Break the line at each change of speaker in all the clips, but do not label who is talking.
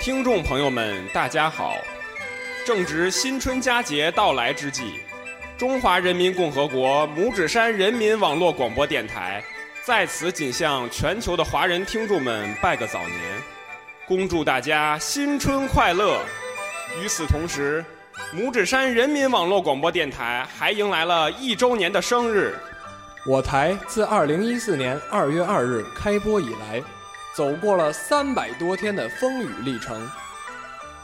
听众朋友们，大家好！正值新春佳节到来之际，中华人民共和国拇指山人民网络广播电台在此谨向全球的华人听众们拜个早年，恭祝大家新春快乐！与此同时，拇指山人民网络广播电台还迎来了一周年的生日。
我台自二零一四年二月二日开播以来，走过了三百多天的风雨历程。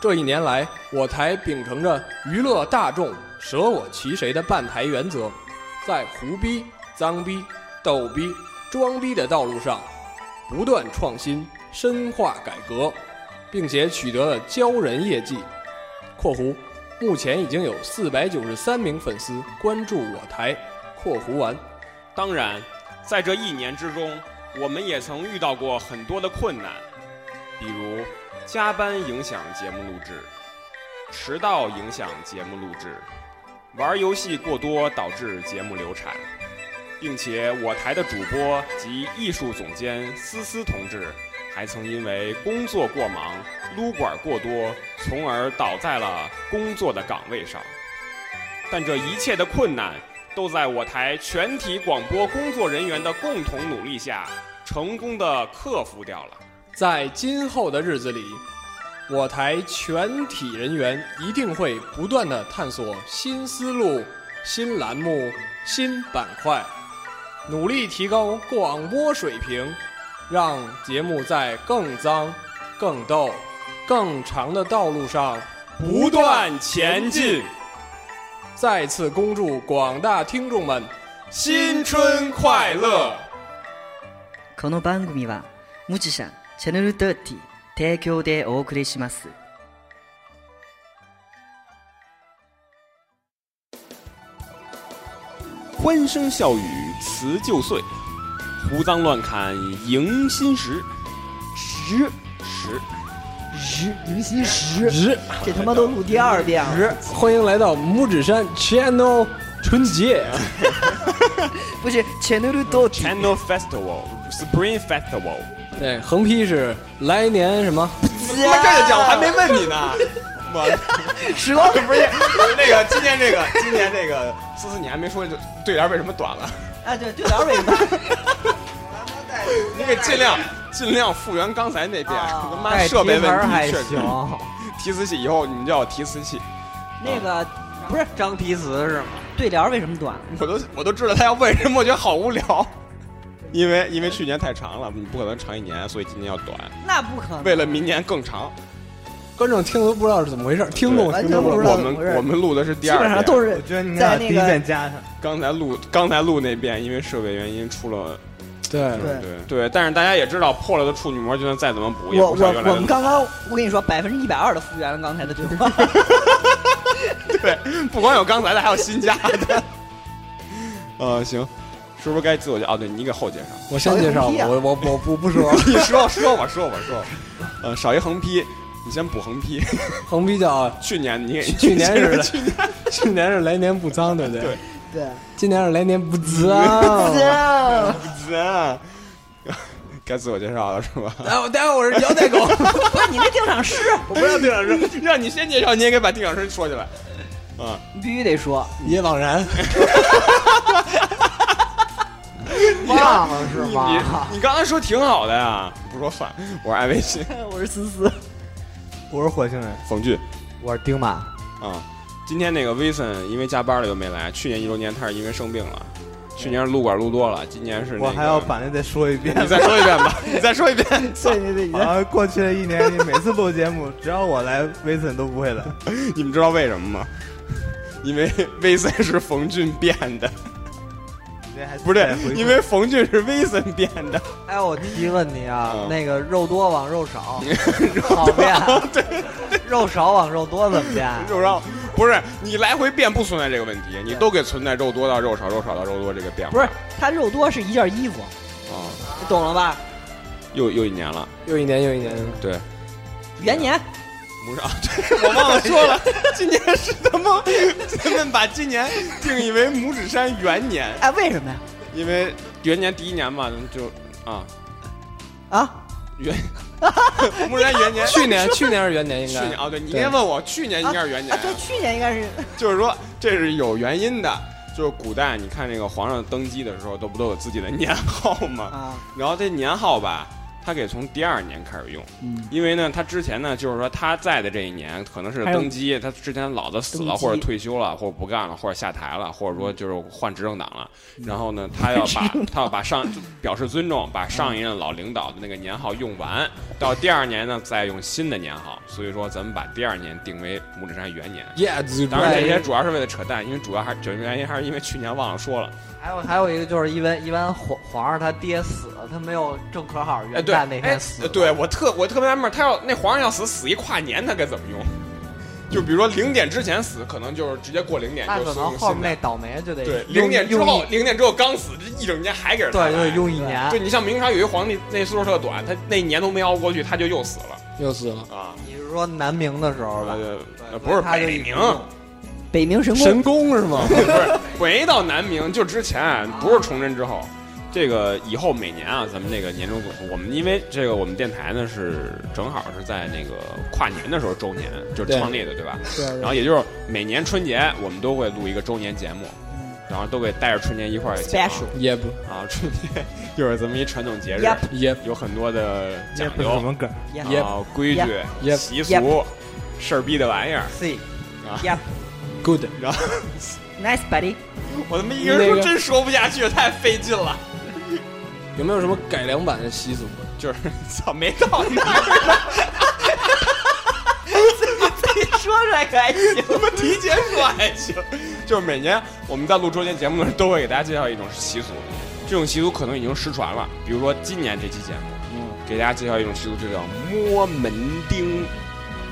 这一年来，我台秉承着娱乐大众、舍我其谁的办台原则，在胡逼、脏逼、逗逼、装逼的道路上，不断创新、深化改革，并且取得了骄人业绩。（括弧）目前已经有四百九十三名粉丝关注我台（括弧完）。
当然，在这一年之中，我们也曾遇到过很多的困难，比如加班影响节目录制，迟到影响节目录制，玩游戏过多导致节目流产，并且我台的主播及艺术总监思思同志还曾因为工作过忙、撸管过多，从而倒在了工作的岗位上。但这一切的困难。都在我台全体广播工作人员的共同努力下，成功的克服掉了。
在今后的日子里，我台全体人员一定会不断的探索新思路、新栏目、新板块，努力提高广播水平，让节目在更脏、更逗、更长的道路上
不断前进。
再次恭祝广大听众们
新春快乐！
この番組は無知社チャンネル30提供でお送りします。
欢声笑语辞旧岁，胡臧乱侃迎新时。
时
时。
日迎新时，
日
这他妈都录第二遍了。
日，欢迎来到拇指山 Channel 春节，
不是 Channel 都
Channel Festival Spring Festival。
对，横批是来年什么？
怎么这就讲？我还没问你 呢。我
时光
不是那个今年这个今年这个思思，你还没说就对联为什么短了？
啊，对，对联为什么？
你给尽量尽量复原刚才那边，
啊
他妈设备问题
还
确实
行。，
提词器以后你们叫我提词器，
那个
不是张皮词是吗？
对联为什么短？
我都我都知道他要问什么，我觉得好无聊。因为因为去年太长了，你不可能长一年，所以今年要短，
那不可能。
为了明年更长。
观众听都不知道是怎么回事，听众
完
听
全
不
不
知
知
道
道
我
怎么
们
回事
我们录的是
基
第二
本
遍，
上都是
我觉得你
在
俩
那
第
个
一遍加上，
刚才录刚才录那遍，因为设备原因出了
对
对
对对，但是大家也知道破了的处女膜，就算再怎么补也
我
不像
我
原
我
来
们
的，
刚刚，我跟你说，百分之一百二的复原了刚才的对 话。
对， 不光有刚才的，还有新加的。 呃，行，是不是该自我介绍？哦，对你给后介绍。
我先介绍
少一横批
吧，
啊
我我我不不说，
你说说我说我说，呃，少一横批，你先补横批。
横
啊
批叫
去年你
去年 是
去
去年是来年不脏，对不对？
对
对，
今年是来年不啊脏。
年， 该自我介绍了是吧？
哎，我待会儿我是姚代狗，
不是你那定场诗，
我 不让定老师，让你先介绍，你也给把定老师说起来。啊，
你必须得说。
也枉然。
忘
啊
了是
你
吗？
你你刚才说挺好的呀，不说算，我是艾维新，
我是思思，
我是火星人，
冯俊。
我是丁满，
啊，今天那个威森因为加班了又没来，去年一周年他是因为生病了，去年是撸管撸多了，今年是、
啊
那个、
我还要把那再说一遍。
你再说一遍吧，你再说一遍，
所以你得你
啊
好像过去的一年，你每次录节目，只要我来，威森都 不会来。
你们知道为什么吗？因为威森是冯俊变的，不是，因为冯俊是威森变的。
哎，我提问你啊
嗯，
那个肉多往肉少 好变， 对，肉少往肉多怎么变？
啊
肉少不是你来回变不存在这个问题，你都给存在肉多到肉少，肉少到肉多这个变化。
不是他肉多是一件衣服，
啊，
你懂了吧？
又又一年了，
又一年又一年，
对，
元年
不是啊， 对我忘了说了，今年是他妈，咱们把今年定义为拇指山元年，
哎，为什么呀？
因为元年第一年嘛，就啊，
啊，
元， 木然元年，
去 年去年是元年，应
去
该
哦
年啊，对，你应
对
该问我去年应该是元年
啊，，对，去年应该是
就是说这是有原因的。就是古代，你看这个皇上登基的时候，都不都有自己的年号吗？
啊，
然后这年号吧，他给从第二年开始用，
嗯，
因为呢，他之前呢，就是说他在的这一年可能是
还有
登基，他之前老子死了，
登基
或者退休了，或者不干了，或者下台了，或者说就是换执政党了。
嗯
然后呢，他要 把他要把上就表示尊重，把上一任老领导的那个年号用
嗯
完，到第二年呢再用新的年号。所以说，咱们把第二年定为拇指山元年。
嗯
，Yeah，dude，
当然，这
right
些主要是为了扯淡，因为主要还主要原因还是因为去年忘了说了。
还有还有一个就是一般一般皇皇上他爹死了，他没有正可好
哎，
元
对，
旦那
哎
天死，
对我特我特别纳闷，他要那皇上要死死一跨年，他该怎么用？就比如说零点之前死，可能就是直接过零点
那
就
可
送
能
新
后面
的
那倒霉就得
对
用
零点之
用
后，
一
零点之后刚死，这一整年还给人
对
打
对，
牌
用一年
对。你像明朝有一皇帝，那岁数特短，他那年都没熬过去，他就又死了
又死了。
啊！
你是说南明的时候吧？
呃
对
不是
他就
北
一直
明，
用
北冥神宫
神功是吗？
不是回到南明就之前，不是崇祯之后。这个以后每年啊，咱们这个年终总我们因为这个我们电台呢是正好是在那个跨年的时候周年就是
对
创立的对吧？
对
然后也就是每年春节我们都会录一个周年节目，
嗯
然后都会带着春节一块儿讲
special，
也不
啊，春节就是咱们一传统节日，
Yep
也
有很多的讲
也不是什
究
么梗，
耶
Yep
啊规矩、
Yep
习俗、事儿逼的玩意儿。
C，
good。
，nice buddy，
我他妈一个人
那
说
个
真说不下去，太费劲了。
有没有什么改良版的习俗？
就是 操，没到那儿，
说出来可还行，
我们提前说还行。就是每年我们在录周年节目的时候，都会给大家介绍一种习俗，这种习俗可能已经失传了。比如说今年这期节目，
嗯
给大家介绍一种习俗，就叫摸门钉。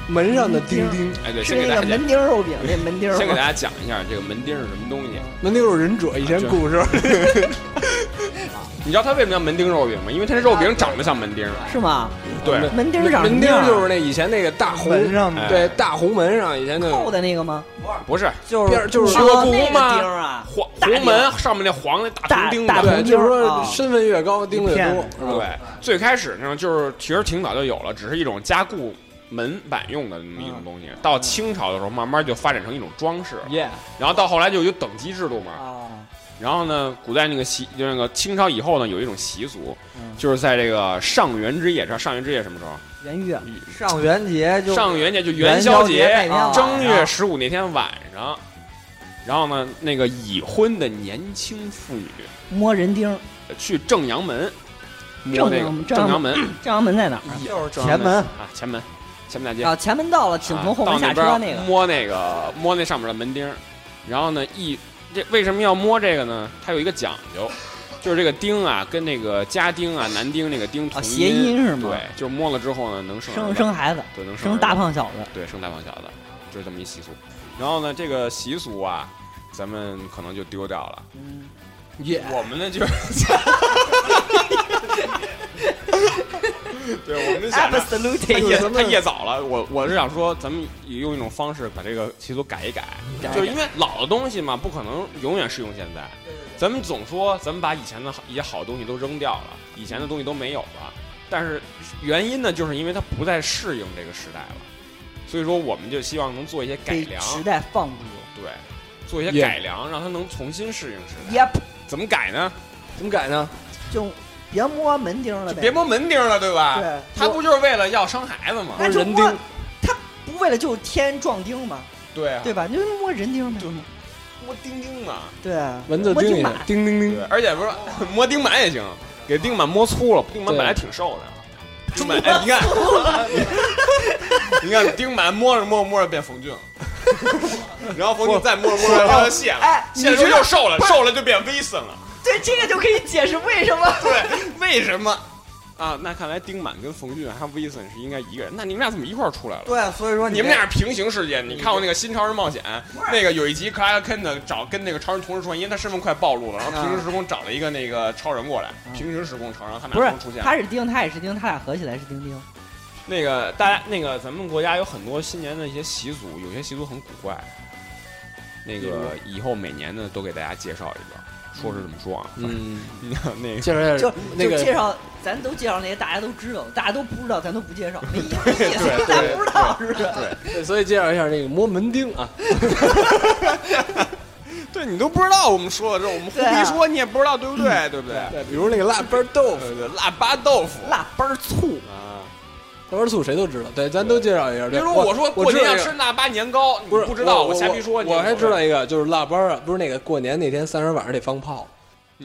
门上的钉钉，
哎，对，
是
先给
那
大
个
家讲
门钉肉饼，那门 钉
先给大家
吗？
讲一下这个门钉是什么东西。
门钉肉忍者以前古时候，
你知道它为什么叫门钉肉饼吗？因为它这肉饼长得像门钉。
是吗？
对，
门钉长
门
什
钉
么样
就是那以前那个大红
门上
哎
对大红门上以前那
厚
个
的那个吗？
不是
就
边儿
是
就是
哦
嗯说故
那个
宫嘛
钉，啊，
黄
大钉
红门上面那黄那大铜钉
大
子。
大
对，
红
就是说
啊
身份越高钉子越多
一片，
是吧？
对，最开始呢，就是其实挺早就有了，只是一种加固门板用的那么一种东西。到清朝的时候，慢慢就发展成一种装饰，
耶，
然后到后来就有等级制度嘛。
啊，
然后呢，古代那个习，就那个清朝以后呢，有一种习俗，
嗯
就是在这个上元之夜，知道上元之夜什么时候？
圆月
上元节就
上元节就
元
宵
宵节那啊天晚上
正月十五那天晚上，然后呢，那个已婚的年轻妇女
摸人钉，
去正阳门摸那个
正阳
正阳门
正阳门在哪儿？
就是
正阳
前门，
啊，前门，前门大街
啊，前门到了，请从后门
啊到
下
那
车
边
那个。
摸那个摸那上面的门钉儿，然后呢一这为什么要摸这个呢？它有一个讲究，就是这个钉啊跟那个家钉啊男钉那个钉同
啊，谐音是吗？
对，就是摸了之后呢能生儿
生
子
生孩子，
对能
生
儿子
大胖小子，
对，生大胖小子，就是这么一习俗。然后呢，这个习俗啊，咱们可能就丢掉了。
耶，
我们呢，就是， 对，我们就
哎
想着
Absolute
他夜
咱
他
们
夜早了，我我是想说，咱们也用一种方式把这个习俗改一改，就是因为老的东西嘛，不可能永远适用现在。咱们总说咱们把以前的好一些好东西都扔掉了，以前的东西都没有了，但是原因呢，就是因为它不再适应这个时代了，所以说我们就希望能做一些改
被
良，
时代放逐。
对，做一些
Yeah
改良，让它能重新适应时代。
Yep，
怎么改呢？
怎么改呢？
就别摸门钉了
就
呗，
别摸啊门钉了，对吧？
对，
他不就是为了要生孩子吗？
那
不
就是
人钉
摸，他不为了就天撞钉嘛，
对啊，
对吧？你就摸人钉呗，
摸钉钉嘛。
对啊，
蚊子
摸
叮
钉
一下
马，
叮叮
对
叮，，
而且不是摸钉板也行，给钉板摸粗了，钉板
对
本来挺瘦的，啊钉板哎，你看，你看钉板摸着摸着摸着变冯俊了，然后冯俊再摸着摸着他就卸了，
哎，你
卸了之
知
后
道
又瘦了，瘦了就变威森了，
对这个就可以解释为什么
为什么？啊，那看来丁满跟冯俊还有威森是应该一个人，那你们俩怎么一块儿出来了？
对，所以说
你们
这
俩是平行世界，你看过那个《新超人冒险》那个有一集克拉克肯特找跟那个超人同时出现，因为他身份快暴露了，然后平行时空找了一个那个超人过来，平行时空超人，他们
不
俩
是
同时出现。
他是钉，他也是钉，他俩合起来是钉钉。
那个大家那个咱们国家有很多新年的一些习俗，有些习俗很古怪。那个以后每年呢都给大家介绍一个，说是这么说啊，
嗯，
那个
介绍
就
那
就介
个
绍，咱都介绍那些大家都知道，大家都不知道，咱都不介绍，没意思，咱不知道是不是？
对，所以介绍一下这个摩门钉啊，
对你都不知道我们说的这，我们胡
对啊
逼说你也不知道，对不啊对？对不对？
对，比如那个腊八豆腐，
对对，腊八豆腐
腊八儿醋，
啊，
腊八醋谁都知道，对，咱都介绍一下。
比
对
如我说
我
过
知
年
道
要
这
吃
个
腊八年糕，你
不是
不知道，
我
瞎逼说你，
我还知道一个，就是腊八儿啊，不是那个过年那天三十晚上得放炮，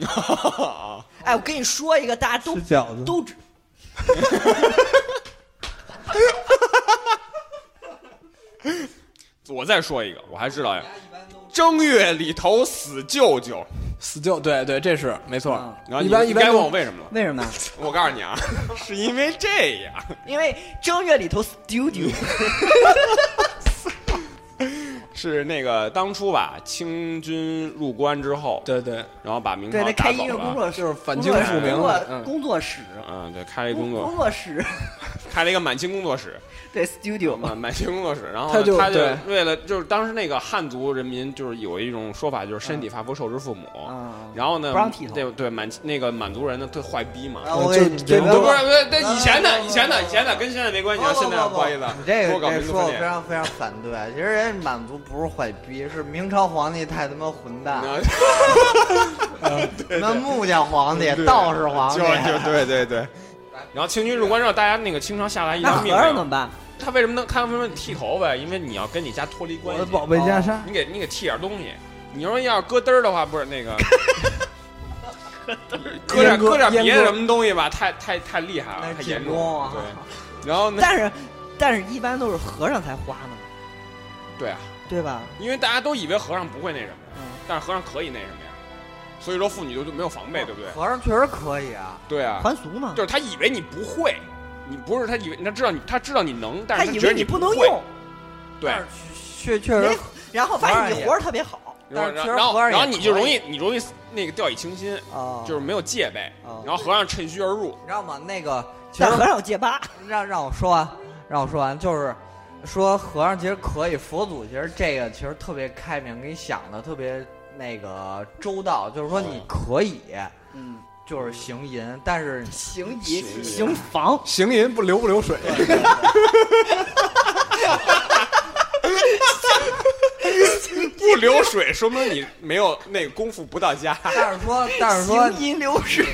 道，
哎，我跟你说一个，大家都
吃饺子
都知，
我再说一个，我还知道一个，正月里头死舅舅，
死舅，对对，这是没错
啊。
然后
一
你
般
你
一
该
般
问我为什么了？
为什么？
我告诉 你啊，是因为这样，
因为正月里头 studio
是那个当初吧，清军入关之后，
对对，
然后把明
对
朝
那
打
开
走
音乐工
了。
作室
就是反清复明
工作
嗯
工作室，
嗯，对，开了一工
工
作
工，作室，
开了一个满清工作室，
对 studio 嘛，
满满清工作室。然后
他
呢
就
他就
对
为了就是当时那个汉族人民就是有一种说法，就是身体发肤受之父母。
啊，
然后呢，
嗯不让剃头
对对，满那个满族人呢，特坏逼嘛。
啊我
就
给你
就
这
不
你
是
都
不是，对以前的
不不不
以前的以前的跟现在没关系啊，
不不
现在
不
不好意思啊，
你这个
我搞
这
民
个
族
说我
分
非
裂。
常非常反对。其实人家满族不是坏逼，是明朝皇帝太他妈混蛋，
啊
那木匠皇帝、
对
道士皇帝
就，就对对对。然后清军入关之后，大家那个清朝下来一
那
条
和
命
尚
令
怎，么办？
他为什么能他为什么剃头发？因为你要跟你家脱离关系，
贝
袈
裟，
你给你给剃点东西。你说要是搁嘚儿的话，不是那个，搁点
阉割
搁点别
阉
的
割
什么东西吧，太太太厉害了，
那
太
紧
严重
弓啊
了。对，然后呢？
但是但是一般都是和尚才花呢，
对啊，
对吧？
因为大家都以为和尚不会那什么呀
嗯，
但是和尚可以那什么呀，所以说妇女就就没有防
哦
备，对不对？
和尚确实可以啊。
对啊，
还俗嘛
就，是他以为你不会，你不是他以为他知道你他知道你能，但
他
是他
以
觉得
为你
不
不能
会
用，
对，
确确
哎
实，
然后发
哎
现你活儿特别好，
然后
但是其实
然后
和尚也
然后你就
可
容
以
易你容易那个掉以轻心，
啊，
就是没有戒备，
啊
然后和尚趁虚而入，
你知道吗？那个其
但
实
和尚有戒疤，
让让我说完，让我说完，就是说和尚其实可以，佛祖其实这个其实特别开明，给你想的特别那个周到，就是说你可以
嗯，
就是行淫，但是
行
行
淫
淫
行 房，
行银不流不 流水，
不流水，说明你没有那个功夫不到家。
但 是说但是说
行淫流水，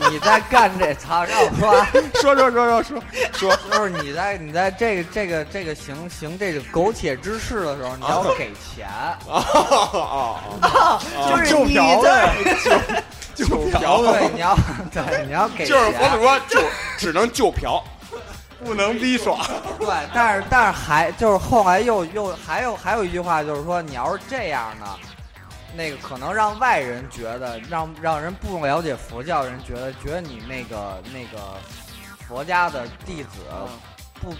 你你在干这操，让我说 完，
说说说说说说，
就是你在你在这个这个这个行行这个苟且之事的时候，你
啊
要给钱，
哦哦哦，
就是
就
你
嫖
在
就嫖
哦 对，你要对你要给钱，
就是佛祖说就只能就嫖，不能逼爽。
对，但是但是还就是后来又又还有还有一句话就是说，你要是这样呢，那个可能让外人觉得，让让人不了解佛教的人觉得，觉得你那个那个佛家的弟子不
嗯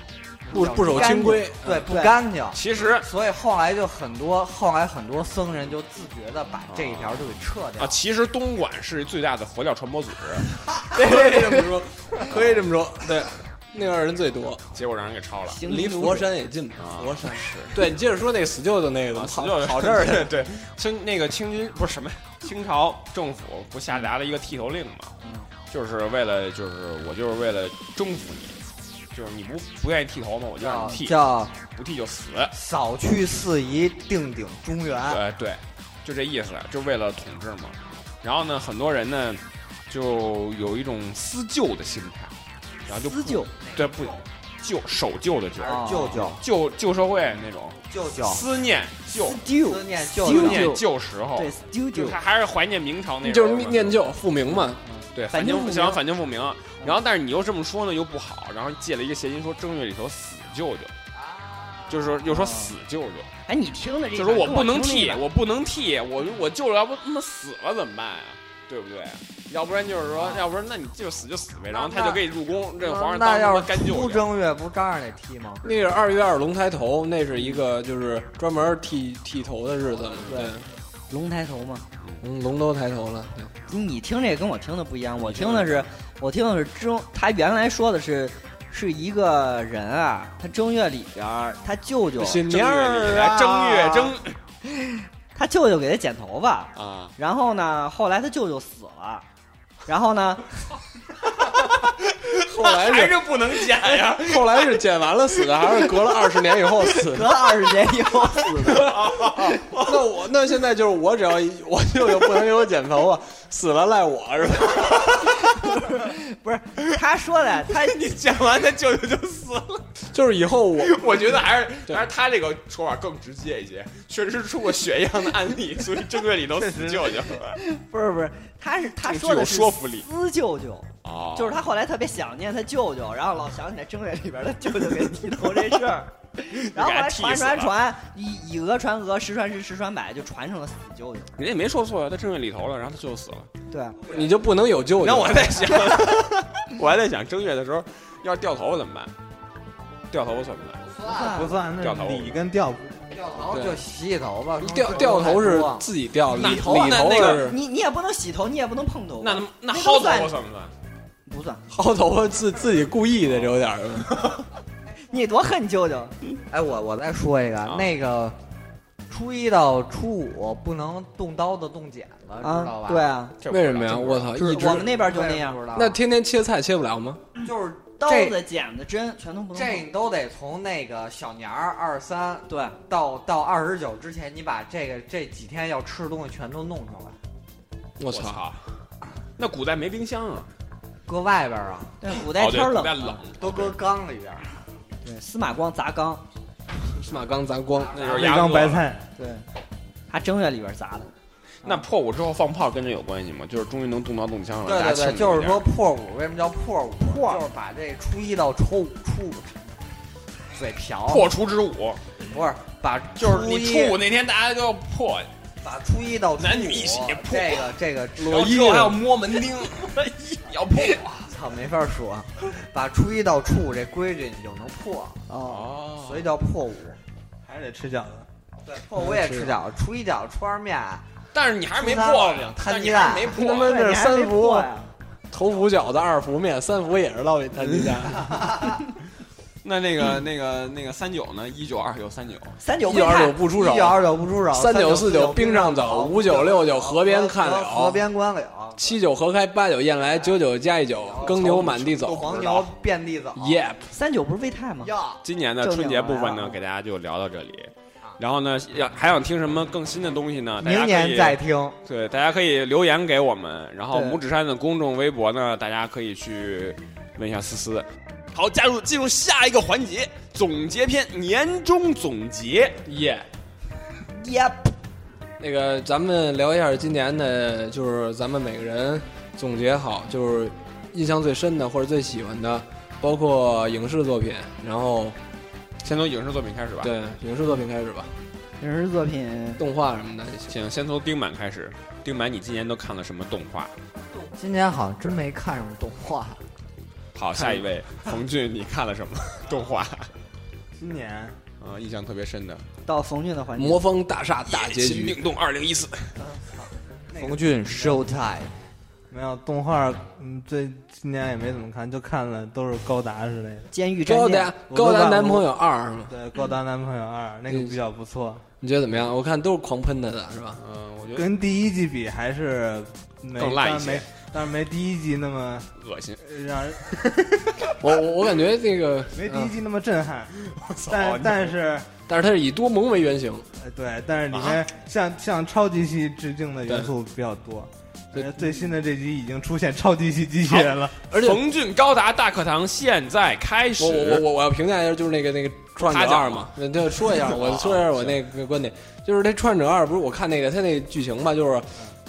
不不守清规，嗯
对不
对
干净。
其实
所以后来就很多，后来很多僧人就自觉的把这一条就给撤掉。
啊，其实东莞是最大的佛教传播组织，
可以这么说，可以这么说，对，那边人最多，
结果让人给抄了。
行
离
淫流
佛
水。
山也近，
啊
佛山是，对你接着说那个死舅舅那个，
死
跑
舅舅
跑这儿
对对，清那个清军不是什么清朝政府不下达了一个剃头令嘛，就是为了就是我就是为了征服你，就是你不不愿意剃头嘛，我就让
叫
你剃，
叫
不剃就死。
扫去四夷，定鼎中原。
呃，对，就这意思，就为了统治嘛。然后呢，很多人呢就有一种思旧的心态，然后就不
私舅，
对不旧守旧的旧
还是舅舅，
旧旧社会那种
舅舅，
思念旧
思
studio，
念舅
思
舅
思，
念旧时候
对，
就是
studio，
他还是怀念明朝那时
就
候
是
嘛，
念旧复明嘛，
对，
反
反
清
清
复
复
明
想反清复明，然后但是你又这么说呢又不好，然后借了一个谐音说正月里头死舅舅，就是说又说死舅舅，
哎，你听的这
就
个，
是我
跟
不能
听
替，
那个
我不能替，我我舅舅要不他妈死了怎么办啊？对不对？要不然就是说，要不然那你就死就死呗，然后他就给你入宫，这个皇上当
那
他
要
妈
是
干舅
出
舅，
正月，不照样得剃吗？
那是二月二龙抬头，那是一个就是专门剃剃头的日子嘛，对，
龙抬头嘛。
嗯，龙都抬头了，对，
你听这个跟我听的不一样，我听的是，我听的是正，他原来说的是，是一个人啊，他正月里边儿，他舅舅
新
正
娘
月
儿
里来
啊，
正月正
他舅舅给他剪头发，
啊，
然后呢，后来他舅舅死了，然后呢，
后来
还
是
是不能剪呀？
后来是剪完了死的，还是隔了二十年以后死
隔
的？
了二十年以后 死的。
那我那现在就是我只要我舅舅不能给我剪头发，死了赖我是吧？
不是他说的，他
哎你剪完他舅舅就死了。
就是以后我
我觉得还 是
对
还是他这个说法更直接一些，确实出过血一样的案例，所以正月里头死舅舅。
不是不是，他是他
这
说
具有
的是
说服力
私舅舅，
哦
就是他后来特别想念他舅舅，然后老想起来正月里边他舅舅给剃头这事儿，然后后来传传传，以以讹传讹，十传十，十传百，就传成了死舅舅。
你也没说错呀，啊他正月里头了，然后他舅舅死了。
对，
你就不能有舅舅。
那我还在想， 我还在想正月的时候要是掉头发怎么办？掉头发算不算？
不算，那
掉头
理跟调不
掉头
对
就洗洗头吧，
掉掉头是
啊
自己掉，理
那
理
头
头
那那个
是
你你也不能洗头，你也不能碰头，
那那
那
薅
都
头
算
发算不算？
不算。
薅头发自自己故意的，这有点儿。
你多恨舅舅，
哎，我我再说一个，
啊
那个初一到初五不能动刀子动剪子，知道
啊
吧？，
对，啊，
这不
为
知
什
道这
么呀？
不
我
知道
操，一直
我们那边就那样，
知道。
那天天切菜切不了吗？
就是
刀
这
子、剪子、针全都不能
这
碰。
你都得从那个小年儿二三
对，
到到二十九之前，你把这个这几天要吃的东西全都弄上来，
我
我
操！
操！那古代没冰箱啊，
搁外边儿啊，
但是古
哦
代
对
天儿
古代
冷
冷
嘛，，
都搁缸里边儿。
对，司马光砸缸，
司马刚砸光，
那时候
那
牙
缸
饿
白。菜，
对，他正月里边砸的。
那破五之后放炮跟这有关系吗？就是终于能动刀动枪了。
对
大家
对对，
庆祝
就
一
是
下
说，破五为什么叫破五？就是把这初一到初五初五嘴瓢，
破除之舞，
不是把
就是
初
你
一
初五那天大家都要破，
把初一到初五
男女一起破
这个这个
然后
这
之后还要摸门钉， 要破。
操没法说，把初一到初五这规矩你就能破，
哦，
哦
所以叫破五。
还是得吃饺子。
对，破五也吃饺子，初一饺子，初二面，
但是你还是没
初三
破
老
呢
两，摊
但是
鸡
你还
蛋
是没
他
破
妈。这
你
是
还没
三伏
破，呀
头伏饺子，二伏面，三伏也是烙饼摊鸡蛋。
那那个那个那个三九呢？一九二九三九，
三九
一
会
九二
看
九不出手
一，九二九不出手，
三
九
九四九冰上走，五九六九河边看柳，
河边观柳，
七九河开，八九雁来，九九加一九，耕哦牛满地走。
黄牛遍地走。
Yep，
三九不是微太吗？
呀，
今年的
正
春节部分
经
呢，
啊
给大家就聊到这里
啊。
然后呢，要还想听什么更新的东西呢？大家可
明年
以
再听。
对，大家可以留言给我们，然后
对
拇指山的公众微博呢，大家可以去问一下思思。好，加入进入下一个环节，总结篇年终总结。
耶！
耶，
那个，咱们聊一下今年的，就是咱们每个人总结好，就是印象最深的或者最喜欢的，包括影视作品，然后
先从影视作品开始吧。，
对影视作品开始吧，
影视作品
动画什么的也行。
请先从丁满开始。丁满，你今年都看了什么动画？
今年好像真没看什么动画，
好，下一位， 冯俊，你看了什么动画？
今年
啊、印象特别深的
到冯俊的环节，
魔方大厦大结
《 新
局，
命动二零一四》。
冯俊 show time。
没有动画，嗯，这今年也没怎么看，就看了都是高达之类的。
监狱
高
战
达
舰，
高达男朋友二是吗？
对，《高达男朋友二》那个嗯比较不错，
你觉得怎么样？我看都是狂喷的的是吧？
嗯、我觉得
跟第一季比还是没
更烂一些
但没但是没第一季那么
恶心。
呃让 人
我我我感觉这个
没第一
嗯
季那么震撼，
操
但但是
但是它是以多蒙为原型，
呃对，但是里面向向超级系致敬的元素比较多。
对
呃最新的这集已经出现超级系机器人了，
而且
冯俊高达大课堂现在开始。
我我我我要评价一下，就是那个那个创者二嘛，那就说一下，
哦
我说一下我那个观点，就是这创者二不是我看那个他那剧情吧，就是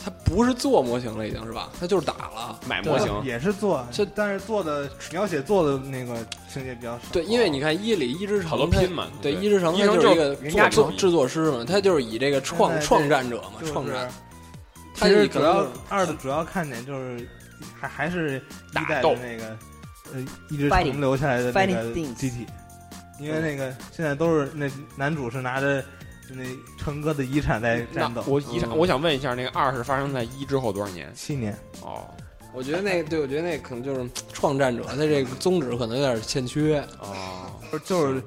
他不是做模型了已经是吧？他就是打了。
买模型，
也是做，
这
但是做的描写做的那个情节比较少。
对，因为你看一里一之城，
哦好多拼嘛
他对
对
一之城，
一
他
之城
就是一个
就是人家
做
成
制作师嘛，他就是以这个创
现在这
创战者嘛，
就是
创战，他
其
是
实
以
主要二的主要看点就是还还是一代
打
的
斗
那个呃一直存留下来的那
Fighting
个
things
机体，
嗯
因为那个现在都是那男主是拿着那成哥的遗产在
那
战斗，
我遗产，我想问一下，那个二是发生在一之后多少年？
七年
哦，
我觉得那对我觉得那可能就是创战者，他这个宗旨可能有点欠缺。
哦，
就是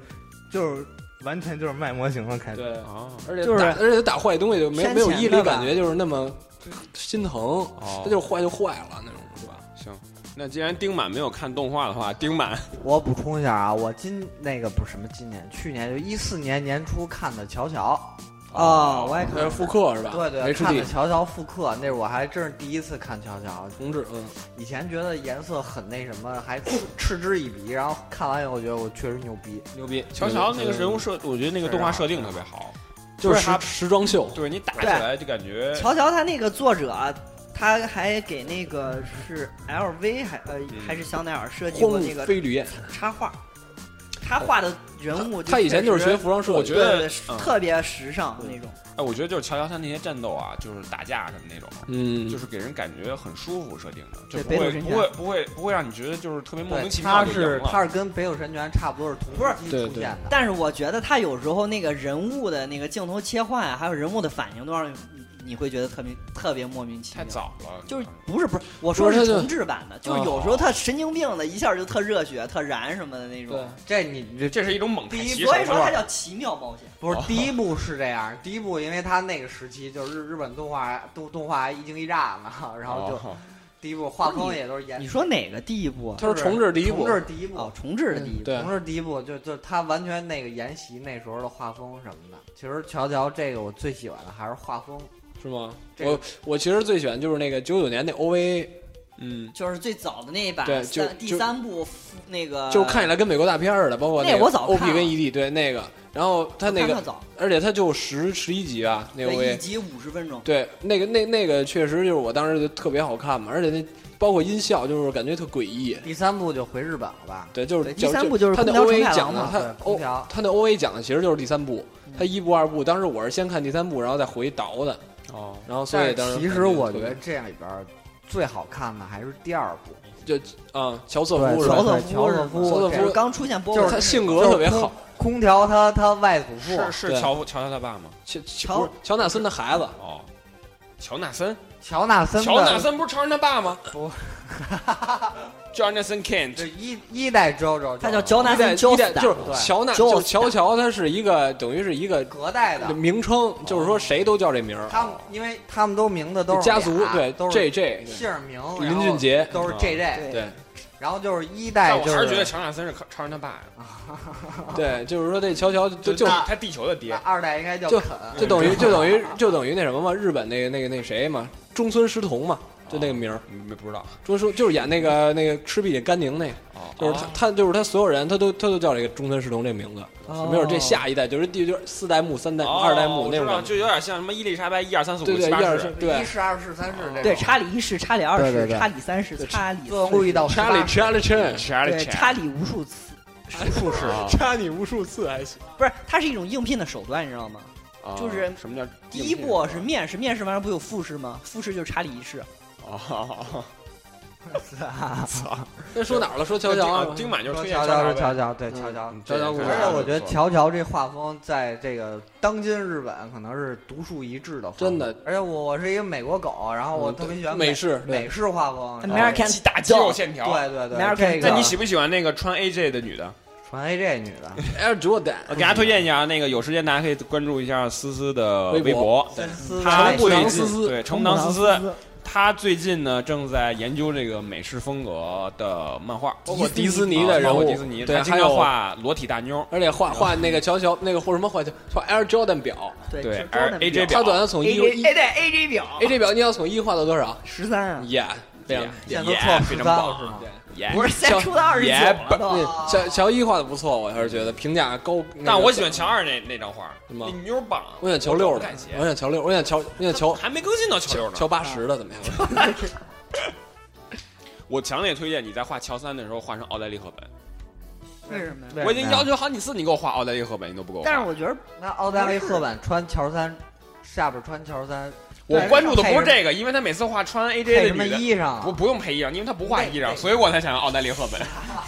就是完全就是卖模型了，开始。
对，
哦
而且
就是
打而且打坏东西就没
天谴
没有毅力，
的吧
感觉就是那么心疼，
哦
它就是坏就坏了那种，是吧？
行，那既然丁满没有看动画的话，丁满
我补充一下啊，我今那个不是什么今年，去年就一四年年初看的《乔乔》
哦，我也看
还是复刻是吧？
对对，
没出
看的
地
《乔乔》复刻，那我还真是第一次看《乔乔》，
重置，嗯，
以前觉得颜色很那什么，还嗤嗤之以鼻，然后看完以后觉得我确实牛逼。
牛逼。
乔乔那个嗯人物设，我觉得那个动画设定特别好，
就是
就是他
时时装秀，
对你打起来就感觉
乔乔他那个作者，啊他还给那个是 LV 还呃还是香奈儿设计过
荒
那个
飞吕燕，
插画，他画的人物
他以前就是学服装设
我
计
觉
对
的，
得
对
嗯
特别时尚那种。
哎，我觉得就是乔乔他那些战斗啊，就是打架什么那种，
嗯，
就是给人感觉很舒服，设定的就
对
不
北斗
会
神
不
拳
会不会不会让你觉得就是特别莫名其妙
他
就赢
是
了。
他是跟《北斗神拳》差不多是同
不是
期
对
出
对
现的。
但是我觉得他有时候那个人物的那个镜头切换啊，还有人物的反应，都让你你会觉得特别特别莫名其
太
妙。
早了，
就是
你知道吗
不是不是，我说
不是
是
他就
重置版的，就是有时候他神经病的，一下就特热血、特燃什么的那种。
这你你这
这是一种猛
第
禽
一
骑
所以
手
说
嘛
它叫奇妙冒险。
不是第一部是这样， 第一部因为他那个时期就是日日本动画动动画一惊一乍嘛， 然后就
哦
第一部画风也都是沿
你说哪个第一部啊？
他说重置第一部
重，置第一部
哦，重置的第一
嗯
部。
对
同，是第一部，就就他完全那个沿袭那时候的画风什么的。其实乔乔这个我最喜欢的还是画风，
是吗？
这个
我我其实最喜欢就是那个九九年那 OVA，
嗯，
就是最早的那一版，
对就
三第
就
三部那个，
就是看起来跟美国大片儿似的，包括
那
个
我早看
OP
了
跟 ED 对那个，然后他那
看
个，
早，
而且他就十十一集啊，那个
对，一
OVA，
集五十分钟，
对，那个那那个确实就是我当时就特别好看嘛，而且那包括音效就是感觉特诡异。
第三部就回日本了吧？
对，就是
对
就
第三部
就
就是
他那
空
OVA
调承太
讲
郎
的
嘛，
他
对空
O
调
他那 OVA 讲的其实就是第三部，他一部二部，当时我是先看第三部，然后再回去倒的，
哦，
然后所
但
以
是
当时
其
感
实我
特
觉
别
得这样里边儿最好看的还是第二部，
啊，乔瑟
对
夫是
乔
吧？
瑟
瑟
夫
夫
乔
是
瑟
吧
夫
乔瑟夫
这
就是
个
刚出现波
就
纹
是
的
他
时候，
性格特别
就是
好，
空调他他外祖父
是是
对
乔乔乔他爸吗？
乔
乔
不是乔纳森的孩子，
哦，乔纳森，
乔纳森
乔纳
的，
森不是乔人他爸吗
不
？Jonathan Kent，
这一一代 JoJo，
他叫乔纳
一代
森
一
乔
代就是
对
乔纳，
乔
就是
斯
乔乔，他是一个等于是一个
隔代的，
名称，就是说谁都叫这名儿，
他们因为他们都名字都是
家族
俩
对
都是
J J
姓儿名，然
林
后
俊杰，
都是
啊
JJ，
对
对
然后就是一
但
代
我
就
还是觉得乔纳森是乔乔人他爸呀，
对，就是说这乔乔就就
他他地球的
那
爹，
二代应该叫
就
肯，
就等于就等于就等于那什么嘛，日本那个那个那谁嘛，中村狮童嘛，就那个名儿，
没不知道
啊中村就是演那个那个赤壁甘宁那个，
哦，
就是他
哦
他就是他所有人他都他都叫这个中村狮童这名字，没有这下一代就是第就是四代目三代目
哦
二代目
我
那
知
种
道
感觉，
就有点像什么伊丽莎白一二三四五
对对
七
一
八十
二
嗯
三，对嗯
一。世、二世、三世这种。
对查理一世、查理二
对对
世、
对
查理三世、查理
做
四
路
世
易到
查理
18
查理陈，
Charlie
对
Chan
查理无数次，
不是 啊
查你无数次还行。
不是，它是一种应聘的手段，你知道吗？
啊
就是
什么叫
第一步是面试，面试完了不有复试吗？复试就是查理一世，
哦，
那说哪儿了？说乔乔啊
啊，丁满就是
说
推荐
乔乔是
乔，
乔乔，对
嗯
乔乔。
乔乔
乔乔
故
故
事
事
而
啊
且我觉得乔乔这画风在这个当今日本可能是独树一帜的画风，
真的。嗯
而且我我是一个美国狗，然后我特别喜欢
美式
美式画风。然后
American
打肌肉线条。
对对对
American
这个
那你喜不喜欢那个穿 AJ 的女的？
传 AJ 女的，
Air Jordan，
我给大家推荐一下啊，那个有时间大家可以关注一下思思的
微
微
博
博，他
长
最
堂
近
思思
对程堂思思，他最近呢正在研究这个美式风格的漫画，
包括迪斯尼的
啊
人
包括
物，
迪斯尼，
对，
他经
还
常
有
画裸体大妞，
而且画画那个乔乔那个或什么画画 Air Jordan 表，
对
对
就
而 AJ
它短暂从一
AJ
一
哎对 AJ 表
AJ 表你要从一画到多少？
十三啊，
耶，非常
现在
也
都错
非
十
常
三了是
棒啊
吗？
耶。
不是现在出到二十九
哎
了都。啊
对，乔乔一画的不错，我还是觉得评价高。那
哦但
个
我喜欢乔二那那张画，
是吗
那妞棒，
我想乔六
不
的
敢写，
我想乔六，我想乔我想乔
还没更新到乔六呢。
乔八十的怎么样？
我强烈推荐你在画乔三的时候画成奥黛丽·赫本。
为什么呀？
我已经要求 好几次你给我画奥黛丽·赫本，你都不给我画。
但是我觉得
那奥黛丽·赫本穿乔三，下边穿乔三，
我
对
关注的不是
配什么
这个，因为他每次画穿 AJ
配
的
什么
女的，
衣裳啊？
不不用配衣裳，因为他不画衣裳，所以我才想要奥黛丽·赫本。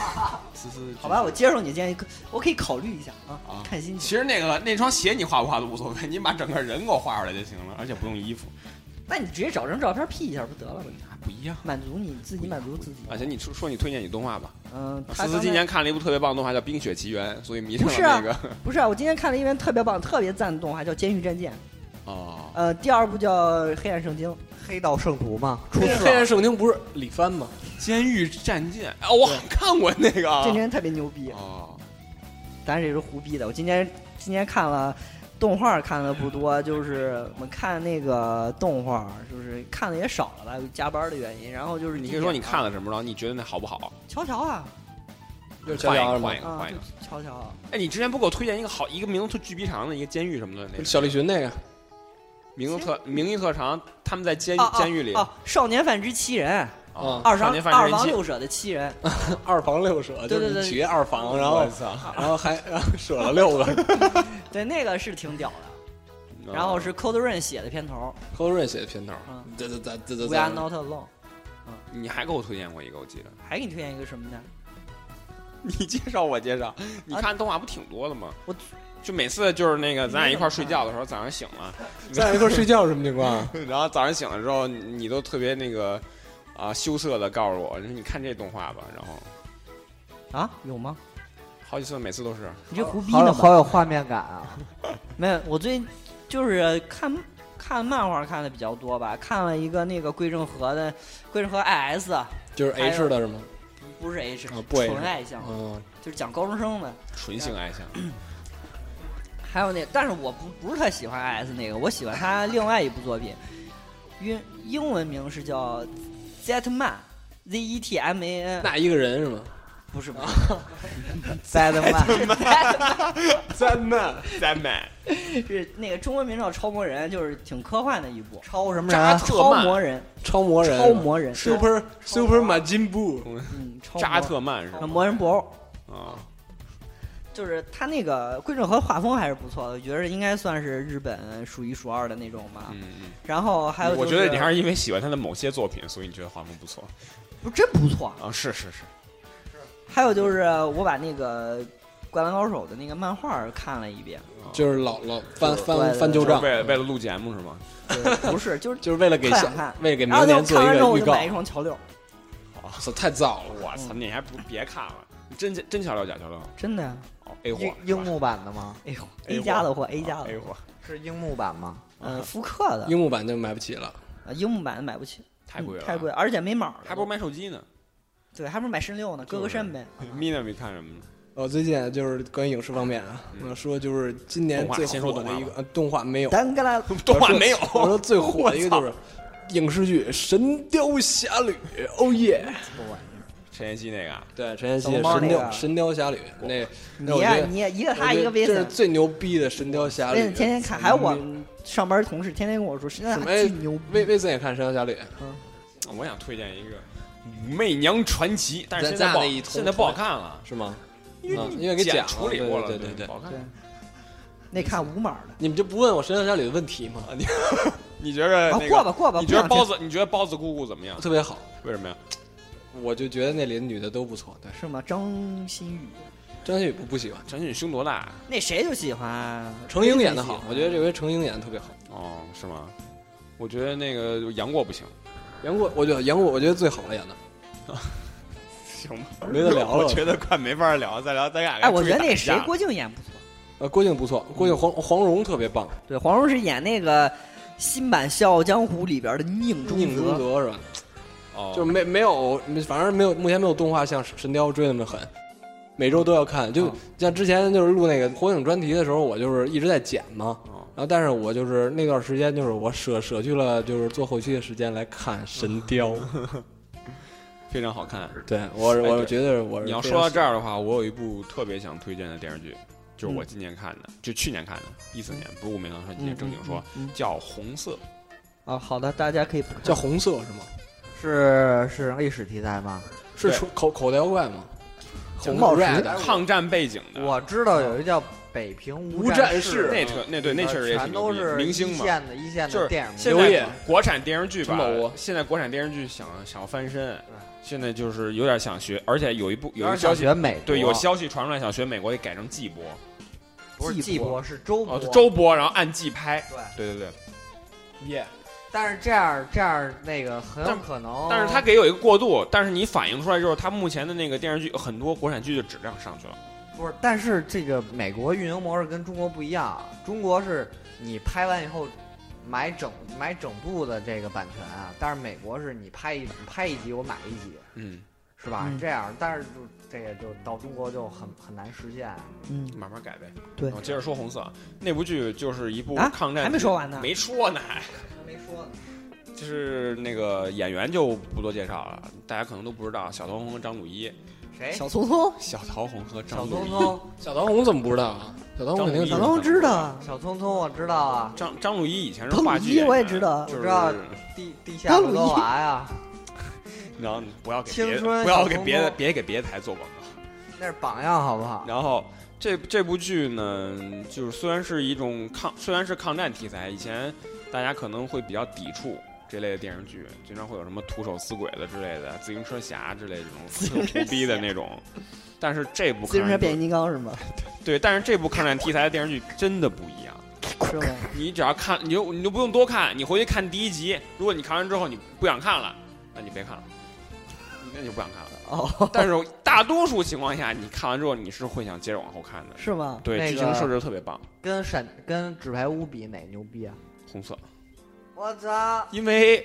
思思
好吧，我接受你的建议，可我可以考虑一下啊，
啊
看心情。
其实那个那双鞋你画不画都无所谓，你把整个人给我画出来就行了，而且不用衣服，
那你直接找张照片 P 一下不得了吗？
不一样。
满足你自己，满足自己。
啊而且你说说你推荐你动画吧，
嗯，他
思思
刚才
今年看了一部特别棒的动画叫《冰雪奇缘》，所以迷上
不
了
是啊
那个。
不是啊，我今天看了一篇特别棒、特别赞的动画，叫《监狱战舰》。
哦，
呃，第二部叫《黑暗圣经》，
黑道圣徒嘛，出
黑
色。
暗圣经不是李帆吗？
监狱战舰，啊，我好像看过那个。啊
这人特别牛逼，
哦，
咱这是胡逼的。我今年今年看了动画看的不多，就是我看那个动画，就是看的也少了吧，加班的原因。然后就是
你可以说你看
了
了什么，然后你觉得那好不好？
乔乔啊，
就是小
换一
杨
个，
是吗
换一？个，
啊
换一个。，
乔乔，
哎，你之前不给我推荐一个好一个名字特巨逼长的一个监狱什么的那个
小栗旬那个
名字特名义特长，他们在监
啊啊
监狱里
哦，少年犯之七人，
啊
二
少
房
年犯
二
人
房
妻，
六舍的 七人，
二房六舍，就
对对
是
对
你取一二房，然后
我操
然后还然后舍了 六个。
对，那个是挺屌的。
嗯
然后是 Cold Rain 写的片头，
寇润写的片头
嗯，
这这这这
《
这
We Are Not Alone》。
你还给我推荐过一个，我 记得
还给你推荐一个什么呢？
你介绍我介绍，你
啊
看动画不挺多的吗？
我
就每次就是那个咱俩一块儿睡觉的时候，早上醒了，
在一块儿睡觉什么情况？啊
然后早上醒了之后，你你都特别那个啊、羞涩的告诉我，你说你看这动画吧，然后
啊，有吗？
好几次每次都是
你这胡逼
好有
呢吧？
好有画面感 啊！
没有，我最近就是看看漫画看的比较多吧，看了一个那个桂正和的桂正和 IS，
就是 H 的是吗？
不是 H，、
啊不 H
纯爱向，
哦
嗯，
就是讲高中生的。
纯性爱 向，
还有那，但是我不不是特喜欢 IS 那个，我喜欢他另外一部作品，英英文名是叫 Zetman。Z E T M A N
那一个人是吗？
不是不是
塞德曼，
三妹三妹，
是那个中文名叫超魔人，就是挺科幻的一部
超什么
扎
人？
特
超
曼，
魔人，
超魔人，
超魔人，
Super Super 马金布，
嗯，超
扎
魔
特曼是吧？
魔人布欧，
啊，
就是他那个桂正和画风还是不错的，我觉得应该算是日本数一数二的那种吧。
嗯嗯。
然后还有、
我觉得你还是因为喜欢他的某些作品，所以你觉得画风不错
不真不错。
啊？是是是，
还有就是我把那个《灌篮高手》的那个漫画看了一遍，
就是老老翻
对
翻
对
翻旧
哦就是
账，
为了为了录节目是吗？
就是不是 就是
就是为了给
特
下
想看
为了给
然
明
后就
年做
看
一
完之后
个
我
预
就
告
买一，双乔六，
操太早
嗯
了，
我操，你还不别看了，真真桥料假桥料
真的呀啊
哦，A 货
樱樱木版的吗？
哎呦
A
A 加的货
货
A 加的
哎
，A
货，
货
是樱木版 吗？
嗯，复刻的
樱木版就买不起了。
呃樱木版的买不起，
太贵了，
嗯
啊
太贵，，而且没码儿
还不如买手机呢。
对，还不如买十六呢，割个肾呗。
Mina 没看什么呢？
哦，最近啊就是关于影视方面啊，
嗯
我要说就是今年
动画
最
先说
火的
动画
一个
吧
呃动画没有，
咱跟他
动画没有，
我说最火的一个就
我
是影视剧《神雕侠侣》，哦耶！
陈妍希那个啊，
对，陈妍希
小
《
猫
神
那
雕
啊
个
神雕侠侣》那，那
你
我
呀
觉得
你呀一个
我
他
觉得
一个 V
这是
森。
最牛逼的《神雕侠侣嗯
威森》，天天看，还有我们上班同事天天跟我说，实在
什么
巨牛
威
逼。
威森也看《神雕侠侣》，
我想推荐一个《武媚娘传奇》，但是现在
咱俩
不好
那一通
现在不好看了，
是吗？
因
啊
为
因为给
剪
剪
处
了
理
对
过了，嗯
对对
对
对
不好看
对。，那看无码的，
你们就不问我《神雕侠侣》的问题吗？
你觉着哎
啊
那
过
个？
吧过吧。
你
不
觉得
想
包
听
子？你觉得包子姑姑怎么样？
特别好，
为什么呀？
我就觉得那里的女的都不错，对，
是吗？张馨予
张馨予不不喜欢，
陈俊胸多大？啊
那谁就喜欢
程英演的好
谁，
我
就喜
觉
欢
得这回程英演的特别好。
嗯
哦，是吗？我觉得那个杨过不行，
杨过，我觉得杨过，我觉得最好了演的，
行吧？
没得聊 了
我。觉得快没法聊，再聊咱俩。
哎，我觉得那谁郭靖演不错。
呃，郭靖不错，郭靖黄黄蓉特别棒，
对，黄蓉是演那个新版《笑傲江湖》里边的宁
嗯
中
宁中
泽，
泽是吧？
哦，
就是没没有，反正没有，目前没有动画像《神雕》追那么狠，每周都要看。就
嗯
像之前就是录那个火影专题的时候，我就是一直在剪嘛。
哦
然后，但是我就是那段时间，就是我舍舍去了就是做后期的时间来看《神雕》
嗯非常好看。
对我，
哎
我
对
觉得我是
你要
非
说到
常
这儿的话，我有一部特别想推荐的电视剧，就是我今年看的，就去年看的，一四年，不是《武媚娘传奇》，正经说
嗯嗯
叫《红色》，
啊，好的，大家可以不看
叫红色是吗？
是是历史题材吗？
啊
是
对
出口口袋妖怪吗？
红
帽
宝石
的
抗战背景的。
我知道有一个叫《北平无
无
战
战事
那确那对那确实也挺
全
牛
都
逼
是
明
一
星嘛。
线的一线
就是
的电影
现
明啊
刘烨
在国产电视剧吧
陈宝国，
现在国产电视剧想想要翻身，现在就是有点想学，而且有一部有一
星，
个消
小
息，
学美
对，有消息传出来，想学美国得改成季播，
不是
季
季
播
播是周
哦
播，，
周播，然后按季拍。
对
对对对，
耶，
但是这样这样那个很有
但
可能，
但是他给有一个过渡，但是你反映出来之后，他目前的那个电视剧很多国产剧的质量上去了。
不是，但是这个美国运营模式跟中国不一样，中国是你拍完以后买整买整部的这个版权啊，但是美国是你拍一拍一集我买一集，
嗯，
是吧？
嗯
这样，但是就这个就到中国就很很难实现。
嗯，
慢慢改呗。
对
我接着说红色那部剧，就是一部
啊
抗战，
还没说完呢
没说呢，
没
嗯
说呢，
就是那个演员就不多介绍了，大家可能都不知道，小桃红和张鲁一，
谁？
小聪聪，
小桃红和张
小
鲁
聪
一，
聪，
小唐红怎么不知道啊？小唐红肯定
小
知
唐红
道。
知道
啊，
小聪聪，我知道啊，
张张鲁一以前是
张鲁
话
一
剧演员，
我也知道
就
我
是
知道地地下
当鲁
不多
一
娃呀，
然后不要给别的
青春
不要
小
给
童
别的
工
别给别的台做广告。
那是榜样好不好？
然后这这部剧呢，就是虽然是一种抗，虽然是抗战题材，以前大家可能会比较抵触这类的电视剧，经常会有什么徒手死鬼的之类的，自行车侠之类的这种特胡逼的那种。但是这部
自行
抗
车
战
变
题
形金刚是吗？
对，但是这部抗战题材的电视剧真的不一样。
是吗？
你只要看，你就你就不用多看，你回去看第一集。如果你看完之后你不想看了，那你别看了，那你就不想看了。
哦，
但是大多数情况下，你看完之后你是会想接着往后看的。
是吗？
对，
那
剧
个
情设置特别棒，
跟闪跟纸牌屋比哪牛逼啊？
红色。
我操！
因为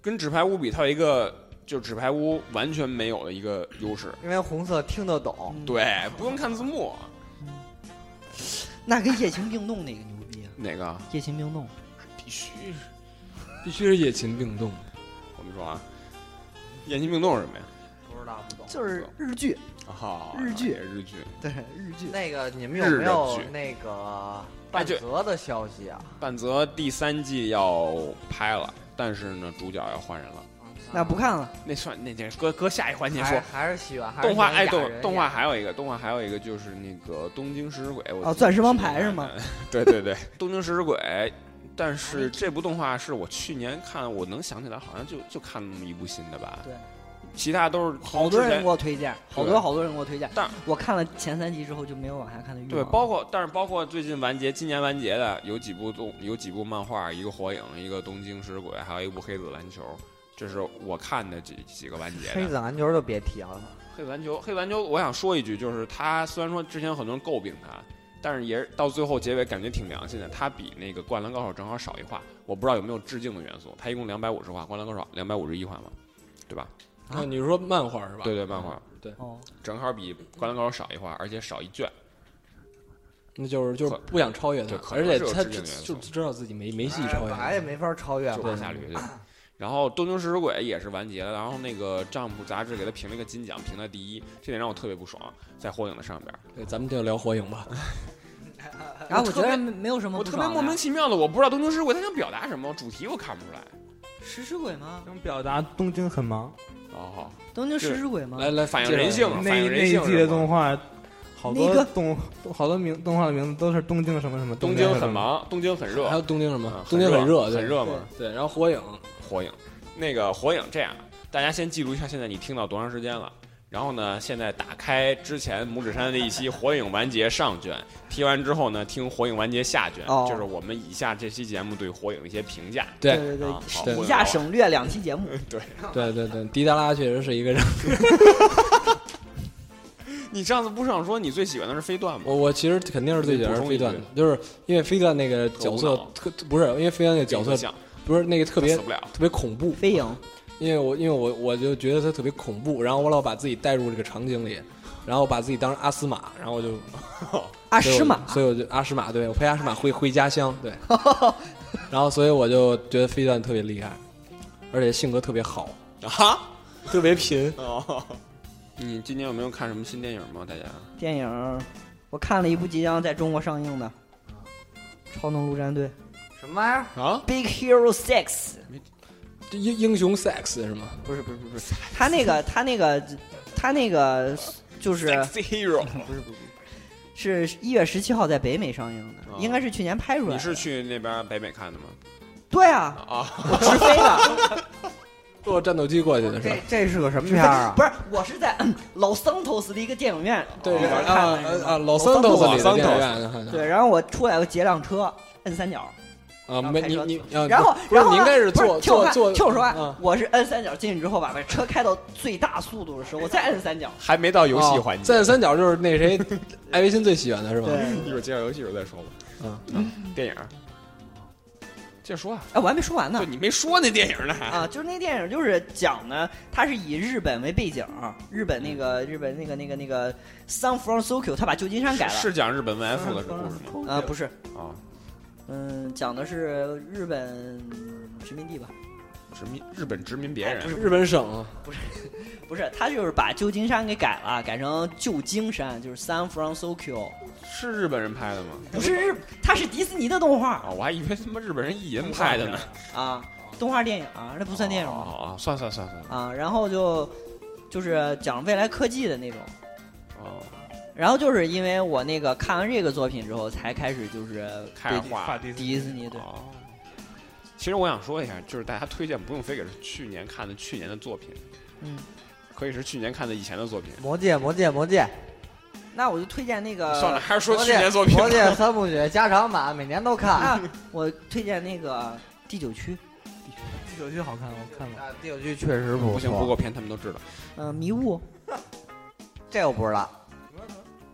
跟纸牌屋比，它有一个就是纸牌屋完全没有的一个优势。
因为红色听得懂，
嗯，
对，不用看字幕。
那跟夜行病动哪个牛逼啊？
哪个？
夜行病动，
必须。
必须是野禽并动。
我们说啊，眼睛病动是什么呀？
不知道不懂。
就是日剧，
啊，
日剧
日剧，
对日剧。
那个你们有
日
没
的
有
剧
那个
哎
半
就
泽的消息啊？
半泽第三季要拍了，但是呢，主角要换人了。
嗯
那啊不看了，
那算那这搁搁下一环节
还
说。
还是喜欢还是
动画
喜欢
哎，
雅
动
人
动画
呀
还有一个动画还有一个就是那个东京食尸鬼，我
哦钻石王牌是 吗？哦
对对对，东京食尸鬼。但是这部动画是我去年看，我能想起来，好像就就看那么一部新的吧。
对，
其他都是
好多人给我推荐，好
对
多好多人给我推荐，
但
我看了前三集之后就没有往下看的欲望
对，
了。
包括但是包括最近完结，今年完结的有几部动，有几部漫画，一个火影，一个东京食尸鬼，还有一部黑子篮球。这是我看的几几个完结的。
黑子篮球就别提了，
黑篮球，黑篮球，我想说一句，就是他虽然说之前很多人诟病他，但是也是到最后结尾感觉挺良心的。他比那个《灌篮高手》正好少一话，我不知道有没有致敬的元素。他一共两百五十话，《灌篮高手》两百五十一话嘛，对吧？
啊
啊，你是说漫画是吧？
对对漫画
对，
哦，
正好比《灌篮高手》少一话，而且少一卷。
那就是就是
可
不想超越他
对，可
而
能
且
是有
他
致敬
就
元素哎
就知道自己没没戏超越
本来
他
也。没法超越
就
嘛
往。下捋对。然后《东京食尸鬼》也是完结了，然后那个《丈夫》杂志给他评了一个金奖，评了第一，这点让我特别不爽，在火影的上边。
对，咱们就聊火影吧。
然后
我
我
特
觉
别
得没没有什么
我
不
特别
爽的
莫名其妙的，我不知道《东京食尸鬼》他想表达什么，主题我看不出来。
食尸鬼吗？
想表达东京很忙。
哦，好
东京食尸鬼
啊
吗？
来来，
反映
介绍
人
一下
性了，
那
反
一
映
那
人
一
性
季
是吗
的动画，好多
那个
动好多名动画的名字都是东京什么什么，
东京
京
很，忙，东京很热
还，有东京什
嗯
么？东京很热，对
很。热嘛。
对，然后 火影，
火影，那个火影这样，大家先记录一下现在你听到多长时间了。然后呢，现在打开之前拇指山的一期《火影完结》上卷，听完之后呢，听《火影完结》下卷，
哦
就是我们以下这期节目对火影的一些评价。
对
对
啊好
对，
混
以
淆啊
下省略两期节目。
对对对，迪达拉确实是一个让
你上次不是想说你最喜欢的是飞段吗？
我我其实肯定是最喜欢飞段的
补，
就是因为飞段那个角
我
色
不
特不是，因为飞段那个角
我
色
想
不是那个特
他
别
死不了。
特别恐怖，
飞 影，啊
因为我因为我我就觉得他特别恐怖，然后我老把自己带入这个场景里，然后把自己当成阿斯玛，然后我就
阿
所以我
诗玛，
所以我就阿诗玛，对我陪阿诗玛回回家乡， 对，然后所以我就觉得飞段特别厉害，而且性格特别好，
啊？
特别贫，
哦，你今年有没有看什么新电影吗？大家
电影，我看了一部即将在中国上映的《超能陆战队》
什么玩意儿？
啊？
（Big Hero Six）。
英英雄 sex 是吗？
不是不是不是， 他那个他那个他那个就是
Sexy Hero，
不是不是是一月十七号在北美上映的
哦，
应该是去年拍出来的。
你是去那边北美看的吗？
对啊，
啊，
我直飞的，
坐战斗机过去的是吧
哦
这？这是个什么片儿啊？
不是我是在 老桑托斯的一个电影院
对
里边
啊
看
啊
的。
啊，老
桑
头
托
子里
斯
的电影院，
对，然后我出来我截辆车，摁三角，
啊啊，
然后
没
开
你
车
你
走
啊，
然后
不是
然后
你应该是
呢不
坐
听我
坐
看
坐，
听我说
嗯
啊，我是摁三角进去之后，把把车开到最大速度的时候，我再摁三角。
还没到游戏环节，
哦在三角就是那谁艾维新最喜欢的是吧？
一会儿介绍游戏时候再说吧。
嗯
嗯，电影儿，接着说啊，
哎，我还没说完呢
对。你没说那电影儿呢还。
啊，就是那电影，就是讲呢，它是以日本为背景，日本那
嗯
个日本那个那个那个 San Francisco，他把旧金山改了。
是讲日本慰安妇的故事吗？
啊，
呃
不是，
啊，
嗯，讲的是日本殖民地吧？
殖民日本殖民别
哎不
人，
日本省啊
不是，他就是把旧金山给改了，改成旧金山，就是 San Francisco，
是日本人拍的吗？
不是日，它是迪士尼的动画
啊，我还以为他妈日本人意淫拍的呢。
啊，动画电影啊，那不算电影吗？
啊啊，算算算算。
啊，然后就就是讲未来科技的那种。
哦，
然后就是因为我那个看完这个作品之后，才开始就是
开
对
始画
迪士尼对
哦，其实我想说一下，就是大家推荐不用非给是去年看的去年的作品，
嗯，
可以是去年看的以前的作品。
魔戒，魔戒，魔戒，
那我就推荐那个，
算了，还是说
魔
去
戒
年作品吧。
魔戒三部曲加长版，每年都看。
啊，我推荐那个第九区，
第九区好看，我看了。
啊第九剧确实不
不行，不
错，
够偏，他们都知道。
呃，迷雾，
这我不知道。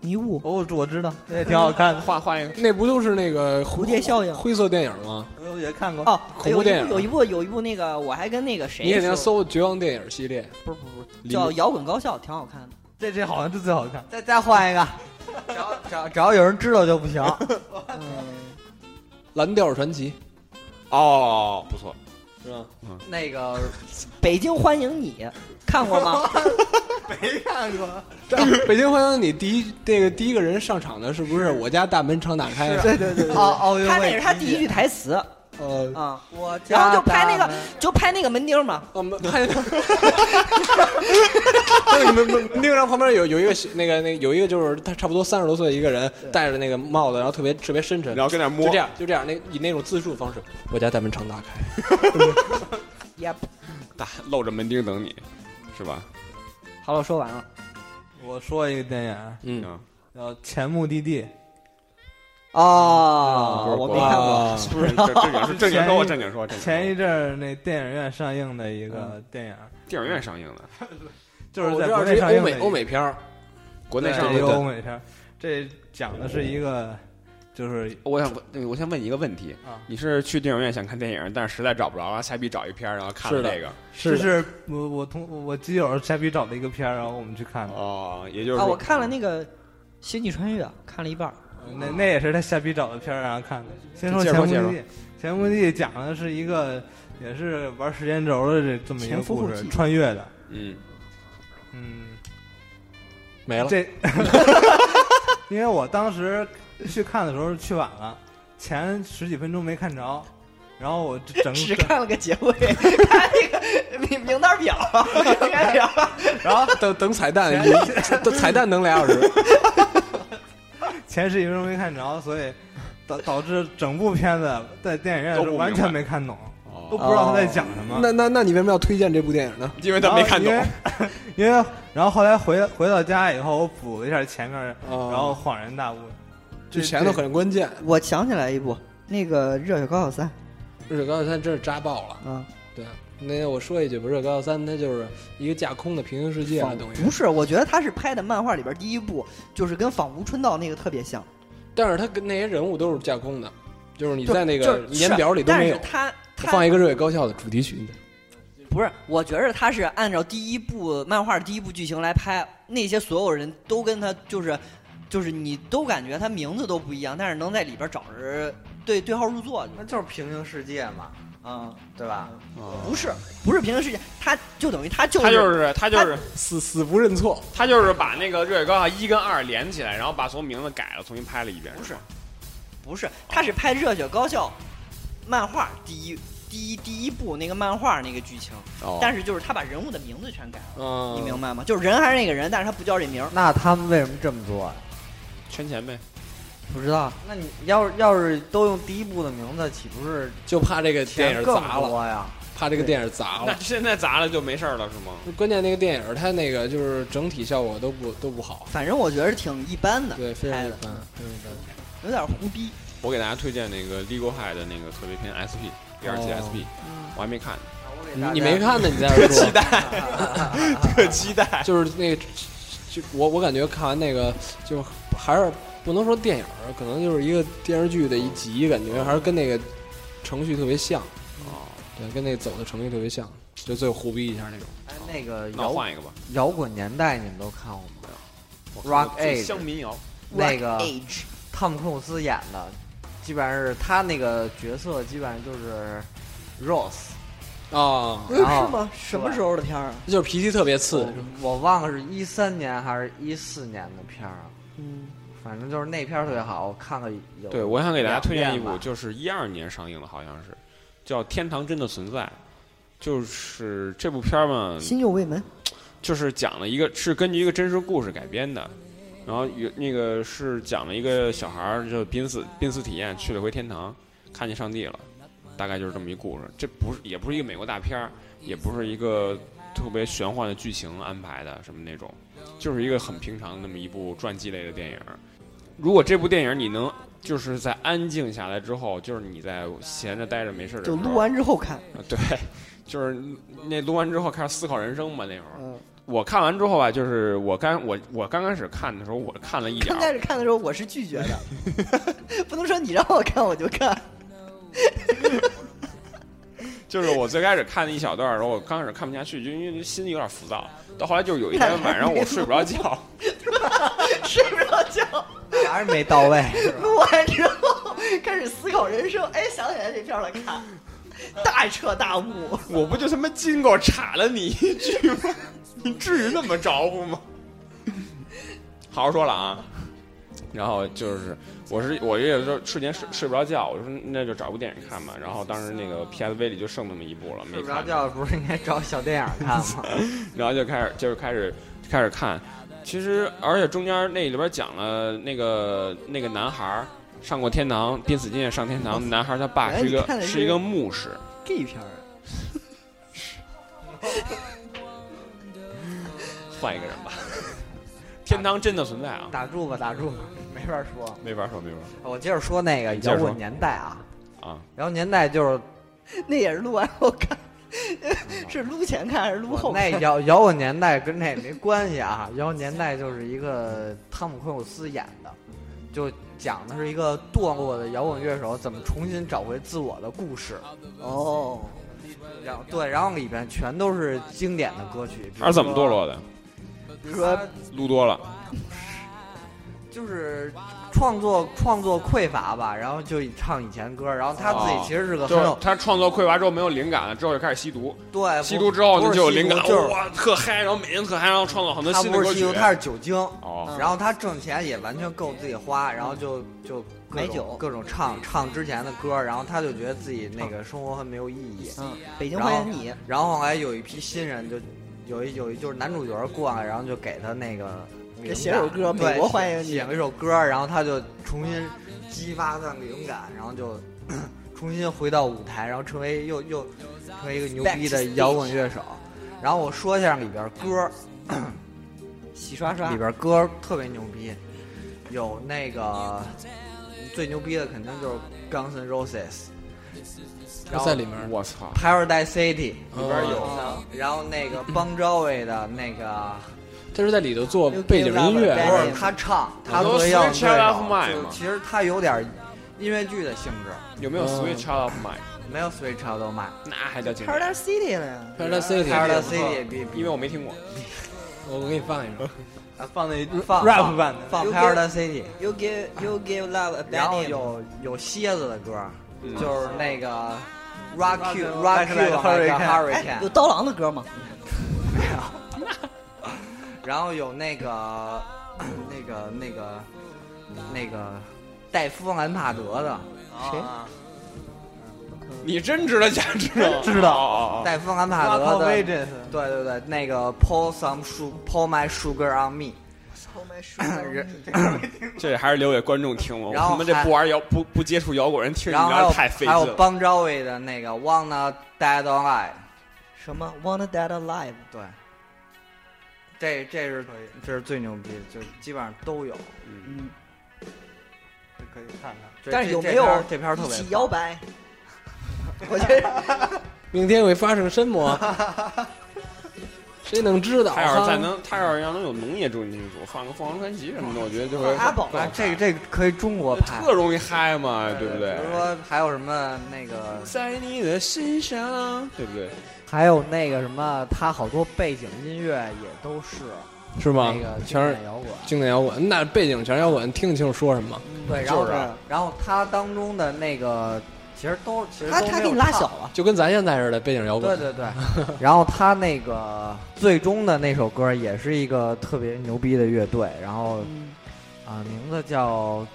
迷雾，
哦，我知道，那也挺好看的。
画画一个，
那不就是那个
蝴蝶效应。
灰色电影吗？
我也看过。
哦，
恐怖
有一
电影
部有一部有一部那个，我还跟那个谁
你肯定
说
搜《绝望电影》系列，
不是不是不是
里
叫
面
摇滚高校，挺好看的。
这这好像是最好看。
再再换一个，只要只要只要有人知道就不 行。
嗯，
蓝调传奇
哦，不错，》
是吧？
那个
北京欢迎你，看过吗？
没看过，
北京欢迎你第一那个第一个人上场的是不是我家大门常打开？
啊
对对对，
哦
奥奥运 会，
他那是他第一句台词
呃，
啊，
我
然后就拍那
家大门
个就拍那个门钉嘛，
我们还 那个门门钉上旁边有有一个小那个那个有一个就是他差不多三十多岁的一个人，戴着那个帽子，然后特别特别深沉，
然后跟那儿摸
就这，样就这样那以那种自述方式，我家大门常打开。
也
大露着门钉等你，是吧？
好了，我说完了。
我说一个电影，
嗯，
嗯，
叫《前目的地》，
哦，我没看过。
啊，
不是正正经说，正经说，
前
正经说，正经说
一前一阵儿那电影院上映的一个电影，
电影院上映的，
就是
哦我
在
知
国
道
内
是一
上映
欧
的一
美
个
欧美片儿，
国内
对
上
一
映
个欧
的。
美片儿。这讲的是一个，就是
我想问，那个我先问你一个问题
啊，
你是去电影院想看电影，但是实在找不着了，瞎逼找一片儿，然后看了
是的
这个。
这
的
是我我同我基友瞎逼找的一个片儿，然后我们去看的。
哦，也就是
啊，
说
我看了那个《星际穿越》，看了一半儿。
那那也是他瞎逼找的片儿，然后看的。先说
接
前
着
目
说
的
接
地，前目的地讲的是一个也是玩时间轴的这这么一个
前赴后
故事，
继
穿越的。
嗯，
嗯，
没了。
这， 因为我当时去看的时候去晚了，前十几分钟没看着，然后我 整
只
整，
看了个结尾，看那个名名单表， 名单表。
然后
等等彩蛋，一等彩蛋能俩小时。
前十几分钟没看着，所以导导致整部片子在电影院是完全没看懂，都
哦，
不知道他在讲什么。
那那那你为什么要推荐这部电影呢？
因为他没看懂。
然后因为，因为然后后来回回到家以后，我补了一下前面，
哦
然后恍然大悟，
这前头很关键，
我想起来一部，那个《热血高校三
热血高校三真是扎爆了。》
啊，
对，那我说一句吧，热血高校三它就是一个架空的平行世界的东西，
不是，我觉得他是拍的漫画里边第一部，就是跟仿无春道那个特别像。
但是它跟那些人物都是架空的，就是啊你
就
在那个
就是
年表里都没有
但。是他
我
他
放一个热血高校的主题曲，
不是，我觉着他是按照第一部漫画第一部剧情来拍，那些所有人都跟他就是，就是你都感觉他名字都不一样，但是能在里边找着对对号入座就
那就是平行世界嘛，嗯
啊、
对吧？
哦
不是不是平行世界，他就等于他就是
他就是他就是
死死不认错。
他就是把那个热血高校一跟二连起来，然后把所有名字改了，重新拍了一遍。
不是不是，他是拍《热血高校》漫画第一第一第一部那个漫画那个剧情，
哦
但是就是他把人物的名字全改了，
嗯，
你明白吗？就是人还是那个人，但是他不叫这名儿，
那他们为什么这么做啊？
圈钱呗。
不知道。
那你要是要是都用第一部的名字，岂不是
就怕这个电
钱
影
更
砸了，
多呀？
怕这个电影砸
那
了。
现在砸了就没事儿了是吗？
关键那个电影它那个就是整体效果都不都不好，
反正我觉得挺一般的，
对，非常
拍
一
的
般，非常一般。
有点胡逼。
我给大家推荐那个 Legal High 的那个特别篇 SP 第二季
哦
SP，、我还
嗯
没看呢，
你你没看呢？你在这儿说，
啊
特期待。
就是那个，就我我感觉看完那个，就还是不能说电影儿，可能就是一个电视剧的一集，感觉还是跟那个程序特别像，
哦，
对，跟那走的程序特别像，就最后胡逼一下那种。
哎，那个
那我
摇
换一个吧。
摇滚年代你们都看过吗？
我哦
Rock
看
Age
乡民谣，
那个
Rock Age
汤姆克鲁斯演的，基本上是他那个角色，基本上就是 Rose，
啊，
哎
然后
是吗？什么时候的片儿啊？
就是脾气特别次
我，我忘了是一三年还是一四年的片儿啊，
嗯，
反正就是那片儿特别好，我看了有。
对我想给大家推荐一
两遍
部，
吧
就是一二年上映的，好像是叫《天堂真的存在》，就是这部片儿嘛，
新旧未门，
就是讲了一个是根据一个真实故事改编的，然后有那个是讲了一个小孩儿就濒死濒死体验去了回天堂，看见上帝了，大概就是这么一故事。这不是也不是一个美国大片儿，也不是一个特别玄幻的剧情安排的什么那种，就是一个很平常的那么一部传记类的电影。如果这部电影你能就是在安静下来之后，就是你在闲着待着没事儿的时
就
候，
录完之后看。
啊对， 就是那录完之后开始思考人生嘛那会儿。
嗯，
我看完之后啊，就是我刚我我刚开始看的时候，我看了一点
刚开
儿，
始看的时候我是拒绝的，不能说你让我看我就看。
就是我最开始看了一小段儿，然后我刚开始看不下去，就因为心里有点浮躁。到后来就是有一天晚上我睡不着觉，
睡不着觉，
还是没到位。
录完之后开始思考人生，哎，想起来这片儿了，看，大彻大悟。
我不就他妈金狗插了你一句吗？你至于那么着乎吗？ 好好说了啊。然后就是，我是我也就瞬间睡睡不着觉，我说那就找部电影看吧。然后当时那个 PSV 里就剩那么一部了， 没
睡不
看
着。觉不是应该找小电影看 吗？
然后就开始就是开始开始看。其实，而且中间那里边讲了那个那个男孩儿上过天堂，濒死经验上天堂。男孩儿他爸是一
哎你看
个
的是
是一个牧师，
这片儿
换一个人吧。 天堂真的存在啊！
打住吧，打住吧，没法说。
没法说，没法说
我接着说那个
你接
摇
着说
滚年代啊，
啊！
摇滚年代就是
那也是录完后看，是录前看还是录后
那
看？
摇摇滚年代跟那也没关系啊，摇滚年代就是一个汤姆克鲁斯演的，就讲的是一个堕落的摇滚乐手怎么重新找回自我的故事。
哦，
然后对，然后里边全都是经典的歌曲。比如
他是怎么
说
堕？落的？
比如说
撸多了，
就是创作创作匮乏吧，然后就唱以前歌，然后他自己
哦
其实是个
就
很
是
有
他创作匮乏之后没有灵感了，之后就开始吸毒。
对
吸
不
毒之后
哎不
呢
是
就有
吸
灵
毒
感，
就是
哇，特嗨，然后每天特嗨，然后创造很多
他
新的
不
歌
是吸
曲
毒，。他是酒精。
哦，
嗯
然后他挣钱也完全够自己花，然后就就各
买
种
酒嗯
各种唱唱之前的歌，然后他就觉得自己那个生活很没有意义。
嗯，北京欢迎你，
然后后来有一批新人就有一有一就是男主角过来，然后就给他那个灵感
写首歌
对
美国欢迎你
写了一首歌，然后他就重新激发他的灵感，然后就 重新回到舞台，然后成为又又成为一个牛逼的
Backstage
摇滚乐手。然后我说一下里边歌，
洗刷刷
里。边歌特别牛逼，有那个最牛逼的肯定就是 Guns N' Roses，然
他
后
在里面。
我操！
Paradise City
里边有
哦
然后那个 Bon Jovi 的那个，
他是在里头做背景音乐，
不
嗯
嗯是他唱，他
有
作为摇滚
Switch
乐
Out
手
of Mind
就是
吗
其实他有点音乐剧的性质，
有没有
嗯
Switch Out of Mind？
没有 Switch Out of Mind。
那还叫经典
Paradise City 了呀，
Paradise City
Paradise City 比比
因为我没听过。
我我给你放一首，
啊放那
放
rap 版的，
放
You give-
Paradise City，
You give you give love a bad
然后
name
有有蝎子的歌，
嗯
就是那个 Rock You
Rock
Rock
You
You Like a
Hurricane
Hurricane
哎有。刀郎的歌吗？
然后有那个 那个那个那个戴夫兰帕德的，
谁？
你真知道假知道？
知道
哦哦哦
戴夫兰帕
Rock
德
of
的，
Ages，
对对对，那个 Pour some sugar, Pour my sugar on me，
操卖书
这还是留给观众听我。我
然后
他妈这
还
不玩摇不不接触摇滚人听你
然后还
聊
有
太费
还
劲
有
了。
邦乔维的那个 Wanna Dead Alive，
什么 Wanna Dead Alive？
对，这这是这是最牛逼的，就基本上都有。
嗯
嗯，
可以看看。
这
但是
这
有
这
没有
片儿这片儿特
一
别
起
棒
摇摆？ 我觉得
明天会发生什么？谁能 知道啊？
他要是再能，他要是要能有农业重金属，放个凤凰传奇什么的，我觉得就会
阿宝
更好
啊，这个这个可以中国拍，
特容易嗨嘛，对不对
比？如说还有什么那个，
在你的身上，对不对？
还有那个什么，他好多背景音乐也都是
是吗
那个？
全
经
是
典摇滚。
经典摇滚，那背景全是摇滚，听不清楚说什么。
对，然
就
后
是啊
然后他当中的那个其实都其实
他
都
他
没
给
有
你拉小。
唱
了，
就跟咱现在似的，背景摇滚。
对对 对，然后他那个最终的那首歌也是一个特别牛逼的乐队，然后
嗯
啊、名字叫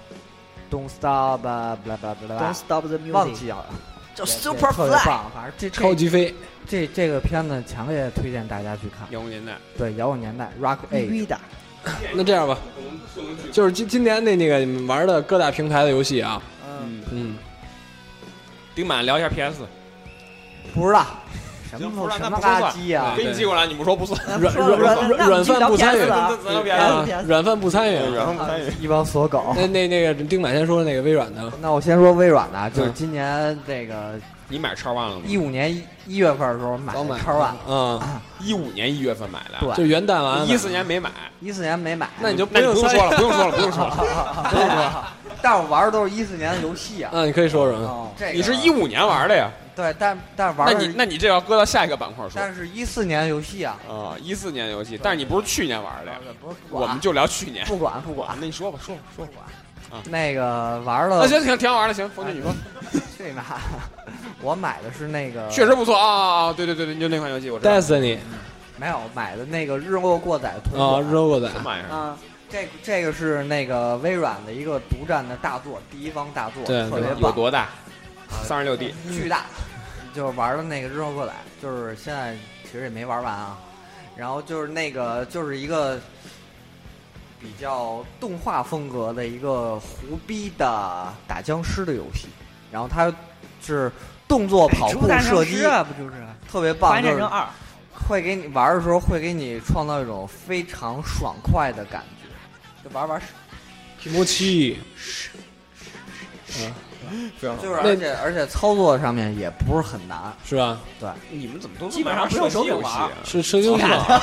Don't Stop blah blah blah
，Don't
blah blah，
stop the
忘
music，
记了，
叫
也也
Super
特别
Fly，
棒，反正这
超
这
级飞，
这这个片子强烈推荐大家去看，
摇滚年代，
对，摇滚年代 Rock Age，
的，
那这样吧，就是今今年那那个你们玩的各大平台的游戏啊，
嗯，
嗯，
丁满聊一下 PS，
不知道什
行不
么
知道
什
那
么
不说
垃
算
圾啊，
给你寄过来，你不说不算。
那不
软
嗯说了
软软
那那我们
软饭不参与
去聊 PS 了
咱聊
啊
PS
啊
PS
软饭不参与。
啊
然后参与
一帮锁狗。
那那那个丁满先说那个微软的，
那我先说微软的啊，就是
嗯
今年这个
你买叉 One 了吗？
一五年一一月份的时候买
早
的
买
超万，
啊，
一五年一月份买的，
对
就元旦完
一四年没买，
一四年没买，
那你就
那你不
用
用
参
说
与
了，不用说了，不用说了。
但我玩的都是一四年的游戏啊。
啊，你可以说说，
哦，这个
嗯你是一五年玩的呀？
对，但但玩
那
的
你
是
那你这要搁到下一个板块说
但是一四年的游戏啊，
啊，一四年的游戏，但是你不是去年玩的呀？
不是不
我
管
们就聊去年。
不管不管
那你说吧，说吧，说
不
吧。
管
啊，
那个玩
那
了
啊行行，挺好玩的，行，冯俊你说，
哎去哪？ 我买的是那个
确实不错啊啊啊！对对对对，就那款游戏，我知道。
Destiny
没有买的那个日落过载的同
啊
款
，Robo 仔
什么玩意儿？
啊，
这这个是那个微软的一个独占的大作，第一方大作，
对
特别
有
棒，呃
多大？三十六 D，
巨大。就是玩的那个日落过载，就是现在其实也没玩完啊。然后就是那个就是一个比较动画风格的一个胡逼的打僵尸的游戏，然后它是动作跑
哎植
步
物大
射
僵
击
尸，啊，不就是《
特别
华
棒，
人
就
战
是
争二》？
会给你玩的时候会给你创造一种非常爽快的感觉，就玩玩
提莫七，
就是而且而且操作上面也不是很难，
是吧？
你们怎么都
基本上不用手柄
游戏啊？
是射精是吧？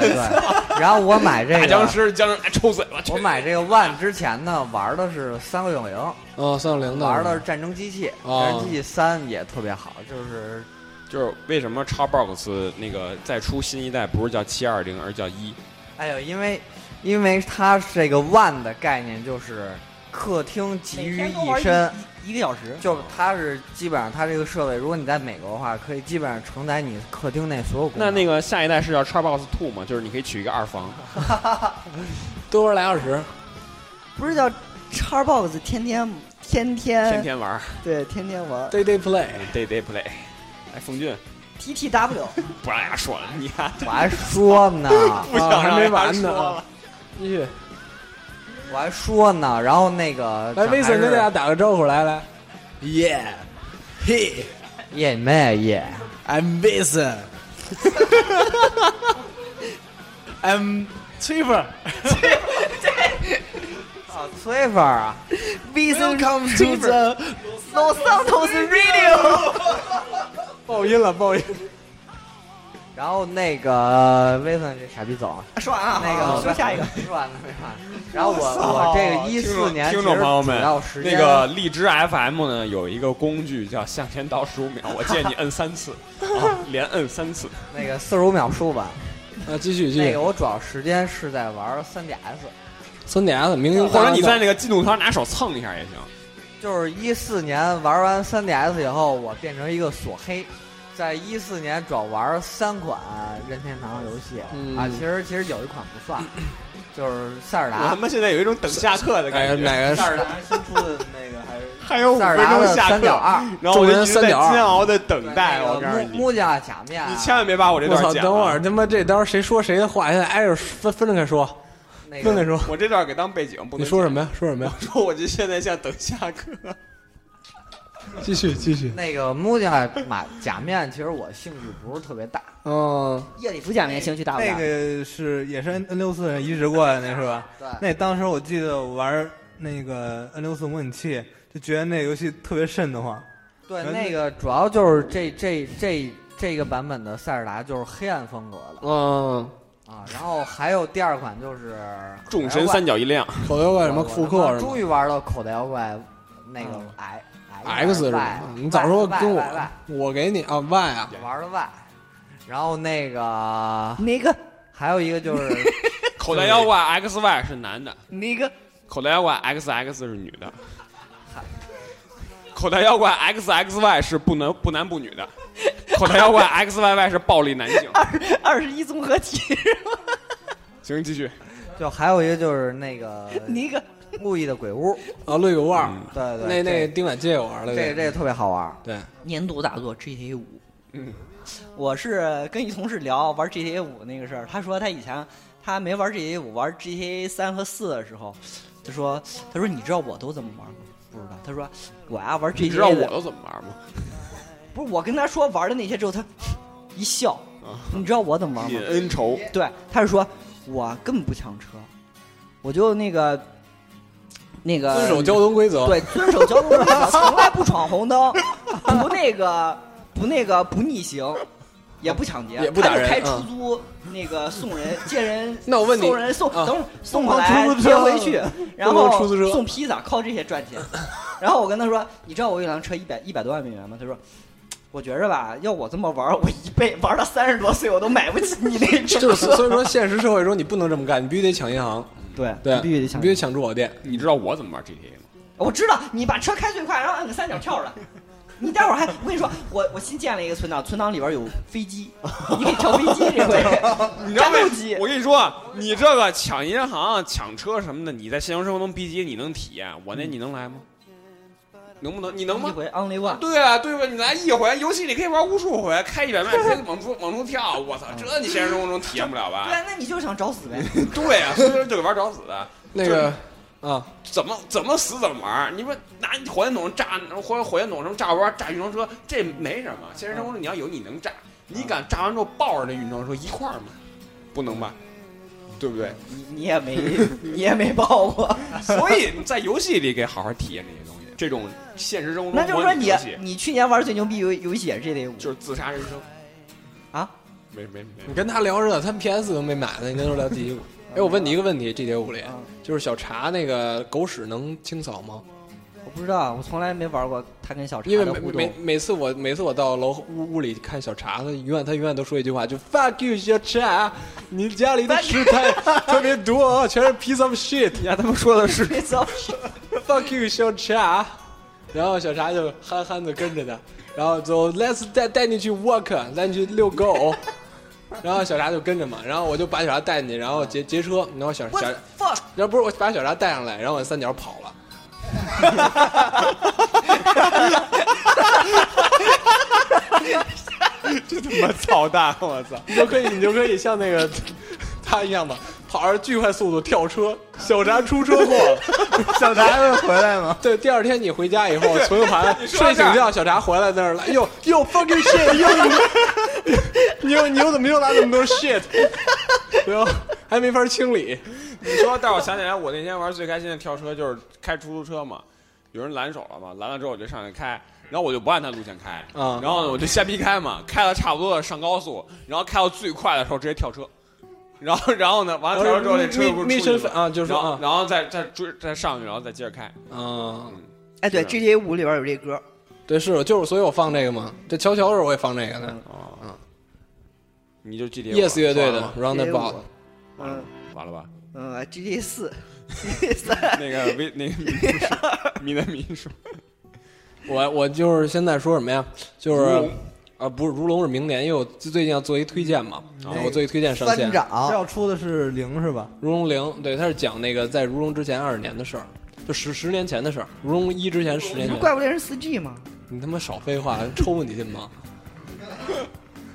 对对 对。然后我买这
打僵
个，
尸，僵尸哎抽嘴巴！
我买这个 One 之前呢，玩的是三六九零，
啊，三六零的
玩的是战争机器，
哦
战争机器三也特别好，就是
就是为什么 Xbox 那个再出新一代不是叫七二零，而叫一？
哎呦，因为因为它这个 One 的概念就是客厅集于一身。
一个小时，
就是它是基本上它这个设备，如果你在美国的话，可以基本上承载你客厅内所有功
那
能。
那个下一代是叫 Xbox Two 吗？就是你可以取一个二房，
多少来二十？
不是叫 Xbox 天天天天
天天玩
对天天玩
Day Day Play，
，day day play。哎，冯俊，
TTW，
不让人说了，你看
我还说呢，
不想让
还没
人
完
说
呢
了。，
继续
我还说呢，然后那个
来，威森跟大
家
家打个招呼，来来，Yeah。Hey,
耶妹耶，
啊
I'm Vincent. I'm Trevor.
啊，崔粉儿啊，
Welcome to the Los Santos Radio。
爆音了，爆音。
然后那个威森这傻逼走了，
说完啊，
那个
说下一个，
没完了没完了。然后我我这个一四年
听众朋友们
其实主要时，间
那个荔枝 FM 呢有一个工具叫向前倒十五 秒，我建议你摁三次，啊连摁三次。
那个四十五秒说完，
啊，继续继
那
续
个。我主要时间是在玩三 DS，
三 DS 啊明星
或者你在那个进度条拿手蹭一下也行。
就是一四年玩完三 DS 以后，我变成一个锁黑。在一四年主要玩三款任天堂游戏、
嗯
啊，其实其实有一款不算， 就是塞尔
我他
达，
妈现在有一种等下课的
哎
感觉，
哪个
塞尔达新出的那个还是
还有五
塞尔
分
达
钟
的
下
三角
课，
二，
然后我就一直
众人三
在
角二
煎熬的等待。
那
我
个
告诉
木
你，
木匠假面啊，
你千万别把我这
我
段
操，
剪
等会
了啊
儿，他妈这到时候谁说谁的话，现在挨着分分着开 说，
那
分开
个
说。
我这段给当背景，不
你
能
说什
剪
么呀？说什么呀？
我说我就现在像等下课，
继续继续。
那个木匠马假面，其实我兴趣不是特别大，
嗯，
夜里服假面兴趣大不
那
大？
个是也是 N N 六四移植过来的，是吧？
对，
那当时我记得我玩那个 N 六四模拟器，就觉得那个游戏特别瘆得慌。
对，
反正
那个主要就是这这这这个版本的塞尔达就是黑暗风格的
嗯，
啊，然后还有第二款就是
众神三角一亮，
口袋妖怪
怪
什么复
我
刻
他
什
妈
么嗯
终于玩到口袋妖怪那个 I
X 是吧？你早说跟我，我给你啊 Y 啊，
玩了 Y，然后那个
那个
还有一个就是
口袋妖怪 X Y 是男的，
那个
口袋妖怪 X X 是女的，口袋妖怪 X X Y 是不能不男不女的，口袋妖怪 X Y Y 是暴力男性。
二十一综合 体，
行，继续。
就还有一个就是那 个
那个
路易的鬼屋，
啊绿狗腕儿，
嗯
对
那
对，
那
这
丁满借我玩了，
这个这个特别好玩。
对，
年度大作 GTA 五。
嗯，
我是跟一同事聊玩 GTA 五那个事儿，他说他以前他没玩 GTA 五，玩 GTA 三和四的时候，他说他说你知道我都怎么玩吗？不知道。他说我呀、玩
你知道
GTA
我
的，
都怎么玩吗？
不是我跟他说玩的那些之后，他 一笑
啊，
你知道我怎么玩吗
引？恩仇，
对，他是说我根本不抢车，我就那个那个
遵守交通规则，
对，遵守交通规则，从来不闯红灯，不那个不那个不逆行，也不抢劫，
也不打
他就
人
开出
嗯
租、那个送人接人
，那我问你
送人送
啊
等会儿送
不
过
能
来
出租
接
车
回去，然
能
后
出租车
送披萨，靠这些 赚钱。然后我跟他说，你知道我有辆车一百一百多万美元吗？他说。我觉着吧，要我这么玩儿，我一辈玩到三十多岁，我都买不起你那 车。
就是所以说现实社会中你不能这么干，你必须得抢银行，
对
对，
你必须得
你
抢
必。须抢住我店，
你知道我怎么玩 GTA 吗？
我知道你把车开最快，然后按个三角跳出来。你待会儿还，我跟你说，我我新建了一个存档，存档里边有飞机，你可以跳飞机这回，
你知道
战
为
斗机。
我跟你说啊，你这个抢银行、啊抢车什么的，你在现实生活中逼急，你能体验，我那你能来吗？能不能？你能
一
吗？
回 only one，
对啊，对吧？你来一回，游戏里可以玩无数回，开一百迈，可以往出往出跳。我操，这你现实生活中体验不了
对
吧？
啊，那你就想找死呗。
对啊，所以说就给玩找死的，
那个啊，
怎么怎么死怎么玩。你说拿火箭筒炸，或者火箭筒什么炸弯、炸运钞车，这没什么。现实生活中你要有，你能炸，
嗯
你敢炸完之后抱着那运钞车一块儿吗？不能吧？
嗯
对 不对？
你你也没你也没报过，
所以在游戏里给好好体验这些东西，这种现实生活中
那就是说
模拟
你
游戏
你去年玩最牛逼游游戏也是这类五，
就是自杀人生
啊？
没没没
你，跟他聊着，他 PS 都没买呢，你跟他聊第一部。哎，我问你一个问题，GTA 五里
嗯
就是小茶那个狗屎能清扫吗？
我不知道，我从来没玩过他跟小茶
因为
的
每
互
每
动。
每次我每次我到楼屋屋里看小茶，他永远他永远都说一句话，就 fuck you 小茶，你家里的屎太特别多，全是 piece of shit，fuck
人家他们说的 是
you 小茶，然后小茶就憨憨的跟着他，然后走 let's 带带你去 walk，带你去遛狗，然后小茶就跟着嘛，然后我就把小茶带进去，然后劫劫车，然后小小
What the fuck？
然后不是我把小茶带上来，然后我三角跑 了。
他妈操蛋！我操！
你就可以，你就可以像那个他一样吧，跑着巨快速度跳车。小茶出车祸了，
小达会回来 吗？
对，第二天你回家以后存盘，
你说到这
睡醒
儿
觉，小茶回来那儿了，哎又又 fucking shit，又 你又你又怎么又拿那么多 shit，然后还没法清理。
你说，但我想起来，我那天玩最开心的跳车就是开出租车嘛，有人拦手了嘛，拦了之后我就上去开，然后我就不按他路线开，
嗯
然后呢我就瞎逼开嘛，开了差不多上高速，然后开到最快的时候直接跳车，然后然后呢完了跳车之后那车又不是出去
mission
了吗
啊，就是
然
说
后
啊，
然后再再追再上去，然后再接着开，
嗯，
哎，对
是
，GTA 五里边有这歌，
对，是，就是，所以我放这个嘛。这乔乔的时候我也放这个呢
哦，
嗯
你就 GTA
，Yes 乐队
完
的
啊了
Roundabout，
完了吧完了吧？
嗯，GTA 四 ，GTA 三，
那个微那个米南米说，
我我就是现在说什么呀？就是
如龙
啊，不是如龙是明年，因为我最近要做一推荐嘛，
嗯
然后我做一推荐上
三
线。啊
这
长
要出的是零是吧？
如龙零，对，它是讲那个在如龙之前二十年的事儿，就十十年前的事儿。如龙一之前十年前，
物猎人四 G 吗？
你他妈少废话，抽你信 吗？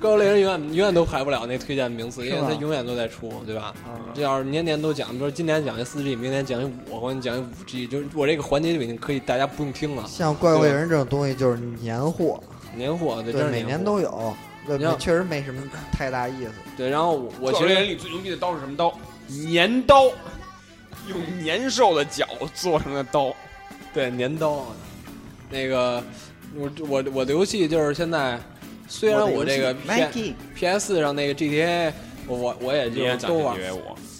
高猎人永远永远都排不了那推荐名次，因为
是吧
它永远都在出，对吧？这要是年年都讲，比如说今年讲一四 G，明年讲一五，或者你讲一五 G，就是我这个环节就已经可以大家不用听了。
像怪物猎人这种东西就是年货，
年货，对，真是
对，每
年
年
货
都有，对
你要，
确实没什么太大意思。
对。然后我我
我
其
觉得
实
人里最牛逼的刀是什么刀？粘刀。用年兽的脚做成的刀，
对，粘刀。那个，我我我的游戏就是现在，虽然我这个 P
Mikey，
S 上那个 G T A，我我我也
你也
就
攒
都
着
啊
玩
以，为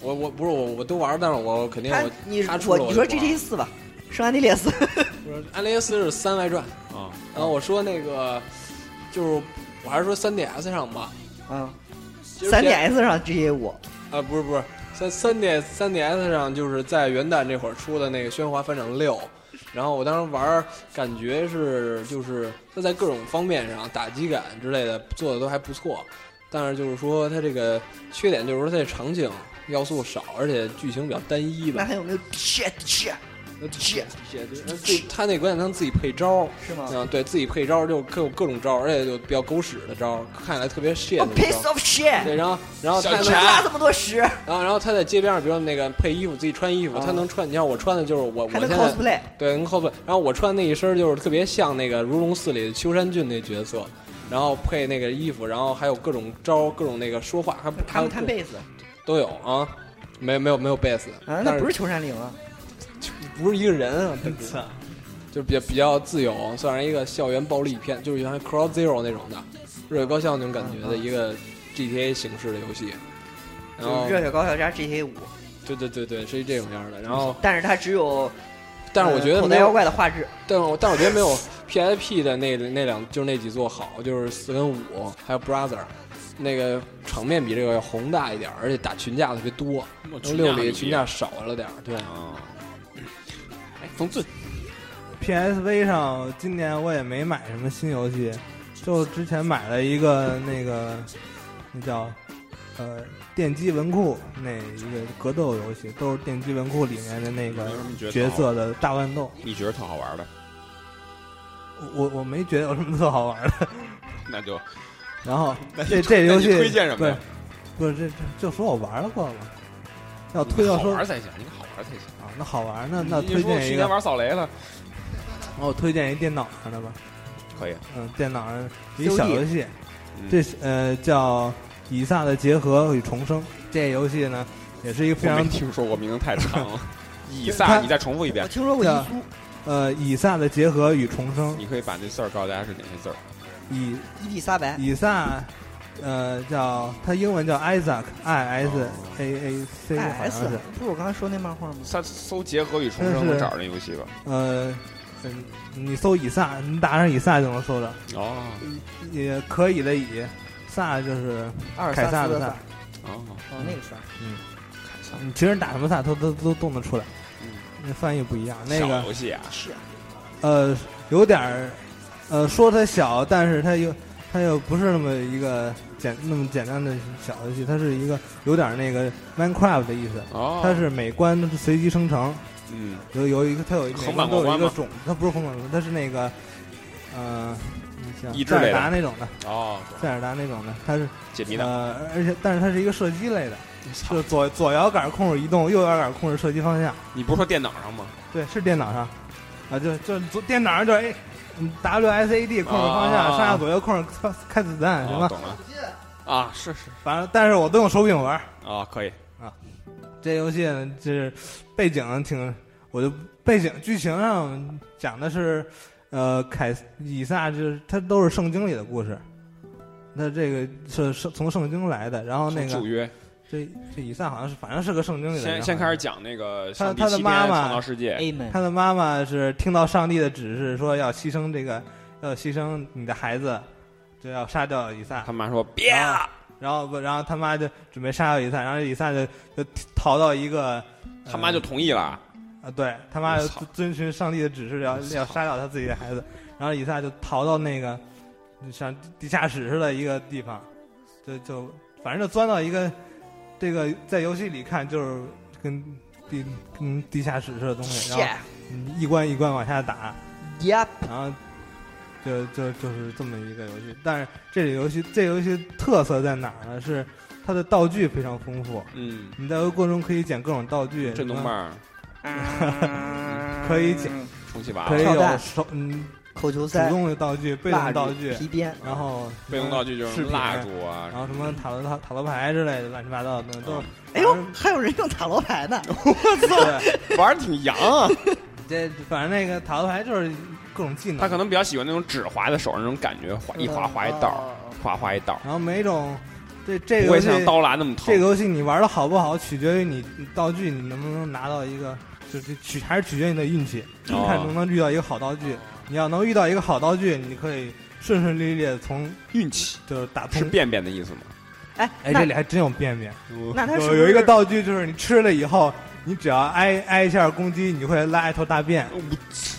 我
我我不是我我都玩，但是我肯定
他
我
你
他出
我
了
你
就
说
玩
GTA 四吧，圣安地列 斯，
不是安雷斯是三外传，
啊，
然后我说那个就是我还是说三 D S 上吧，
嗯，
其实
三
PS
DS 上 GTA 五，
啊，不是不是，三三 D 三 DS 上就是在元旦这会儿出的那个《喧哗翻掌六》，然后我当时玩儿，感觉是就是它在各种方面上打击感之类的做的都还不错，但是就是说它这个缺点就是说它这场景要素少，而且剧情比较单一
那
吧。
还有没有 shit shit
那这这这这它那关键能自己配招儿，
是吗
啊，对自己配招儿就各各种招儿，而且就比较狗屎的招儿，看起来特别 shit
？Oh
的那
piece
种。
of shit，
对，然后然后它
小
能
钱
花这么多屎，
然后，然后他在街边上，比如那个配衣服，自己穿衣服，
啊
他能穿。你像我穿的就是我，我
还
现
能
在
cosplay，
对能 cos。然后我穿那一身就是特别像那个《如龙四》里的秋山俊那角色，然后配那个衣服，然后还有各种招，各种那个说话，还
他
还有
们看贝斯
都有啊。没有没有没有贝斯
啊，
但
那不是秋山绫啊，
不是一个人啊，大哥
操！
就比较比较自由，算是一个校园暴力片，就是原来 Cross Zero 那种的热血高校那种感觉的一个 GTA 形式的游戏。然
就
后
是热血高校加 GTA 五，
对对对对，是这种样的。然后，
但是它只有
但是我
呃
觉得
口
没
袋
有
妖怪的画质，
但我但我觉得没有 PSP 的那那两就是那几座好，就是四跟五，还有 Brother，那个场面比这个要宏大一点，而且打群架特别多。
我
然后六里群架少了点儿，对。
啊，哎，冯俊，
PSV 上今年我也没买什么新游戏，就之前买了一个那个那叫呃电击文库那一个格斗游戏，都是电击文库里面的那
有
个
什么
角
特好玩？
色的大乱斗。
你觉得特好玩的，
我我没觉得有什么特好玩的。
那就
然后
那
这
你
这
那
游
你
戏
推荐什么
对
呀？，
不是这这就说我玩过了，要推要
好
说
玩
啊，
才行，你好玩才行。
那好玩那那
你
推
说我
荐
去
一
年
个，
玩扫雷了，
我推荐一电脑上的吧，
可以，啊
嗯，电脑上一
COD
小游戏，
嗯
这是呃叫《以撒的结合与重生》这游戏呢，也是一个非
我没
常
听说过，名字太 长了。以
他
撒，你再重复一遍
我，听说过
叫
一苏
呃以撒的结合与重生，
你可以把这字儿告诉大家是哪些字儿。
以
伊丽莎白，
以撒呃叫它英文叫 Isaac，I S A A C 好
哦 S
像是，
不是我刚才说那漫画吗？
他搜结合与重
真
生，
是
能找着那游戏吧？
呃嗯，你搜以撒，你打上以撒就能搜着，
哦
也可以的以。撒就是，
阿尔
凯撒
斯的
的萨，
哦，
哦，那个萨，
看一下
嗯你其实打什么撒都都都动得出来，那翻译不一样。那个
嗯小游戏啊，
是啊，
呃，有点儿，呃，说它小，但是它又它又不是那么一个简那么简单的小游戏，它是一个有点儿那个 Minecraft 的意思，
哦，
它是每关都是随机生成，
嗯，
有有一个它有一个
横版
每关都
过
有
关
一
吗
个种，它不是横版过关，它是那个，呃，你像
益智
塞尔
类的
达那种的，
哦，
塞尔达那种的，它是
解谜的，
呃，而且但是它是一个射击类的，就是左左摇杆控制移动，右摇杆控制射击方向。
你不是说电脑上吗？
对，是电脑上，啊，就就左电脑上就是哎嗯，WSAD 控制方向，
啊啊啊
上下左右控制开开子弹行
哦，
吧，
懂了。啊，是是
反正但是我都用手柄玩儿。
啊，可以。
这游戏呢，就是背景挺，我就背景剧情上讲的是，呃，凯以撒就是他都是圣经里的故事，那这个是是从圣经来的，然后那
从
个
旧约，
这这以撒好像是反正是个圣经里的人，
先先开始讲那个上帝
他他的
七天
妈哎妈
创造世界，
Amen，
他的妈妈是听到上帝的指示，说要牺牲这个，要牺牲你的孩子，就要杀掉以撒
他。妈说别啊，
然后不，然后他妈就准备杀掉以撒，然后以撒就就逃到一个，呃
他妈就同意了。
啊，对他妈就
我操
遵循上帝的指示，要
我操
要杀掉他自己的孩子。然后以撒就逃到那个就像地下室似的一个地方，就就反正就钻到一个这个在游戏里看就是跟地跟地下室似的东西，然后
Yeah,
嗯一关一关往下打。
yep，
然后就就就是这么一个游戏。但是这个游戏这游戏特色在哪儿呢？是它的道具非常丰富，
嗯，
你在游戏过程中可以捡各种道具，
震动棒儿、
可以捡，
充气娃
嗯
可以
娃、
跳
有
蛋
手嗯
扣球
主
塞、
动的道具、被动道具
蜡，笔皮鞭，
然后
备用道具就
饰
是
品
蜡烛啊，
然后什么塔罗塔塔罗牌之类的乱七八糟的东西都
哦
是。
哎呦，还有人用塔罗牌呢，
对，
玩的挺洋啊。
这反正那个塔罗牌就是各种技能。
他可能比较喜欢那种只划在手上那种感觉，划一
嗯
划
嗯
划一道
哦
儿，划划一道儿，
然后每种这这
不
个
会
游戏
像刀剌那么疼。
这个游戏你玩的好不好，取决于你道具你能不能拿到一个，就是取还是取决于你的运气，你
哦
看能不能遇到一个好道具。你要能遇到一个好道具，你可以顺顺利利的从
运气
就是打
是
通。
便便的意思吗？
哎，
哎，
那
这里还真有便便。
那他是不
有
是
有一个道具就是你吃了以后，你只要挨挨一下攻击，你会拉一头大便。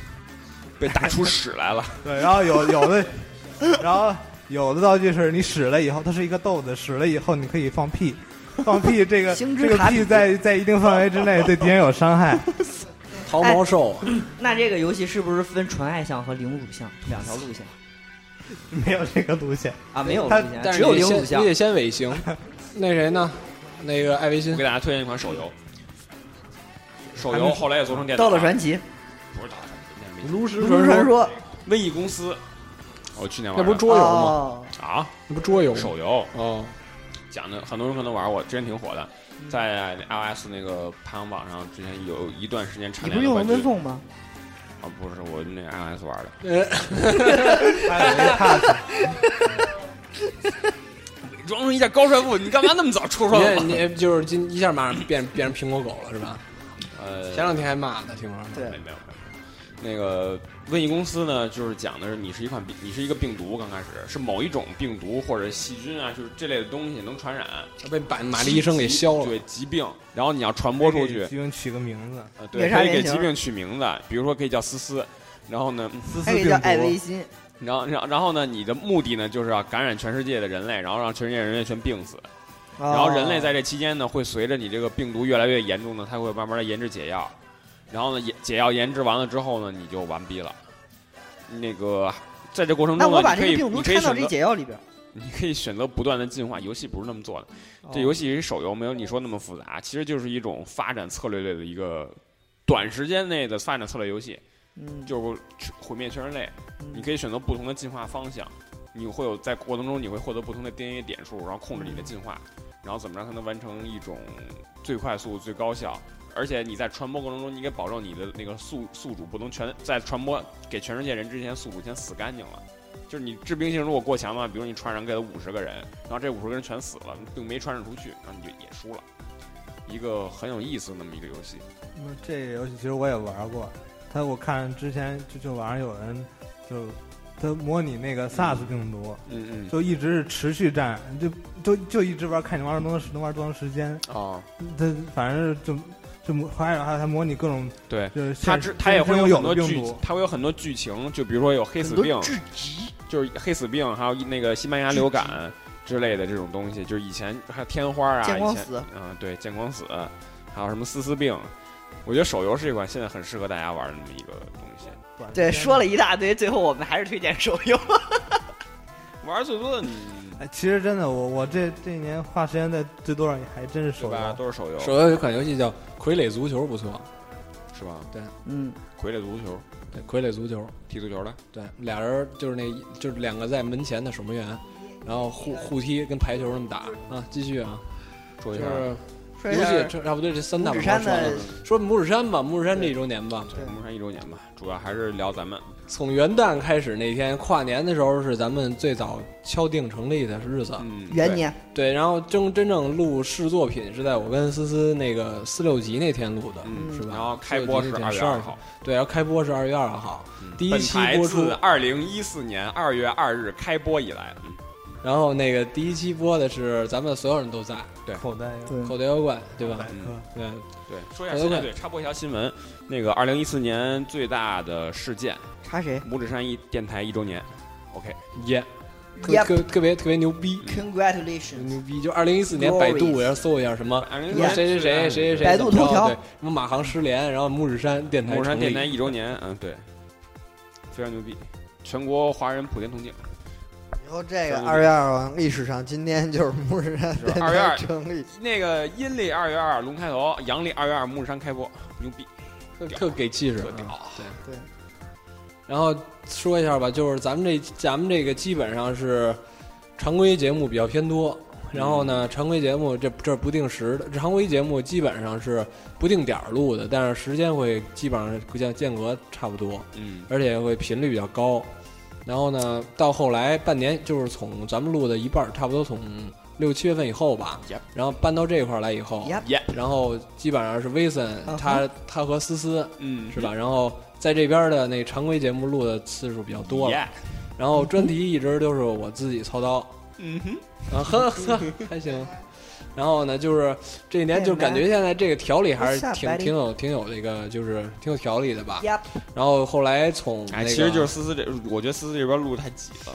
被打出屎来了，
对，然后有有的，然后有的道具是你使了以后，它是一个豆子，使了以后你可以放屁，放 屁这个
星之
这个
卡比
屁在在一定范围之内对敌人有 伤害。
逃毛兽，
那这个游戏是不是分纯爱向和零乳向两条路线
没有这个路 线，
啊？没有路
它
线，
但
只
是
有
你得
零
先
乳
你
向。
得先尾行。那谁呢？那个艾维
我
新
给，大家推荐一款手游， 手
还
游
没
后来也做成电脑
到
了。
了传奇，
不是盗了传，人家没
炉石
不是传
嗯
说
瘟疫公司，我去年玩
那不是
的
桌游吗？
哦
啊，
那不桌游吗？
手游
哦，
讲的很多人可能玩过，之前挺火的，
嗯
在 iOS 那个排行榜上，之前有一段时间
你
蝉
不
联
是
了
用了
冠军
WinPhone 吗？
啊，不是我那 iOS 玩的，
呃，
哎
它有一个 pass，
伪装成一下高帅富，你干嘛那么早戳穿我？
你 你就是今一下马上变变成苹果狗了是吧？
呃，
前两天还骂呢，听说。
没有没有没有。那个瘟疫公司呢，就是讲的是你是一款病，你是一个病毒，刚开始是某一种病毒或者细菌啊，就是这类的东西能传染，
被把玛丽医生给削了。
对疾病，然后你要传播出去
给，基本取个名字，
呃，
也
对，
是二
可以给
连
疾
星
病取名字，比如说可以叫思思，然后呢，
丝丝
还可以叫艾维
病
新，
然后然后然后呢，你的目的呢就是要感染全世界的人类，然后让全世界人类全病死，
哦
然后人类在这期间呢，会随着你这个病毒越来越严重呢，它会慢慢的研制解药，然后呢，解解药研制完了之后呢，你就完逼了。那个在这过程
那
中呢，
我把
你
这
可
个
以
病毒
你可以
掺到
选
这
择
解药里边，
你可以选择不断的进化，游戏不是那么做的。
哦
这游戏是手游，没有你说那么复杂，其实就是一种发展策略类的一个短时间内的发展策略游戏，
嗯，
就是毁灭全人类。你可以选择不同的进化方向，你会有在过程中你会获得不同的 DNA 点数，然后控制你的进化，然后怎么让它能完成一种最快速、最高效。而且你在传播过程中，你得保证你的那个宿宿主不能全在传播给全世界人之前，宿主先死干净了。就是你致病性如果过强嘛，比如你传染给了五十个人，然后这五十个人全死了，并没传染出去，然后你就也输了。一个很有意思的那么一个游戏，
嗯这个游戏其实我也玩过，它我看之前就就网上有人就它模拟那个 SARS 病毒，
嗯
就一直是持续战，就就就一直玩，看你玩多长能玩多长时间。
嗯啊，
它反正就就模还有还有它模拟各种
对，
就是
它
现
之
实
它也会
中
有很
有
多
的病
剧
毒，，
它会有很多剧情，就比如说有黑死病，
嗯
就是黑死病，还有一那个西班牙流感之类的这种东西，就是以前还有天花啊，
见光
以前
死
嗯，对，见光死，还有什么丝丝病，我觉得手游是一款现在很适合大家玩的那么一个东西。
对，说了一大堆，最后我们还是推荐手游。
玩儿最多的你，
哎，其实真的，我我这这一年花时间在最多上也还真是
是
手
吧？
游。
都是手游，
手游有一款游戏叫《傀儡足球》，不错，
是吧？
嗯，
傀儡足球，
对，《傀儡足球》
踢足球的，
对，俩人就是那就是两个在门前的守门员，然后互互踢，跟排球那么打啊。继续啊，
说
就
一下。
是
说
游
一下
戏差不多这三大
拇指
板块
山
说完了
的，
说拇指山吧，拇指山这一周年吧，
对，我们看一周年吧，主要还是聊咱们
从元旦开始那天跨年的时候是咱们最早敲定成立的日子，
嗯
元，年
对，然后真真正录试作品是在我跟思思那个四六级那天录的
对，嗯，
是吧
然后开播是
12
二月二号，
对，然后开播是二月二号，
嗯
第一期
本台
播出
自二零一四年二月二日开播以来，嗯
然后那个第一期播的是咱们所有人都在，
口袋
对
嗯
口袋妖怪，对吧嗯
百？科
对，
对，说一下
好的
现在
快
对，插播一条新闻，那个二零一四年最大的事件，
查谁
拇指山一电台一周年，OK，
耶，特
Yep
特特别特别牛逼，
？Congratulations！
牛逼！就二零一四年
Glorious
百度，我要搜一下什么。
二零一
什
四
么
年
谁谁谁谁谁谁，
百度
怎么着
头条
对，什么马航失联，然后拇指山电台
拇指山
成立
电台一周年，嗯，对，非常牛逼，全国华人普天同庆，
以后这个二月二号历史上，今天就是 木日山
是吧二月二
成立。
那个阴历二月二龙开头，阳历二月二拇指山开播，牛逼，
啊特特给气势
特屌
啊！对，
然
然后说一下吧，就是咱们这咱们这个基本上是常规节目比较偏多，然后
嗯
呢，常规节目这这不定时的，常规节目基本上是不定点儿录的，但是时间会基本上间间隔差不多，
嗯
而且会频率比较高。然后呢，到后来半年就是从咱们录的一半儿，差不多从六七月份以后吧
Yep
然后搬到这块儿来以后
嗯 Yep
然后基本上是威森、
嗯哼
他他和思思
嗯，
是吧？然后在这边的那常规节目录的次数比较多了，
Yeah
然后专题一直都是我自己操刀，
嗯哼，
啊呵呵，还行。然后呢，就是这一年，就感觉现在这个条理还是
What's up,
挺
buddy？
挺有挺有这个，就是挺有条理的吧。
Yep
然后后来从那
哎，
个，
其实就是思思这，我觉得思思这边录太挤了，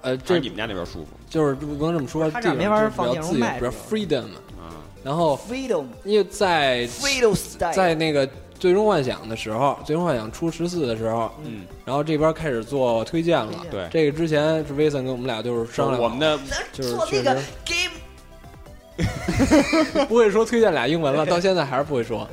呃，
这
这
你们家那边舒服
就是不能这么说，
他
这
这
种
没法
就是比
放
较
电容
自由，
麦
比较
主要
freedom。
啊。
然后
freedom
因为在
freedom style
哦在那个《最终幻想》的时候，《最终幻想》出十四的时候，
嗯，
然后这边开始做推荐了。
对，
这个之前是威森跟我们俩就是商量，
我们的
就是
做
确
那个
实
game
不会说推荐俩英文了，到现在还是不 会说。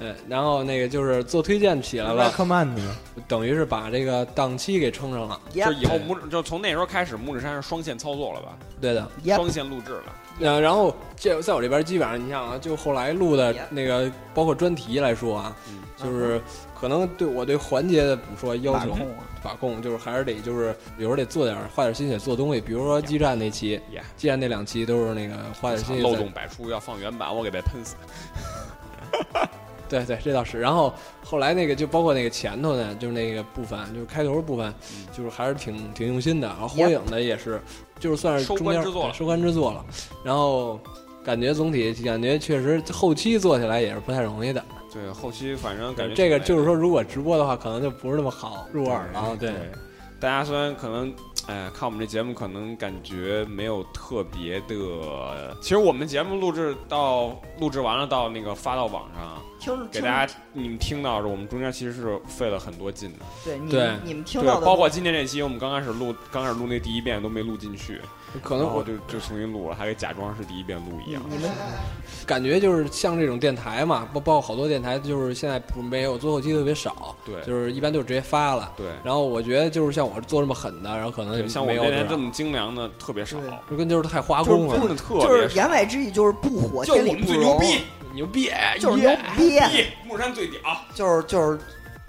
嗯，然后那个就是做推荐起来
麦
了，
克曼的，
等于是把这个档期给撑上了。
就
yep
以后拇指就从那时候开始，拇指山是双线操作了吧？
对的，
Yep
双线录制了。
呃，然后这在我这边基本上，你像啊，就后来录的
Yeah
那个，包括专题来说啊，
嗯
就是可能对我对环节的怎么说要
把
求
控啊
把控，就是还是得就是有时候得做点花点心血做东西，比如说基站那期，
Yeah
基站那两期都是那个花点心血
漏
在
洞百出，要放原版，我给被喷死。
对对，这倒是。然后后来那个就包括那个前头呢，就是那个部分，就是开头部分，
嗯
就是还是挺挺用心的。然后火
Yep
影的也是，就是算是
收
中
官
间
之作
对
了嗯
收官之作了。然后感觉总体感觉确实后期做起来也是不太容易的。
对，后期反正感觉
这
挺累
个
的
就是说，如果直播的话，可能就不是那么好入耳了。啊对，
嗯大家虽然可能，哎，看我们这节目可能感觉没有特别的，其实我们节目录制到录制完了到那个发到网上，啊
听
给
听
大家你们听到的，我们中间其实是费了很多劲的，
对你
对
们你们听
对
到，的
包括今天这期我们刚开始录，刚开始录那第一遍都没录进去，
可
然
能
后
我
就就重新录了，还得假装是第一遍录一样。
哦你们
感觉就是像这种电台嘛，包包括好多电台，就是现在不没有做后期特别少，
对
就是一般就直接发了。
对，
然后我觉得就是像我做这么狠的，然后可能也
像我
嗯没
们
有
这边这
多少
么精良的特别少，
对
就跟就是太花工了，
真的特
就
别
是
少。
言外之意就是不火
就
天
我
理
们
不
最牛
容，
逼，牛逼，
就是牛逼。啊
逼，木山最屌。
就是就是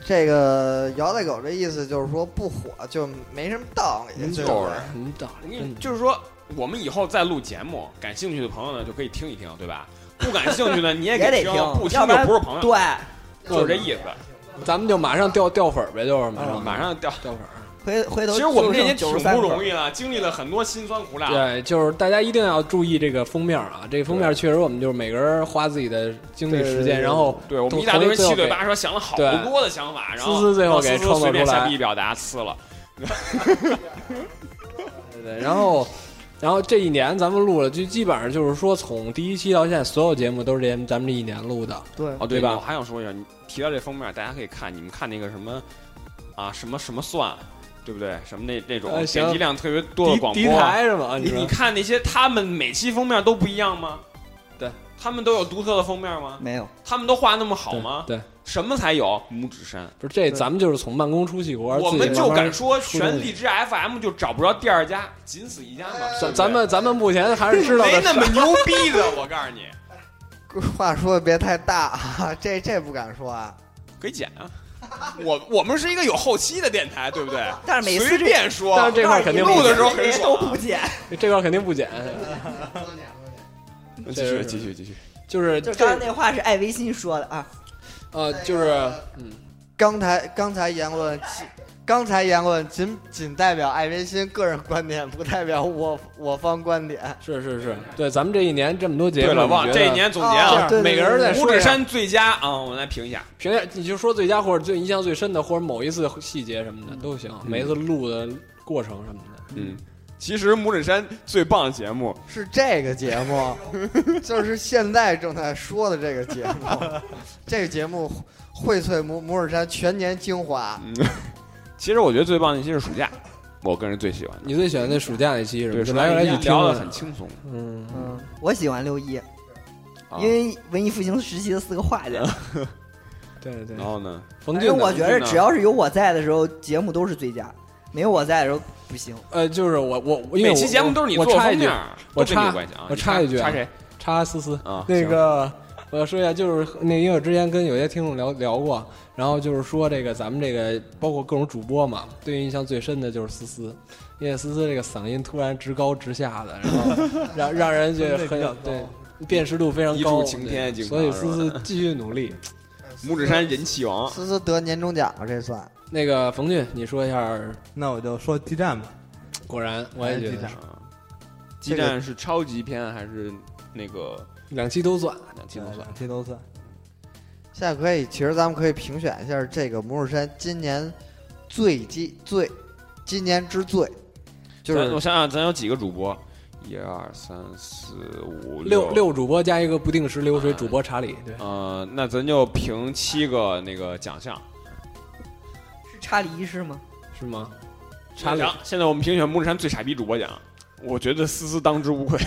这个摇带狗这意思就是说不火就没什么道理，
就
就
是
是
嗯，道理真的
就是说，我们以后再录节目，感兴趣的朋友呢就可以听一听，对吧？不感兴趣呢，你也
也
给
得
听，
听
不听
要不
就
然
不是朋友，
对，
就是这意思。
咱们就马上掉掉粉儿呗，就是马
嗯
上
啊马上掉。
掉粉儿。
回回头
其实我们这些
九
挺
十
不
三
容易了，经历了很多辛酸苦辣。
对，就是大家一定要注意这个封面啊，这个封面确实我们就是每个人花自己的精力
对对
时间，
对
然后
对，我们
同
一大堆人
同意
七
最
嘴
后
八舌，想了好
对
多的想法，然后
思思最后给
让思思
创作
随便
出来
下笔表达呲了。
对对，然后。然后这一年咱们录了，就基本上就是说，从第一期到现在，所有节目都是这咱们这一年录的。
对
哦，对
对吧
我还想说一下，你提到这封面，大家可以看，你们看那个什么啊，什么什么蒜，对不对？什么那那种
呃行
点击量特别多的
敌
广
敌
播啊，
台是吗？
你
说
你看那些，他们每期封面都不一样吗？
对，
他们都有独特的封面吗？
没有，
他们都画那么好吗？
对，对
什么才有？拇指山，
不是这咱们就是从慢工出细活，
我
自己
们
慢
就
慢
敢说
出东
全
西
力之 FM 就找不着第二家，仅此一家嘛。对
咱
不对
咱们咱们目前还是知道
没
的
那么牛逼的，我告诉你，
话说的别太大啊，这这不敢说啊。
可以剪啊。我我们是一个有后期的电台，对不对？
但是每
随
次
便说，
但是这块儿肯定不
录的时候很
都
爽啊。
不减，
这块儿肯定不减，
继续继续继续，
就是
就刚才那话是艾维新说的啊，
呃，就是
刚才刚才言论仅，刚才言论仅仅代表艾维新个人观点，不代表我我方观点。
是是是，对，咱们这一年这么多节目，
对了，忘
你
了
觉得
这一年总结啊
哦，对对对
每个人再
拇
说一
指
下
山最佳啊，我们来评一下。
评价，你就说最佳或者最印象最深的，或者某一次细节什么的都行，每一次录的过程什么的。
嗯，其实拇指山最棒的节目，
是这个节 目，就是现在正在说的这个节目。 这个节目荟萃摩摩尔山全年精华，
其实我觉得最棒的一期是暑假，我个人最喜欢的。
你最喜欢那暑假那期是
对，
吧？就
暑
来
假
来
一
去
期
听
聊
了
的很轻松，
嗯，
嗯，我喜欢六一，
啊
因为文艺复兴时期的四个画家，
对对
然，后呢，
冯
因
俊
为
呢，
哎我觉得
呢
只要是有我在的时候，节目都是最佳；没有我在的时候不行。
呃，就是我我因
每
为我
期节目都是你
我
做
我插
封
一句
面，儿，
我
都跟你
插
有关系啊。
我
你
插一句啊
插谁
插思思，
啊？
那
行
个我要说一下，就是那因为我之前跟有些听众聊聊过，然后就是说这个咱们这个包括各种主播嘛，对印象最深的就是思思，因为思思这个嗓音突然直高直下的，然后 让让人觉得
分贝
很
比较高
对。辨识度非常
一
高，
柱擎天警
对
察
所以
是
思
吧
思继续努力。
拇指山人气王，
思思得年终奖了，这算
那个冯俊，你说一下，
那我就说基站吧，
果然我也觉
哎记
得
得
啊激战是超级篇还是那个啊
两期都算。
两期都算？
两期都算。
下可以，其实咱们可以评选一下这个摩尔山今年最激最，今年之最，就
咱我
是
想想，咱有几个主播？一二三四五
六
六。
六主播加一个不定时
哎
流水主播查理，对，
呃，那咱就评七个那个奖项。
是查理医师吗？
是吗？查理
奖，现在我们评选木山最傻逼主播奖，我觉得思思当之无愧。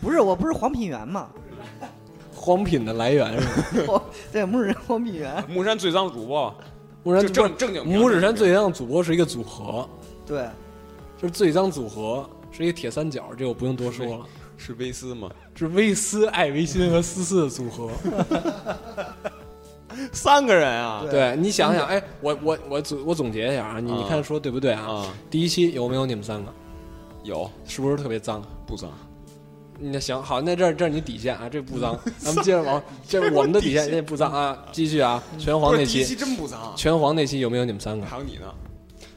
不是，我不是黄品源吗？
荒品的来源是吗？
对，木人黄品源。
木山最脏主播，
不然
就正正经评。
拇指山最脏主播是一个组合，
对，
就是最脏组合是一个铁三角，这我不用多说了，
是威斯吗？
是威斯、艾维辛和思思的组合。
三个人啊，
对你想想，哎，我我我总我总结一下啊，你
啊
你看说对不对啊？
啊，
第一期有没有你们三个？
有
是不是特别脏？
不脏？
那行好，那这儿这是你底线啊，这不 脏。咱们接着往，这我们的底线这不脏啊，继续啊，拳皇
不
那
是第一
期，
期真不脏，啊
拳皇那期有没有你们三个？
还有你呢？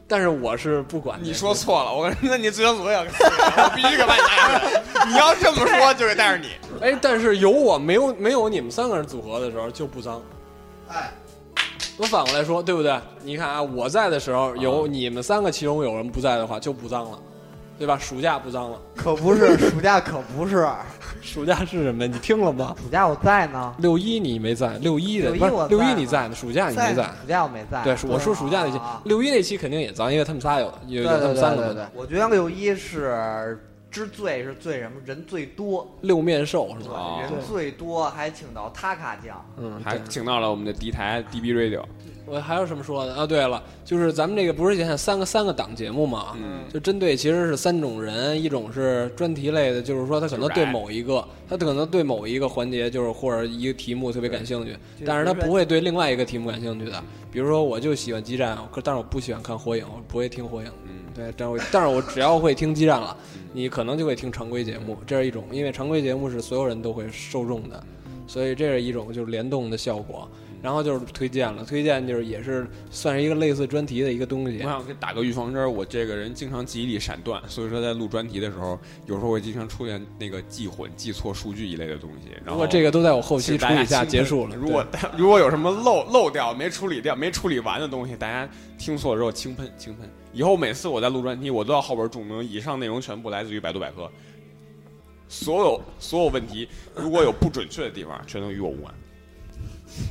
但是我是不管的
你说错了，我那你最脏主 播奖，我必须给把你带上来。你要这么说，就得带上你。
哎，但是有我没有没有你们三个人组合的时候就不脏。
哎，
我反过来说，对不对？你看啊，我在的时候有
啊
你们三个，其中有人不在的话就不脏了，对吧？暑假不脏了，
可不是暑假可不是，
暑假是什么？你听了吗？
暑假我在呢，
六一你没在，六一的
六一
不是
我在
六一
啊
你在呢，暑假你没在。
暑假我没在。
对，是我说暑假那期
啊，
六一那期肯定也脏，因为他们仨有有有
对对
他
对
们三
对
个
对
嘛
对，我觉得六一是之最是最什么人最多，
六面兽是吧？
哦
人最多，还请到塔卡酱。
嗯，
还
对
请到了我们的敌台 DB Radio，
我还有什么说的啊？对了，就是咱们这个不是现在三个三个档节目嘛，
嗯
就针对其实是三种人，一种是专题类的，就是说他可能对某一个，他可能对某一个环节就是或者一个题目特别感兴趣，嗯但是他不会对另外一个题目感兴趣的。比如说我就喜欢激战，可但是我不喜欢看火影，我不会听火影。
嗯，
对，但我但是我只要会听激战了
嗯，
你可能就会听常规节目，这是一种，因为常规节目是所有人都会受众的，所以这是一种就是联动的效果。然后就是推荐了，推荐就是也是算是一个类似专题的一个东
我
西。
想给打个预防针儿，我这个人经常记忆力闪断，所以说在录专题的时候，有时候会经常出现那个记混、记错数据一类的东西。然
如
后
果这个都在我后
后
期处理下结束了，
如果 如果有什么漏漏掉、没处理掉、没处理完的东西，大家听错了之后轻喷轻喷。以后每次我在录专题，我都要后边注明以上内容全部来自于百度百科。所有所有问题，如果有不准确的地方，全都与我无关。
对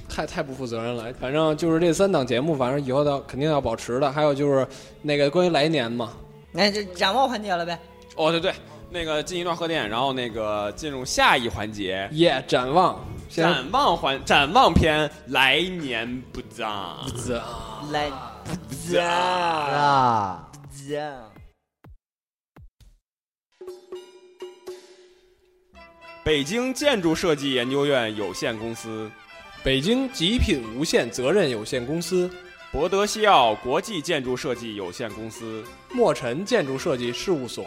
太太不负责任了。反正就是这三档节目，反正以后要肯定要保持的。还有就是那个关于来年嘛，
那就展望环节了呗。
哦，对对，那个进一段贺电，然后那个进入下一环节，
耶、展望，现在
展望环展望篇，来年不脏。
来，
啊，
北京建筑设计研究院有限公司、
北京极品无限责任有限公司、
博德西奥国际建筑设计有限公司。
墨尘建筑设计事务所、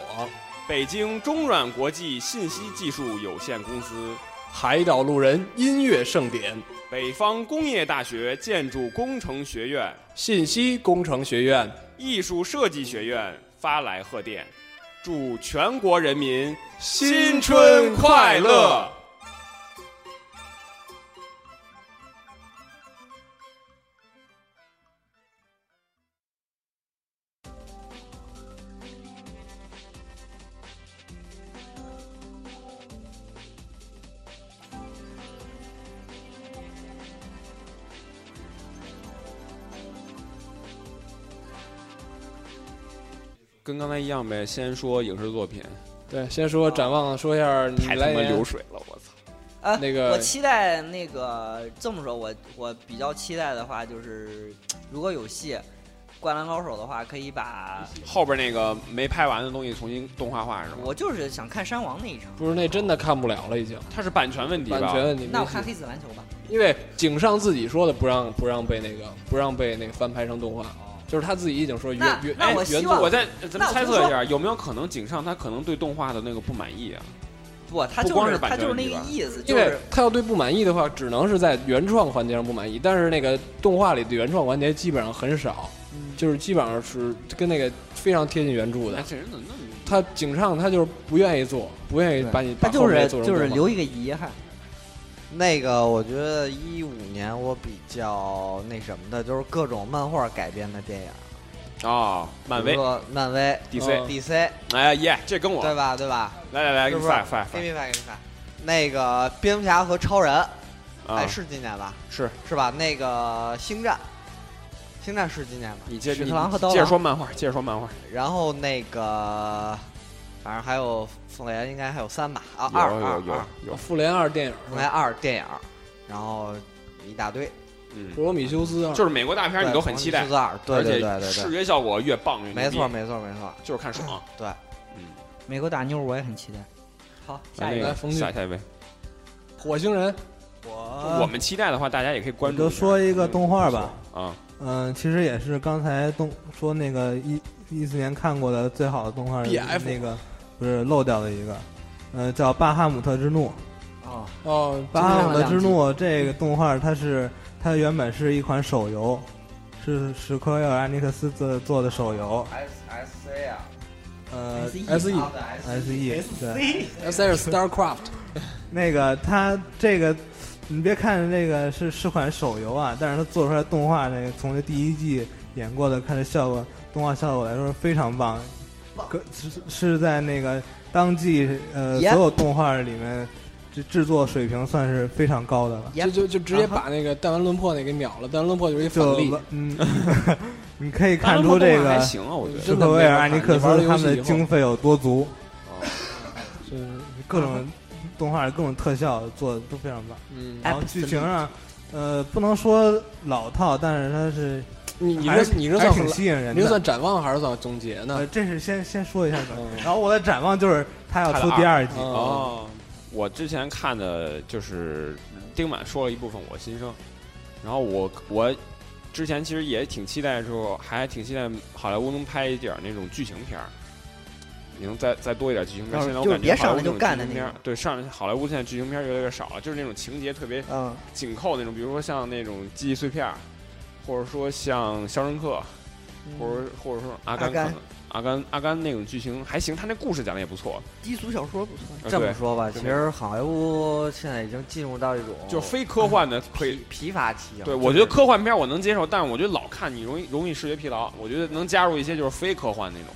北京中软国际信息技术有限公司、
海岛路人音乐盛典、
北方工业大学建筑工程学院、
信息工程学院
艺术设计学院发来贺电，祝全国人民春
新春快乐。
乐！跟刚才一样呗，先说影视作品，
对，先说展望，说一下你
太他
来
妈
年
流水了，我操！
啊，
那个
我期待那个这么说，我我比较期待的话就是，如果有戏《灌篮高手》的话，可以把
后边那个没拍完的东西重新动画化是吗？
我就是想看山王那一场，
不是那真的看不了了，已经
它是版权问题吧？哎
版权问题。
那我看《黑子篮球》吧。
因为井上自己说的不让不让被那个不让被那个翻拍成动画，就是他自己已经说原
那
原
那
哎
我
原
希
作
望
我再咱
那
们
我
猜
就
测一
说
下，有没有可能井上他可能对动画的那个不满意啊？
不，他
不
就
光是
是
版
他就是
权问
那
题
个
吧
意思，
因
就
为
是
他要对不满意的话，只能是在原创环节上不满意，但是那个动画里的原创环节基本上很少，嗯就是基本上是跟那个非常贴近原著
哎
的。
这人怎么那么……
他井上他就是不愿意做，不愿意把你
他
把
就
后面
是
做成
就是
动画
留一个遗憾。
那个我觉得一五年我比较那什么的，就是各种漫画改编的电影，
哦，漫
比
威
如、说漫威、
DC，
DC，
哎耶，这跟我
对吧？对吧？
来来来，给
是
你
不是
发发
给
发
你看，给你看。那个蝙蝠侠和超人，哎，
啊！
是今年吧？
是
是吧？那个星战，星战是今年吧？
你接
史
你
特朗和刀
接着
郎
说漫画，接着说漫画。
然后那个，反正还有复联，应该还有三吧？啊，
有
二
有
二
有
二，
有，
复联二电影，
复联二电影，然后一大堆，
嗯，
普罗米修斯二啊
就是美国大片你都很期待
四，二，对
而
对
且
对对
视
对，
觉效果越棒越牛
没
逼
错没错没错，
就是看爽。
对，
嗯，
美国打妞我也很期待。好，下一
来
个
来
冯
下
俊
下一位，
火星人，
我
我
们期待的话，大家也可以关注
我
下。
就说一个动画吧
嗯，
嗯、其实也是刚才动说那个一一四年看过的最好的动画
BF
那个不是漏掉的一个，呃，叫《巴哈姆特之怒》。
哦，
哦，
《巴哈姆
的
特之怒》这个动画，它是它原本是一款手游，是史科尔艾尼克斯做做的手游，
S S C 啊
呃
S
啊
E
啊
，S E 对，
S 是 Starcraft，
那个它这个。你别看这个是是款手游啊，但是它做出来动画那个从这第一季演过的看这效果，动画效果来说非常棒，可是是在那个当季呃
Yep
所有动画里面制制作水平算是非常高的了。
就就就直接把那个弹丸论破那给秒了，弹丸论啊破就是一反
就
例，
嗯， 你可以
当然
看出
动画
这
还
个
行啊，我觉得
斯科威尔艾尼克斯他们的
真的没有办法你玩了游戏以后
经费有多足，
哦
就是各种动画、各种特效做的都非常棒。
嗯，
然后剧情上，呃，不能说老套，但是它是
你你
还
这
是
你这
还
算
是挺吸引人
你这
的
算。展望还是算总结呢
呃，？这是先先说一下 吧
嗯。
然后我的展望就是它要出
看了
第二季，
嗯
哦，我之前看的就是丁满说了一部分我心声，然后我我之前其实也挺期待说，还挺期待嗯好莱坞能拍一点儿那种剧情片儿，也能再再多一点剧情片儿。
就是
现在我感
就是
觉
别
好莱
上
坞
来就
这种
干
剧
的
情
那
片儿，对上来好莱坞现在剧情片儿越来越少了，就是那种情节特别
嗯，
紧扣那种，比如说像那种记忆碎片儿，或者说像《肖申克》，
嗯
或者或者说阿甘可
甘
能阿甘阿甘那种剧情还行，他那故事讲的也不错，
低俗小说不错。
呃
这么
对
说吧，
对
其实好莱坞现在已经进入到一种
就是非科幻的可以
疲疲乏期了。
对，
就
我觉得
是
科幻片我能接受，但是我觉得老看你容易容易视觉疲劳。我觉得能加入一些就是非科幻那种，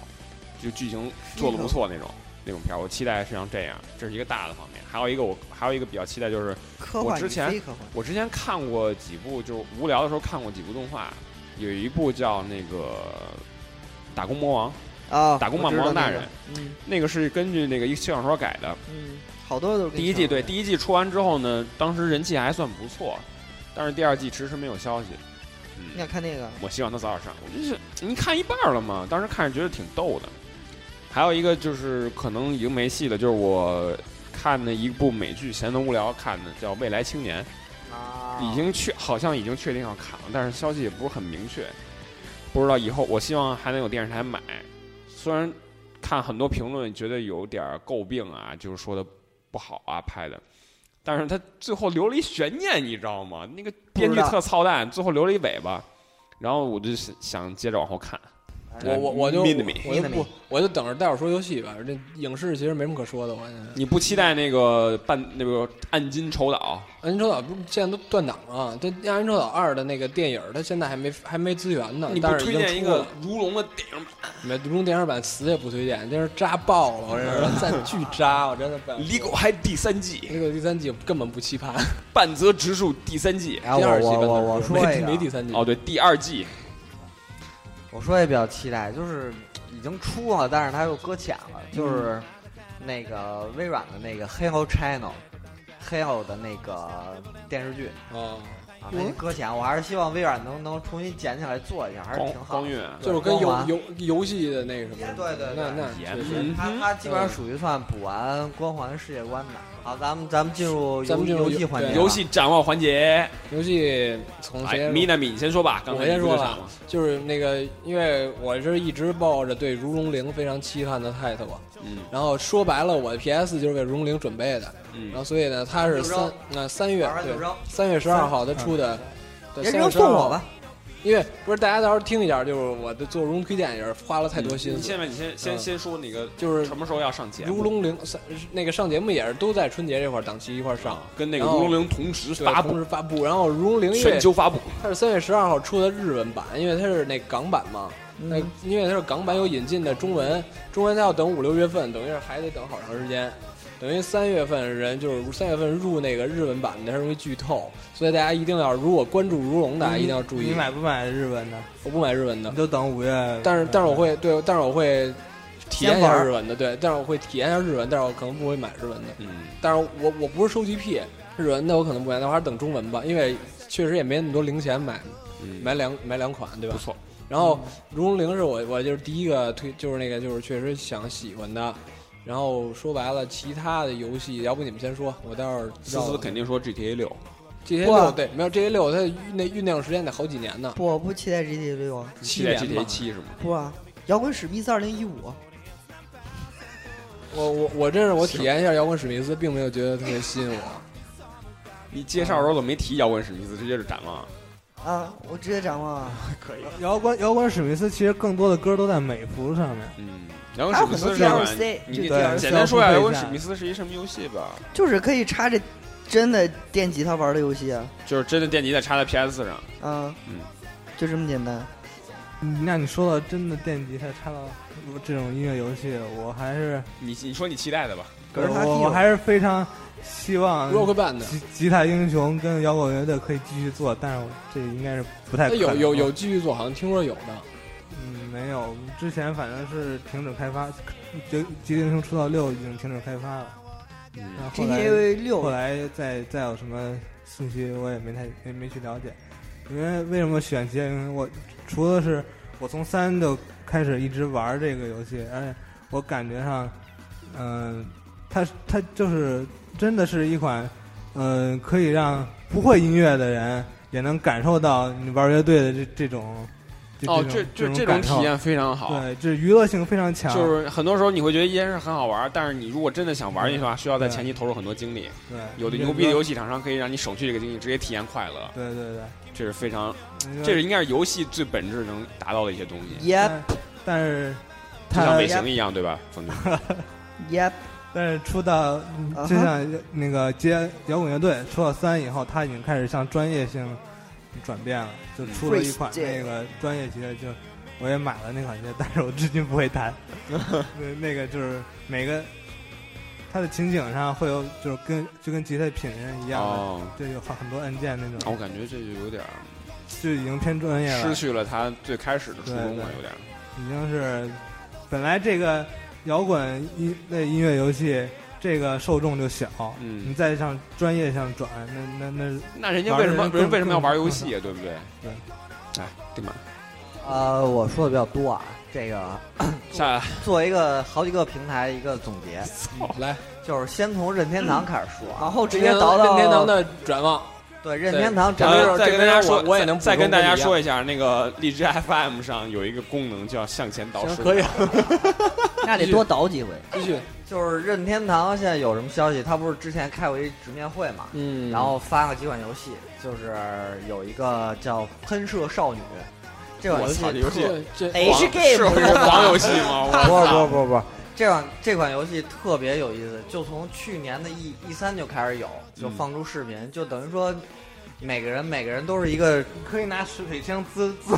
就剧情做的不错那种那种片儿，我期待是像这样，这是一个大的方面。还有一个我还有一个比较期待就是，
科
我之前
非科幻。
我之前看过几部，就是无聊的时候看过几部动画，有一部叫那个《打工魔王》，
啊，
打工
我
马
知
魔王
道
大
那个
人，
嗯
那个是根据那个一个小说改的，
嗯，好多都是跟
第一季
小说
对第一季出完之后呢，当时人气还算不错，但是第二季迟迟没有消息。嗯
你想看那个？
我希望他早点上。我就是你看一半儿了嘛，当时看着觉得挺逗的。还有一个就是可能已经没戏了，就是我看的一部美剧，闲得无聊看的，叫《未来青年》，
啊
已经确好像已经确定要砍了，但是消息也不是很明确，不知道以后。我希望还能有电视台买，虽然看很多评论觉得有点儿诟病啊，就是说的不好啊拍的，但是他最后留了一悬念，你知道吗？那个编剧特操蛋，最后留了一尾巴，然后我就想想接着往后看。
哦我我我就我
Minimi
我就不我就等着待会儿说游戏吧，这影视其实没什么可说的。我现在，
你不期待那个半那个暗金丑岛？
暗影超导不是现在都断档了，啊这《暗影超导二》的那个电影儿，它现在还没还没资源呢
你，不
呃但是已
推荐一
经出
个
了。
如龙的电影
没，最终电影版死也不推荐，真是渣爆了，我这 赞巨渣，我真的不想
《
说。
李狗嗨》第三季，
那个第三季我根本不期盼，
《半泽直树》第三季。
然 后
第
啊我
二季
我
根
我
本
我
是
说
没
一个啊
没第三季
哦，对，第二季
我说也比较期待，就是已经出了，但是它又搁浅了，就是那个微软的那个 Hello Channel，黑偶的那个电视剧
啊，
啊，没搁浅，我还是希望微软能能重新捡起来做一下，还是
光
挺好
光
的。
晕，
就是跟
光
游
环
游游戏的那个什么，
对对对
那那
也
确实
嗯
它它基本上属于算补完光环世界观的。好，咱们咱们进入
咱们进入
游戏环节
啊
了，
游戏展望环节，
游戏从
哎，
谁
米娜米，你先说吧，刚才
我先
你不就
说吧
讲了，
就是那个，因为我是一直抱着对《如龙零》非常期盼的态度，啊
嗯
然后说白了，我的 PS 就是为《如龙零》准备的，然后
嗯，
所以呢，它是
就扔
三那三月
玩完就
对
扔，
三月十二号它出的，对
别
3
扔
月12号
嗯送我吧。
因为不是大家到时候听一下，就是我的做《如龙》推荐也是花了太多心
你
思
现，在你先先
嗯
先说那个
就是
什么时候要上节
《
目
如龙零》三那个上节目也是都在春节这块儿档期一块儿上
啊，，跟那个《
然
如
后
龙零》同时
对
发
同
布，
时发布，然后《如龙零》因为
全球发布，
它是三月十二号出的日文版，因为它是那港版嘛，那因为它是港版有引进的中文，中文它要等五六月份，等于是还得等好长时间，等于三月份人就是三月份入那个日文版的，它容易剧透，所以大家一定要如果关注如龙的，
嗯
一定要注
你
意。
买不买日文的？
我不买日文的
你，就等五月。
但是但是我会对，但是我会嗯体验一
先
下
玩
日文的，对，但是我会体验一下日文，但是我可能不会买日文的。
嗯，
但是我我不是收集癖，日文的我可能不买，那我还是等中文吧，因为确实也没那么多零钱买
嗯
买两买两款，对吧
不？错，
然后《如龙零》是我我就是第一个推，就是那个就是确实想喜欢的。然后说白了，其他的游戏，要不你们先说，我待会儿
思思肯定说 GTA 六，
GTA
不啊
六对，没有 GTA 六，它那酝酿时间得好几年呢，
不，我不期待 GTA 六啊，
期待
七年
GTA
吧
七是吗？
不啊，摇滚史密斯二零一五，
我我我真是我体验一下摇滚史密斯，并没有觉得特别吸引我。嗯
你介绍的时候怎么没提摇滚史密斯，直接就展望？
啊，我直接展望啊，
摇滚摇滚史密斯其实更多的歌都在美服上面，
嗯，摇滚史密斯是
还有
吧
很多 DLC
你
对
简单说一下
需要
摇滚史
付费一下
密斯是一什么游戏吧？
就是可以插着真的电吉他玩的游戏啊，
就是真的电吉他插在 PS 上，
啊，
嗯
就这么简单。
嗯那你说到真的电吉他插到这种音乐游戏，我还是
你你说你期待的吧？
可是他
我我还是非常希望
嗯
Rock Band
吉吉他英雄跟摇滚乐队可以继续做，但是我这应该是不太
它
可能
哎有有
嗯
有，继续做，好像听说有的。
嗯，没有，之前反正是停止开发，吉吉他英雄出到六已经停止开发了，
嗯
然后后来
GTA
后
六
来再再有什么信息我也没太没没去了解，因为为什么选吉他英雄？我除了是我从三就开始一直玩这个游戏，而且我感觉上，嗯、它它就是真的是一款，嗯、可以让不会音乐的人也能感受到你玩乐队的这这种，这
哦，
这
这这
这
种
感
体
受，
验非常好。
对，这娱乐性非常强，
就是很多时候你会觉得一件事很好玩，但是你如果真的想玩一话，需要在前期投入很多精力。
对，
有的
你就
牛逼的
说
游戏厂商可以让你省去这个精力，直接体验快乐，
对对对，
这是非常，
你说
这是应该是游戏最本质能达到的一些东西，
，Yep
但但是
就像
它
美型一样，对吧，冯总？
Yep，
但是出到嗯
啊哈
就像那个街摇滚乐队出到三以后，他已经开始向专业性转变了，就出了一款
Freestyle
那个专业级的，就我也买了那款吉他，但是我至今不会弹。那那个就是每个它的情景上会有，就是跟就跟吉他品人一样的，
哦，
就有很多按键那
啊
种，
我感觉这就有点儿
就已经偏专业了，
失去了他最开始的初衷了，
对对
有点儿。嗯
已经是本来这个摇滚音类音乐游戏这个受众就小，
嗯
你再向专业上转，那那那
那人家为什么
玩的人
人为什么要
更
玩游戏啊？对不对？哎，对嘛？
呃，我说的比较多啊，这个
下
做一个好几个平台一个总结，
嗯来，
就是先从任天堂开始说啊，
往后
直
任
接
天
倒
堂
到
任天堂的展望，
对任天堂
对
展
然后
呃
望
这
再
个
跟大家说，
我我也能
再再跟
补充
大家
不一样
说一下，那个荔枝 FM 上有一个功能叫向前倒
行
数，
可以，
那得多倒几回。
继续，
嗯
就是任天堂现在有什么消息？他不是之前开过一直面会嘛，
嗯
然后发了几款游戏，就是有一个叫《喷射少女》这款
我
游戏
操，这游戏哎
这这
黄
H game
是黄游戏吗？我
不是不
操
是不是不是，这款这款游戏特别有意思，就从去年的 E E 三就开始有，就
嗯
放出视频，就等于说每个人每个人都是一个
可以拿实水枪 滋滋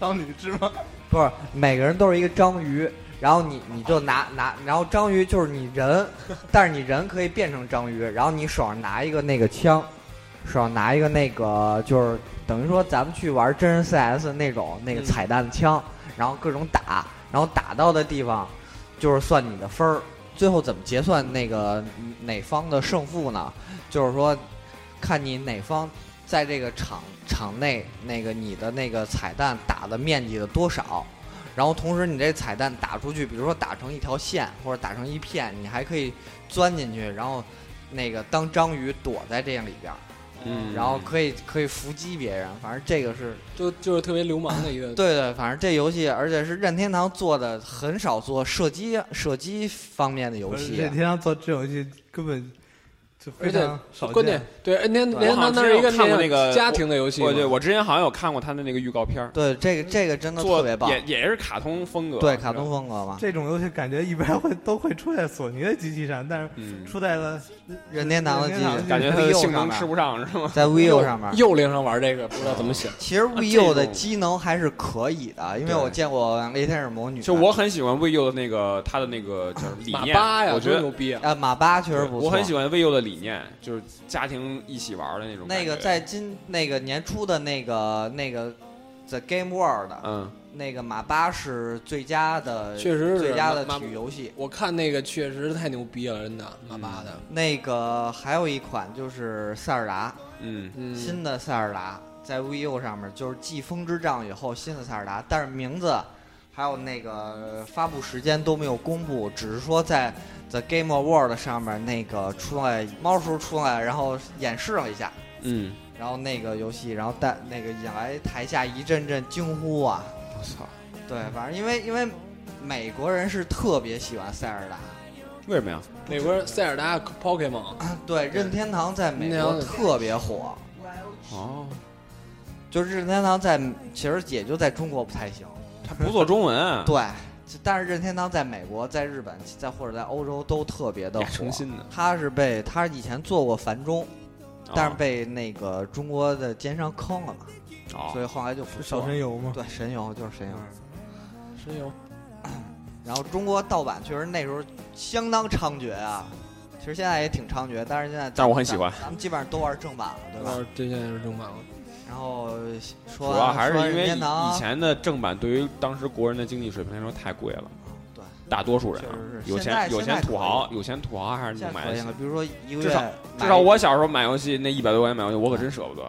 少女汁吗？
不是每个人都是一个章鱼，然后你你就拿拿，然后章鱼就是你 人，但是你人可以变成章鱼，然后你手上拿一个那个枪，手上拿一个那个就是等于说咱们去玩真人 CS 那种那个
嗯
彩蛋枪，然后各种打，然后打到的地方就是算你的分儿，最后怎么结算那个哪方的胜负呢？就是说，看你哪方在这个场场内那个你的那个彩蛋打的面积的多少，然后同时你这彩蛋打出去，比如说打成一条线或者打成一片，你还可以钻进去，然后那个当章鱼躲在这样里边儿，
嗯，
然后可以可以伏击别人，反正这个是
就就是特别流氓的一个。
对对，反正这游戏，而且是任天堂做的，很少做射击射击方面的游戏啊
呃任。天堂做这游戏根本就非常少见。
关键对任天任
我
天
好
堂
像
那是一个
之前有看过那个
家庭的游戏嘛，
我对我之前好像有看过他的那个预告片儿，
对，这个这个真的
做
特别棒，
也也是卡通风格，
对
是吧
卡通，风格嘛。
这种游戏感觉一般会都会出在索尼的机器上，但是
嗯，
出在了
任天堂的机
任天堂
器
感觉它的
Wii U
性能
上面
吃不上是吗？ 啊
在 Wii U 上面，
幼龄上玩这个不知道怎么
嗯
想。
其实 Wii
这
U 的
种
机能还是可以的，因为
对
我见过《雷天使魔女》，
就我很喜欢 VU 的那个它的那个叫什么理
马
念，
八呀，
我觉
多
得
牛逼啊！
啊马八确实不错。
我很喜欢 VU 的理念，就是家庭一起玩的那种感
那
觉。
个在今那个年初的那个那个 The Game World 的
嗯，
那个马八是最佳的，
确实是
最佳的
马
体育游戏。
我看那个确实太牛逼了，真的马八的，
那个还有一款就是塞尔达，
嗯，
嗯，
新的塞尔达在 VU 上面，就是继《风之杖》以后新的塞尔达，但是名字还有那个发布时间都没有公布，只是说在 The Game Award 上面那个出来猫叔出来，然后演示了一下，
嗯，
然后那个游戏，然后带那个引来台下一阵阵惊呼啊！
我操，
对，反正因为因为美国人是特别喜欢塞尔达。
为什么呀？
美国人塞尔达 Pokemon，
对，任天堂在美
那
国
样
特别火，
哦，
就是任天堂在其实也就在中国不太行。
他不做中文 啊，
对，这但是任天堂在美国、在日本、在或者在欧洲都特别的
呀
火。
诚心的，
他是被他以前做过繁中，
哦
但是被那个中国的奸商坑了嘛，
哦
所以后来就不做
少
了
神游嘛，
对神游就是神游。
神游，
然后中国盗版确实那时候相当猖獗啊，其实现在也挺猖獗，但是现在咱
但我很喜欢嗯
咱咱们基本上都玩正版了，对吧？
啊
哦这现在是正版了。
然后
主
说
要还是
说
因
任
为以
天堂
以前的正版对于当时国人的经济水平来说太贵了，
对
大多数人啊
确实是
有
现在
钱有
现在
钱土豪有钱土豪还是
现
能
在
买
可
得
以
起
了，。比如说一个嗯
至
月
少
买
至少我小时候买游戏那一百多块钱买游戏，我可真舍不得。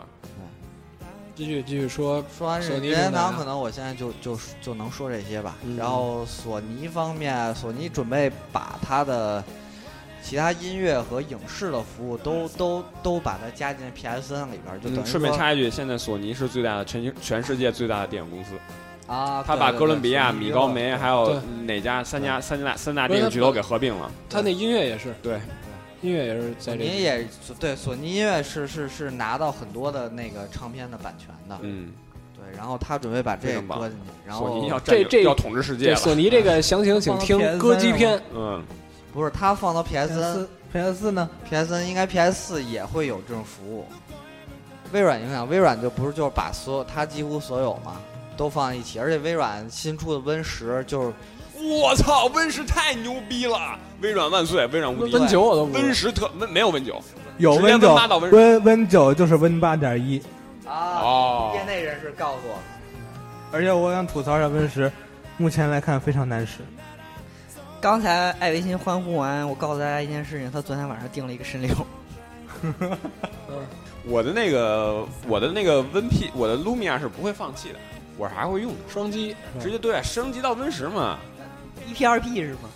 继续继续说，
说完
索
任
尼
天
平台
堂，
啊
可能我现在就就就能说这些吧。
嗯
然后索尼方面，索尼准备把它的其他音乐和影视的服务都都都把它加进 PS3 里边儿，就等
嗯，
于
顺便
说
插一句，现在索尼是最大的全全世界最大的电影公司，
啊，
他
对
把
对
哥伦
对
比亚、
索尼
米
娱
高
乐
梅
对
还有哪家三家三大三大电影巨头给合并了。
他那音乐也是，
对，
音乐也是在
索
这。
尼也对索尼音乐是是是拿到很多的那个唱片的版权的，
嗯，
对，然后他准备把
非
这
常
个
棒
搁进去，然
索尼
后
要占有
这这
要统治世界
对
了。
索尼这个详情，请听歌姬篇。
嗯，
不是他放到 PS 3
PS PS 四呢？
PS 3应该 PS 四也会有这种服务。微软影响，微软就不是就是把所有它几乎所有嘛都放在一起，而且微软新出的 Win 十就是
我操，温十太牛逼了！微软万岁，微软无敌。
温酒我都不
温十特温没有温九
有
直接
Win
温
九
八到 Win 十
，Win Win 九就是 Win 八点一。
啊，
哦
业内人士告诉我，
而且我想吐槽一下 Win 十，目前来看非常难使。
刚才艾维新欢呼完，我告诉大家一件事情，他昨天晚上订了一个神 流，
我的那个我的那个 WinP，我的 Lumia 是不会放弃的，我还会用的，
双击，
直接对啊升级到 Win 十嘛。
一 E P 二 P 是吗？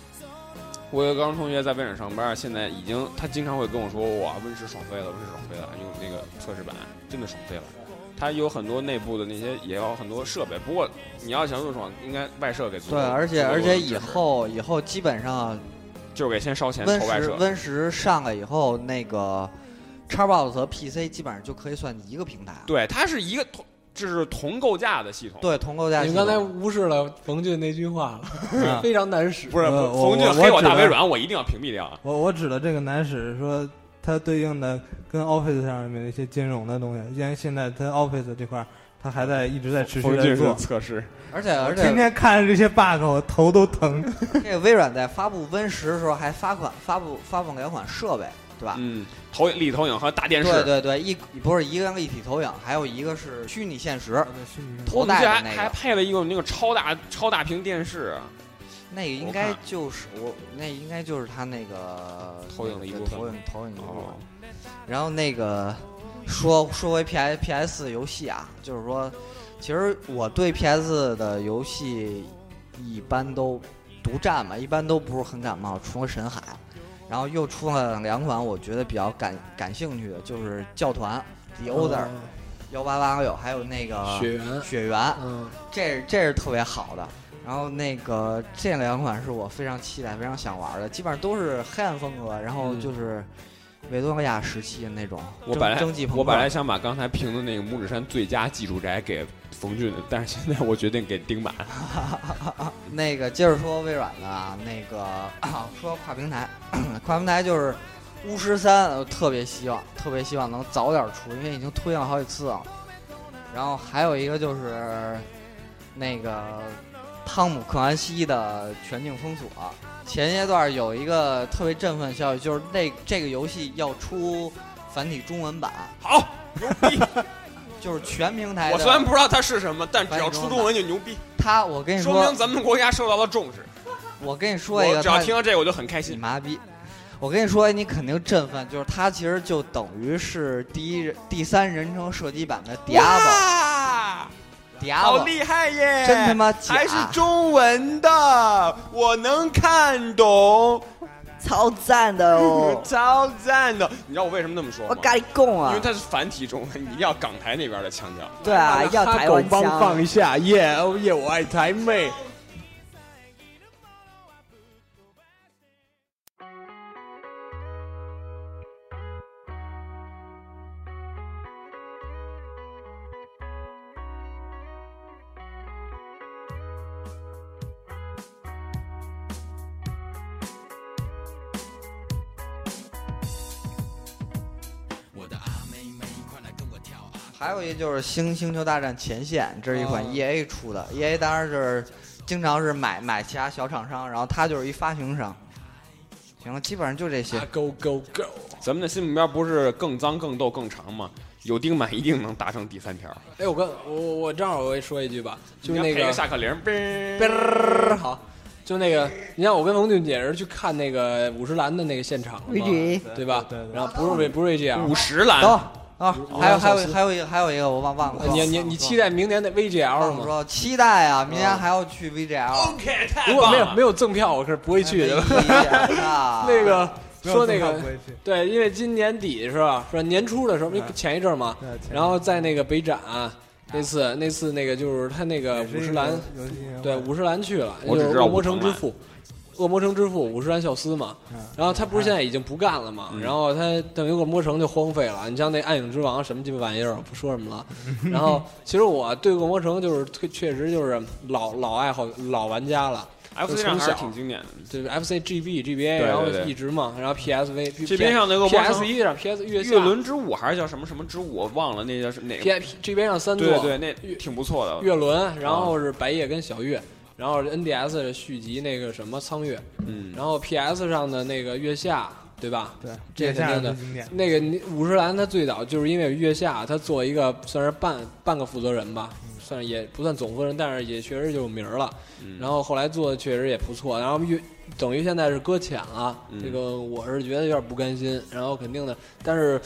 我有个高中同学在微软上班，现在已经他经常会跟我说，哇，Win 十爽飞了，Win 十爽飞了，用那个测试版真的爽飞了。它有很多内部的那些，也有很多设备。不过你要想用爽，应该外设给足够
对，而且
足够
而
多
且
的支
以
持
后以后基本上
就是给先烧钱
Win
投外
十
设。
Win 十上了以后，那个 Xbox 和 PC 基本上就可以算一个平台，
对，它是一个同，这是同构架的系统。
对，同构价。
你们刚才无视了冯俊那句话了，
嗯
非常难使。
啊不是
呃
冯
我
俊
我
黑我
我只
大微
能
软，我一定要屏蔽掉啊！
我我指的这个难使，说它对应的跟 Office 上面的一些金融的东西，因为现在它 Office 这块儿它还在一直在持续
冯
在
俊
做
是。测试，
而且而
我
且
天天看着这些 bug，我头都疼。
这个微软在发布 Win 十的时候还发款发布发布两款设备，对吧？
嗯，投影立体投影和大电视，
对对对，一不是一个立体投影，还有一个是虚拟现实头
我们这
戴
还
的那
还
个。
配了一个那个超大超大屏电视啊，
那个应该就是我，那应该就是他那个
投影的一部分
投影投影的一部分
哦，
然后那个说说回 P S P S 游戏啊，就是说，其实我对 P S 的游戏一般都独占嘛，一般都不是很感冒，除了神海，然后又出了两款我觉得比较感感兴趣的，就是教团 The Order
哦
幺八八六，还有那个
啊血
啊
缘，
雪原，
嗯，
这是这是特别好的。然后那个这两款是我非常期待、非常想玩的，基本上都是黑暗风格，然后就是维多利亚时期的那种
嗯我
蒸
本来
蒸汽朋克。
我本来想把刚才评的那个拇指山最佳技术宅给冯俊的，但是现在我决定给丁满。
那个接着说微软的啊，那个 说跨平台， 跨平台就是巫师三，我特别希望，特别希望能早点出，因为已经推了好几次了。然后还有一个就是那个汤姆克兰西的全境封锁，前些段有一个特别振奋的消息，就是那这个游戏要出繁体中文版，
好，牛逼！
就是全平台的。
我虽然不知道它是什么，但只要出中文就牛逼，
他，我跟你
说
说
明，咱们国家受到了重视。
我跟你说一
我
个，
只要
它
听到这个我就很开
你
心。
麻痹！我跟你说，你肯定振奋，就是它其实就等于是第一人第三人称射击版的 Diablo，Diablo，
哇好厉害耶！
真他妈假！
还是中文的，我能看懂，
超赞的 哦！
超赞的。你知道我为什么那么说
我
吗？
咖喱贡
因
啊
为，它是繁体中文，你一定要港台那边的腔调。
对啊，要
哈
台
狗
湾
帮放
腔。
一下，耶哦耶，我爱台妹。
啊
还有一就是《星星球大战前线》，这是一款
哦
E A 出的、e a 当然是经常是买买其他小厂商，然后它就是一发行商。行了，基本上就这些
啊。，Go Go Go！
咱们的新目标不是更脏、更逗、更长吗？有丁满一定能达成第三条。
哎，我跟我我正好我也说一句吧，就是
你
那
要配个下课铃，
嘚
哔
儿好，就那个，你像我跟冯俊也是去看那个五十岚的那个现场了
瑞
嘛，
姐，
对吧
对对？对
然后不是不是这样
五，十栏。
等会儿啊，还有
哦
还
小
有
四
还有一个还有一个我忘忘了说。
你你你期待明年的 VGL
忘了
吗？哦
说期待啊，明年还要去 V G L。
OK，太
如果
棒
没有
了
没。有赠票，我是不会去的。 那
那
个说那
不
个
会去
对，因为今年底是吧？说年初的时候，
嗯
前一阵儿嘛，
对前
然后在那个北展啊那次那次那个就是他那个
啊也是
五
一
十
个
岚
游戏音乐会
对，五十岚去了，
我只
就是
知道
恶魔
武藤
城之
兰
父，恶魔城之父五十岚孝司嘛。
嗯
然后他不是现在已经不干了嘛？
嗯
然后他等于恶魔城就荒废了。你像那暗影之王什么鸡巴玩意儿，我不说什 么了。然后其实我对恶魔城就是确确实就是老老爱好老玩家了，
F C 上还是挺经典的。
就是 FC、GB、GBA，
对
然后
对对
一直嘛，然后 PSV、P-
这边上那个
PS 一上 PS 月下
月轮之舞还是叫什么什么之舞，我忘了那叫什么哪个。
，P 这边上三座，
对对，那挺不错的。
月轮，然后是白夜跟小月，然后是 NDS 的续集那个什么苍月，
嗯，
然后 PS 上的那个月下，对吧？
对，
这
月
肯
下
定的
最经典。
那个你五十岚他最早就是因为月下，他做一个算是半半个负责人吧，算是也不算总负责人，但是也确实就有名儿了。
嗯
然后后来做的确实也不错，然后月等于现在是搁浅了，
嗯
这个我是觉得有点不甘心，然后肯定的，但是。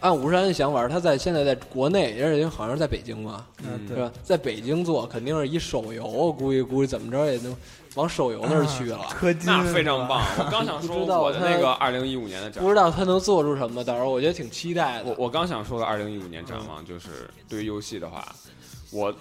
按五十岚的想法，他在现在在国内，而且好像是在北京吧，
嗯，
是
对，
吧？在北京做肯定是以手游，我估计估计怎么着也能往手游那儿
啊
去了。
氪金
那非常棒。我刚 想说
不知道
我的
他
那个二零一五年的展
不，知道他能做出什么，到时候我觉得挺期待
我
的。
我刚想说的二零一五年展望就是对于游戏的话，我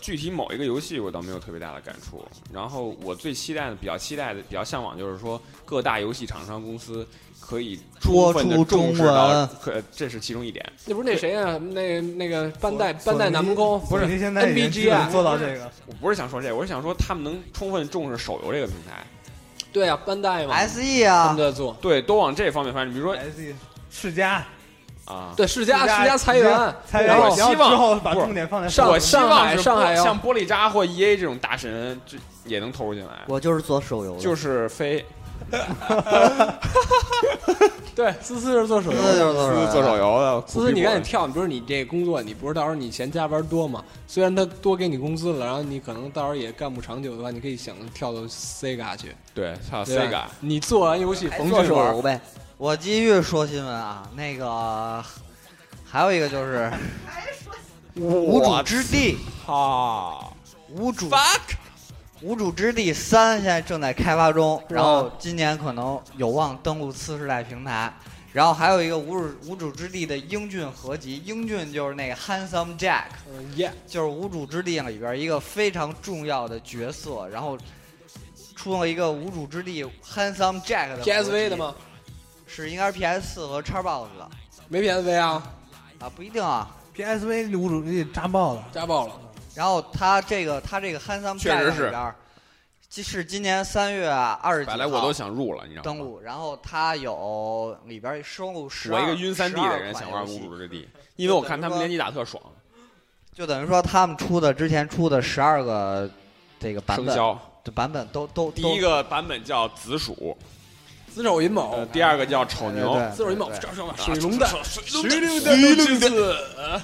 具体某一个游戏我倒没有特别大的感触。然后我最期待的、比较期待的、比较向往就是说各大游戏厂商公司可以充分的
捉住中
重视到
文，
可这是其中一点。
那不是那谁啊？那那个班代班代南宫不是
你现在已经
NBG
基本
啊
做到这个，
我不是想说这个，我是想说他们能充分重视手游这个平台，
对啊，班代嘛，
S E
他
啊
们，在做。
对，都往这方面发展。比如说
哎
SE 世嘉，
啊，
对世嘉世嘉裁员，
裁员，
啊然
然
后
后
希
之
望
后把
不是
重点放在
上
我希
上
望
海
是
上海
玻
哦要
像 E 玻璃渣或 EA 这种大神，这也能投入进来。
我就是做手游的，
就是非
对，思思是做手游
嗯
那
的。
就是做
做手游的，
思思，你赶紧跳！比如你这工作，你不是到时候你嫌加班多嘛？虽然他多给你工资了，然后你可能到时候也干不长久的话，你可以想跳到 Sega 去。
对，跳
对
Sega
吧。你哎做完游戏逢
啊做
去
手
玩
游，呗。我继续说新闻啊，那个还有一个就是无主之地，
好
无主
fuck，
无主之地三现在正在开发中，然后今年可能有望登陆次世代平台。然后还有一个无主无主之地的英俊合集，英俊就是那个 Handsome Jack，
嗯，yeah，
就是无主之地里边一个非常重要的角色，然后出了一个无主之地 Handsome Jack 的合集
PSV 的吗？
是应该是 PS 四和 Xbox 的
没 PSV 啊，
啊，不一定啊。
PSV 无主之地扎爆了，
家暴了。
然后他这个他这个 Handsome
确实
Jack
是
里边儿，即是今年三月二十几
本
号
来我都想入了，你知道
登
吗？
录，然后它有里边收录十
我一个晕三 D 的人想玩《无主之地》，因为我看他们联机打特爽，
就等于说他们出的之前出的十二个这个版
生
本，
肖。
这版本都都
第一个版本叫紫薯，
子丑寅卯
呃，，第二个叫丑牛，啊
对
子丑寅卯，
对啊
这这水龙蛋，
水龙
蛋
水
水
龙
龙
蛋，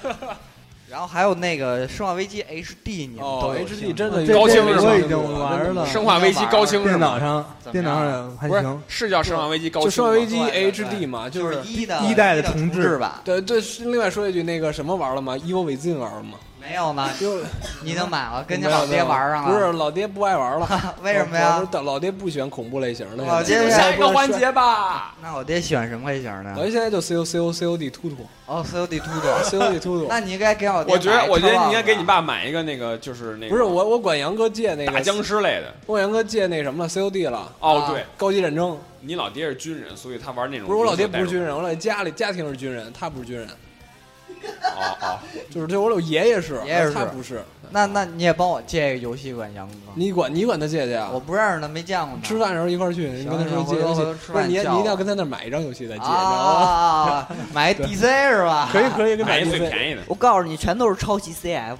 然后还有那那个《生化危机》HD，你们
哦
都有兴趣
，HD 真的
这
高清
这
是
个
吗
我已经玩了，
生化危机高清是
电
吗
脑？上
怎么
电
样
脑上还
不是
行，，
是叫生化危机高
就
清吗。
生化危机
对对对
HD 嘛，。
就是一的
一代的重
重
置
吧？
对对，是另外说一句，那个什么玩了吗？《伊 v 伪进》玩了吗？
没有呢，
就
你都买了，跟你老爹玩上了，
不是，老爹不爱玩了。
为什么呀
我？我老爹不喜欢恐怖类型的。
老
现在
爹
下一个环节吧，
那我爹喜欢什么类型
老
的？
爹现在就 C O C O C O D 突突
哦，COD 突突。
C O D 突突。
那你应该给我爹
我觉得
买一
我觉得你
Xbox
应该给你
吧
爸买一个那个就是那个
啊不是我，我管杨哥借那
打
个，
僵尸类的。
我管杨哥借那什么了 C O D 了，
哦
啊，
对，
高级战争。
嗯
你老爹是军人，所以他玩那种
不是我老爹不是
人
军人，我老爹家里家庭是军人，他不是军人，
哦哦，
就是这我老爷爷是，啊
爷爷是
他不是。
那那你也帮我借一个游戏管杨哥，
你管你管他借去啊
我？不认识他，没见过呢。
吃饭的时候一块儿去，你跟他说
行
借
行
游戏
回头回头吃，
不是
饭
你你一
叫我
定要跟他那儿买一张游戏再借，你知道吗？
啊， 买 DC 是吧？
可以 可以，跟
买一
游
最
戏
便宜的。
我告诉你，全都是抄袭 CF，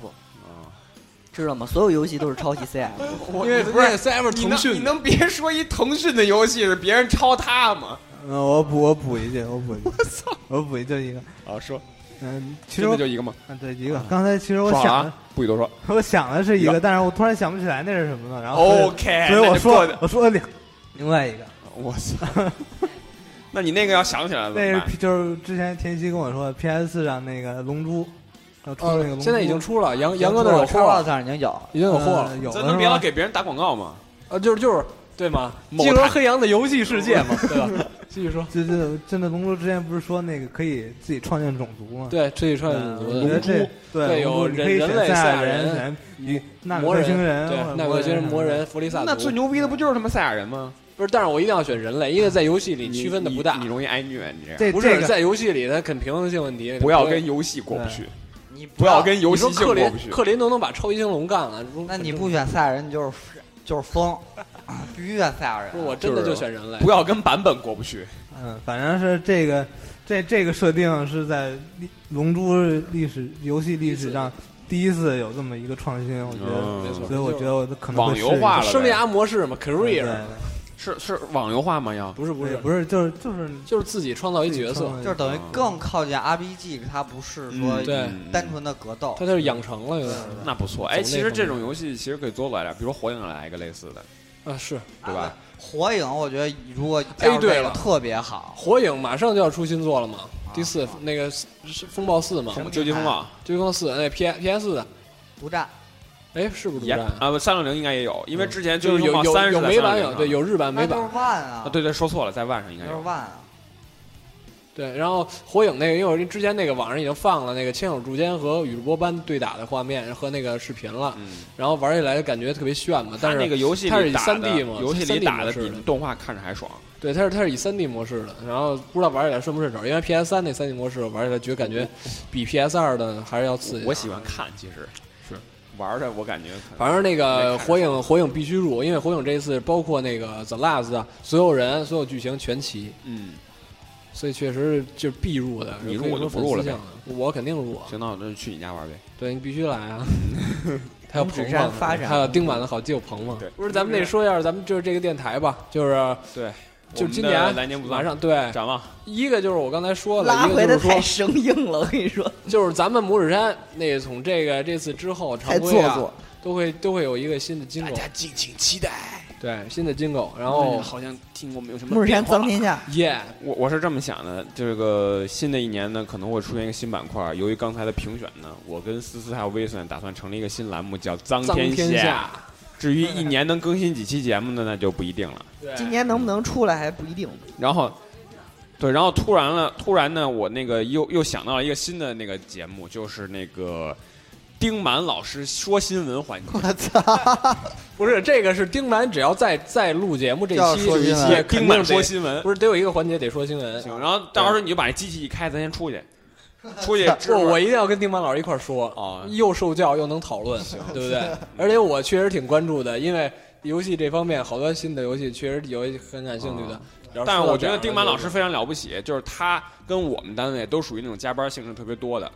知道吗？所有游戏都是抄袭 CF。
因为
不是
那 Cyber
你
腾
能
讯
你
的
能别说一腾讯的游戏是别人抄他吗？
嗯，我补我补一句，我补一句，我操， 我补一句一个，
啊，说
嗯，其实
真的
我
就一个吗？
啊对一个，刚才其实我
爽了
想
啊，不许多说。
我想的是一个，但是我突然想不起来那是什么了，
啊
哦
然后所以
OK，
所以我
那就
说
过
我说另另外一个，
我操，那你那个要想起来了怎
那
么
是
办？
就是之前田曦跟我说 PS 四上那个龙珠，要出那个龙
呃，
珠，
现在已经出了，杨杨哥那儿有
我
货
啊
超话
了，嗯
上已经有，
已经有
呃
货了，
有
咱
了
能别
是
老
吧
给别人打广告吗？
呃，就是就是，对吗？
某
基罗
台
黑羊的游戏世界 嘛，对吧？继续说，
就就真的龙珠之前不是说那个可以自己创建种族吗？
对，这一串
嗯，
种
我觉
族
得
的
这
对
对
有
龙珠你
人
可以
人
选
类赛
赛
亚
亚
人嗯
选与纳
魔
克
人，
星人，
对
或者，
纳克星人、
什么
魔
的
人、弗利萨
那最
族，
牛逼的不就是他妈赛亚人吗？
不是，但是我一定要选人类，因为在游戏里区分的不大
你，容易挨虐，你这样
这
不
这
是
个
在游戏里它肯平衡性问题，
不要跟游戏过不去，
你不
不要跟游
你
戏
说
性
克
过
林
不去。
克林都能把超级星龙干了，如
那你不选赛亚人，你就是就是疯， 必须选赛亚人。啊
不是我真的
就是
就选人类，
不要跟版本过不去，
嗯，反正是这个这这个设定是在历《龙珠》历史游戏历史上第一次有这么一个创新，我觉得，
嗯
没错
所以我觉得我可能
网
会
游
试一
化
试
了
生涯模式嘛
对对
，career
是是网游化吗？要
不是嗯不
对
是
不是就是就是
就是自己创造一角色，
就是等于更靠近 RPG，它不是说
嗯
对
嗯
单纯的格斗
他。就是养成了有点儿
那不错。哎，
走那
其实
方
这
面
种游戏其实可以多玩点，比如《火影》来一个类似的，
啊，是
对吧？
火影我觉得如果加入
哎对
这个
了
特别好，
火影马上就要出新作了嘛，
啊
第四
啊
那个是是风暴四嘛，
什么
究极风暴
追风四那 P P S 的，
独占
哎，是不是独
也
占啊？
啊，三六零应该也有，
嗯
因为之前
就是是有
风暴
有
三
有
是在
美版啊
360
有
上
对有日版
那
美
就是
版
One 啊
啊，，对对，说错了，在万上应该
就是 One
有。
啊。
对，然后火影那个因为我之前那个网上已经放了那个千手柱间和宇智波斑对打的画面和那个视频了，
嗯，
然后玩起来感觉特别炫嘛，
它
但是
那个游戏
它是
里打的
3D 嘛
游戏里
3D
打的
模
比
式的
动画看着还爽。
对，它是它是以3 D 模式的，然后不知道玩起来顺不顺手，因为 PS 3那3 D 模式我玩起来觉得感觉比 PS 2的还是要刺激。
我喜欢，看，其实是玩的，我感觉可能
反正那
没
个
看
火影火影必须入，因为火影这一次包括那个 The Last 啊，所有人所有剧情全齐，
嗯，
所以确实就是必入的。
你入
可以
我就
说
不入了
粉丝向的我肯定入啊，
行，那我就去你家玩呗。
对你必须来啊！他要
五指
捧
山
捧，
发展
他要盯满了好基友捧捧
对。
不是，咱们得说一下，咱们就是这个电台吧，就是
对，
就
我们
今
的
年
来年不
马
算
上对，
展望，
一个就是我刚才说的，
拉
一个
回
就
的
是
太
说，
生硬了，我跟你说，
就是咱们拇指山那从这个这次之后常
太做
规啊，
作，
都会都会有一个新的金狗，
哎
敬请期待。
对，新的金狗，然后
好像听我们有什
木山脏天下，
耶，
我我是这么想的，这个新的一年呢，可能会出现一个新板块。由于刚才的评选呢，我跟思思还有威森打算成立一个新栏目，叫“脏
脏
天
天下，
至于一年能更新几期节目呢，那就不一定了。
对
今年能不能出来还不一定。
然后，对，然后突然了，突然呢，我那个又又想到了一个新的那个节目，就是那个丁满老师说新闻环节。
我操，
不是这个是丁满，只要再再录节目这
要
期
说
这一
新
期
闻
也肯
丁
定
满
得
说新闻，
不是得有一个环节得说新闻。
行。然后到时候你就把机器一开，咱先出去，出去支
不，
会儿
我一定要跟丁满老师一块儿说，
哦
又受教又能讨论，对不对？而且我确实挺关注的，因为游戏这方面好多新的游戏确实有很感兴趣的
哦。
然
但
后
是
啊说到
我觉
这
得
儿
丁满老师非常了不起，就是他跟我们单位都属于那种加班性质特别多的，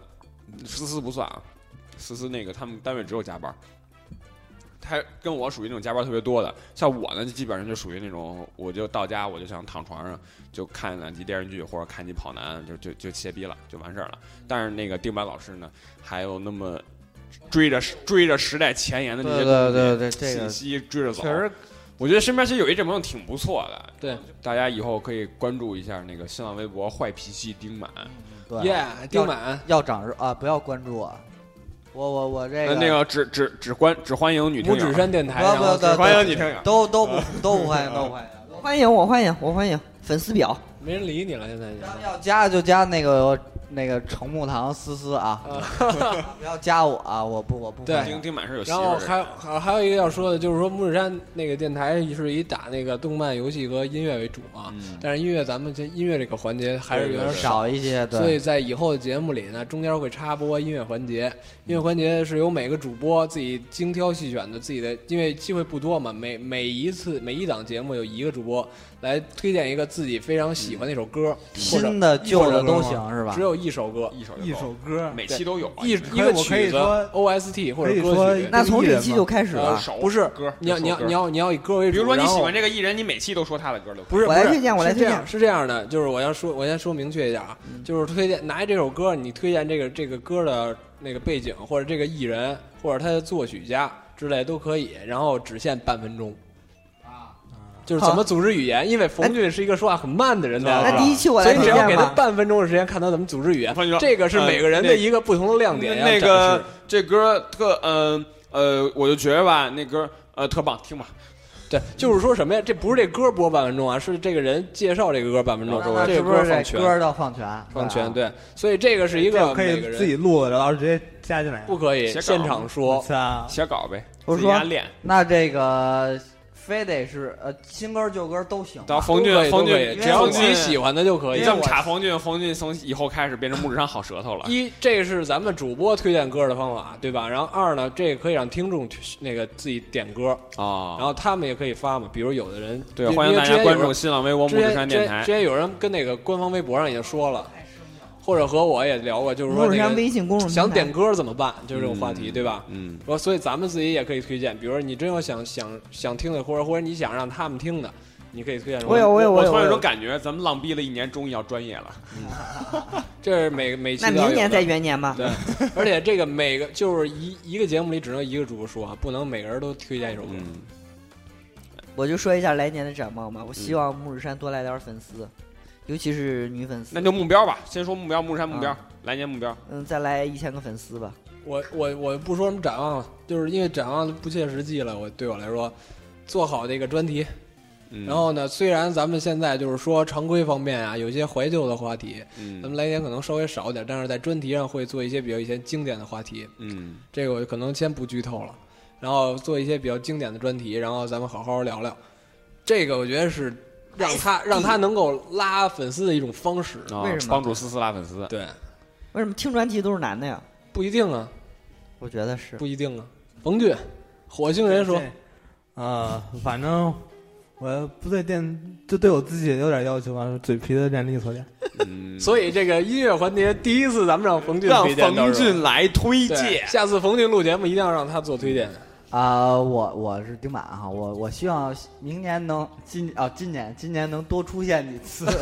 思思不算啊，思思那个他们单位只有加班。他跟我属于那种加班特别多的，像我呢，就基本上就属于那种，我就到家我就想躺床上就看两集电视剧或者看集跑男，就就就歇逼了，就完事儿了。但是那个丁满老师呢，还有那么追着追着时代前沿的这些
对
东
对
西
对对这
信
个
息追着走，
确实
我觉得身边其实有一这种人挺不错的，
对，
大家以后可以关注一下那个新浪微博“坏脾气丁满
对
耶，丁满
要长肉啊！不要关注啊！我我我”，这
呃，那个只只只欢只欢迎女听
拇
友啊
指，山电台，
不要
然
不
后
要
只欢迎女听友。
都都不都不欢迎，都不欢迎。
欢迎我，欢迎我，欢迎粉丝表。
没人理你了，现在已经。
要加就加那个那个程木堂思思 啊，不要加我啊！我不我不
对
欢
丁
迎。
丁满是有媳
然
妇
后
儿
还有
的，
还还有一个要说的，就是说木指山那个电台是以打那个动漫、游戏和音乐为主嘛，
嗯
但是音乐咱们这音乐这个环节还是有点少。
少一些，
所以
对，
在以后的节目里呢，中间会插播音乐环节。
嗯
音乐环节是由每个主播自己精挑细选的，自己的因为机会不多嘛，每每一次每一档节目有一个主播来推荐一个自己非常喜欢的一首歌，
嗯
或者
新的旧的都行是吧
只？有一首歌，
一首就够
一首歌，
每期都有啊
一
你
一
可以
个
我可以
曲子
说
OST 或者
可以
歌
说
曲。
那从
艺人
这期
吗
就开始
呃
了。
首
不是
歌，
你要你要你
要，
要你要以歌为主，
比如说你
然后
喜欢这个艺人，你每期都说他的歌就
不是，
我来
不是
推荐我来
是这
推荐嗯
样是这样的，就是我要说，我先说明确一点啊，就是推荐拿这首歌，你推荐这个这个歌的那个背景，或者这个艺人，或者他的作曲家之类都可以，然后只限半分钟。啊，就是怎么组织语言，因为冯俊是一个说话很慢的人，大家
哎那
知道
第一期我
所
来
以只
推
要给
荐
他
吧。
半分钟的时间，看他怎么组织语言
我跟你说。
这个是每个人的一个不同的亮点。
那
要展
个
示
这歌特嗯呃，我就觉得吧，那歌呃特棒，听吧。
对，就是说什么呀？这不是这歌播半分钟啊，是这个人介绍这个歌半分钟，
那
这
是
个
不是
放
这
全。
歌都放全？
放
对啊
全对，所以这个是一
这
个
我可
每个
以
人
自己嗯录的，然后直接加进来。
不可以
写稿
现场
我
说，
操！
写稿呗，
我
自己
说
瞎练。
那这个非得是呃新歌旧歌都行吧，
到冯
都可
俊，
以
冯
都可以
俊，
只要
冯
自
俊
己喜欢的就可以
你。这么查冯俊，冯俊从以后开始变成木质上好舌头了。
一，这是咱们主播推荐歌的方法，对吧？然后二呢，这个可以让听众去那个自己点歌，
啊
然后他们也可以发嘛。比如有的人
对，啊
因为
欢迎大
因
家
为之前有
关
人
注新浪微博
之
木
前
之山
之
电
前
台
之。前有人跟那个官方微博上已经说了，或者和我也聊过，就是说
木
那
山
个
微信公众平台
想点歌怎么办，就是这种话题，对吧？
嗯，
我所以咱们自己也可以推荐，比如说你真有想想想听的，或者或者你想让他们听的，你可以推荐什么。
我有我有
我
有
突然有种
我有。
感觉，咱们浪逼了一年，终于要专业了。
这是每每期
那
都要
明年
有的
再元年吧。
对， 而且这个每个就是一一个节目里只能一个主播说啊，不能每个人都推荐一首歌。
嗯，
我就说一下来年的展望吧。我
嗯
希望木日山多来点粉丝，尤其是女粉丝
那。就目标吧，先说目标，木山目标，来年目标。
嗯，再来一千个粉丝吧。
我我我不说什么展望了，就是因为展望不切实际了。我对我来说，做好这个专题。
嗯
然后呢，虽然咱们现在就是说常规方面啊，有些怀旧的话题，咱
嗯
们来年可能稍微少点，但是在专题上会做一些比较一些经典的话题。
嗯，
这个我可能先不剧透了，然后做一些比较经典的专题，然后咱们好好聊聊。这个我觉得是让他让他能够拉粉丝的一种方式。
啊
为什么
帮助思思拉粉丝？
嗯对，
为什么听专辑都是男的呀？
不一定啊，
我觉得是。
不一定啊。冯俊，火星人说
这，呃，反正我不对电就对我自己有点要求吧，嘴皮子练利索点。
嗯
所以这个音乐环节第一次咱们让冯俊
让
推荐到
冯
是吧
俊来推
对
荐，
下次冯俊录节目一定要让他做推荐。
啊、我我是丁满哈，我我希望明年能今啊、今年今年能多出现几次，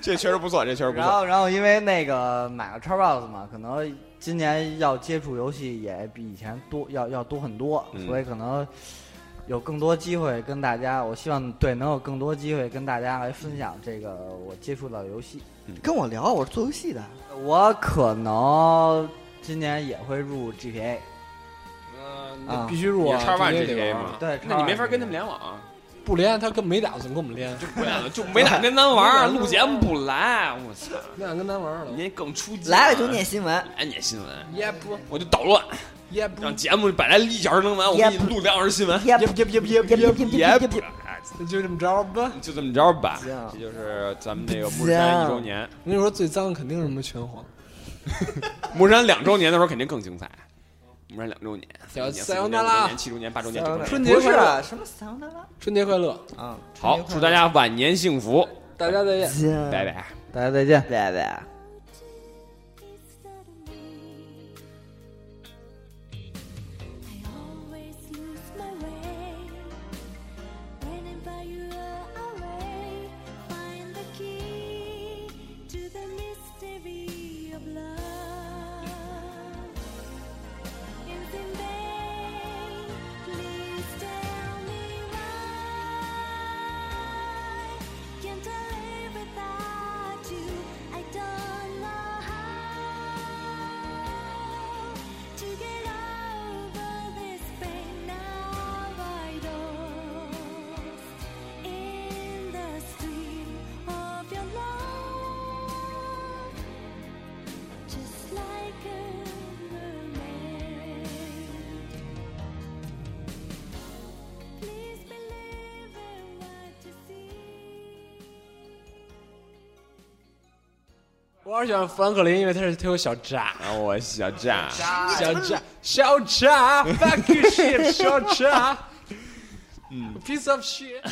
这确实不错，这确实不
然
错。
后然后因为那个买了 Xbox 嘛，可能今年要接触游戏也比以前多要要多很多，
嗯
所以可能有更多机会跟大家，我希望对能有更多机会跟大家来分享这个我接触到的游戏。
跟我聊，我是做游戏的。
我可能今年也会入 GTA，
嗯，
啊
那必须入
也
啊，
叉 one
直
GTA
接得玩
嘛
啊
对，
那你没法跟他们联网啊，
不连他根本没打算跟我们连，
就不想就 没嗯敢跟咱玩儿，啊录节目不来，啊我操，
没想跟咱玩了。
您更出击
来了就念新闻，
来念新闻，
也不
我就捣乱，
也不
让节目本来一小时能完，我给你录两小时新闻，
也不也不也不也不
也不，哎
就这么着吧。
就这么着吧。
行
这就是咱们这个木山一周年，
我跟你说，最脏肯定是什么拳皇，
木山两周年的时候肯定更精彩。木山两周年，三周年、四
塞
周
翁
年、
纳
五
拉
周年、七周年、八周年、九周年。
春节
不是啊
快乐，
什么桑德拉
春节快乐，
啊，
好，祝大家晚年幸福，
大家再见。
嗯
拜拜。
大家再见。
拜拜。
I always lose my way. Whenever you are away, find the key to the mystery of love. Is in vain. Please tell me why. Can't I live without you? I don't know how to get over this pain. Now I lost in the stream of your love, just like a mermaid. Please believe in what you see.
我还是喜欢富兰克林，因为他是他有小渣，
然后我小炸，
小渣，小渣，fuck you shit，小渣，嗯，piece of shit。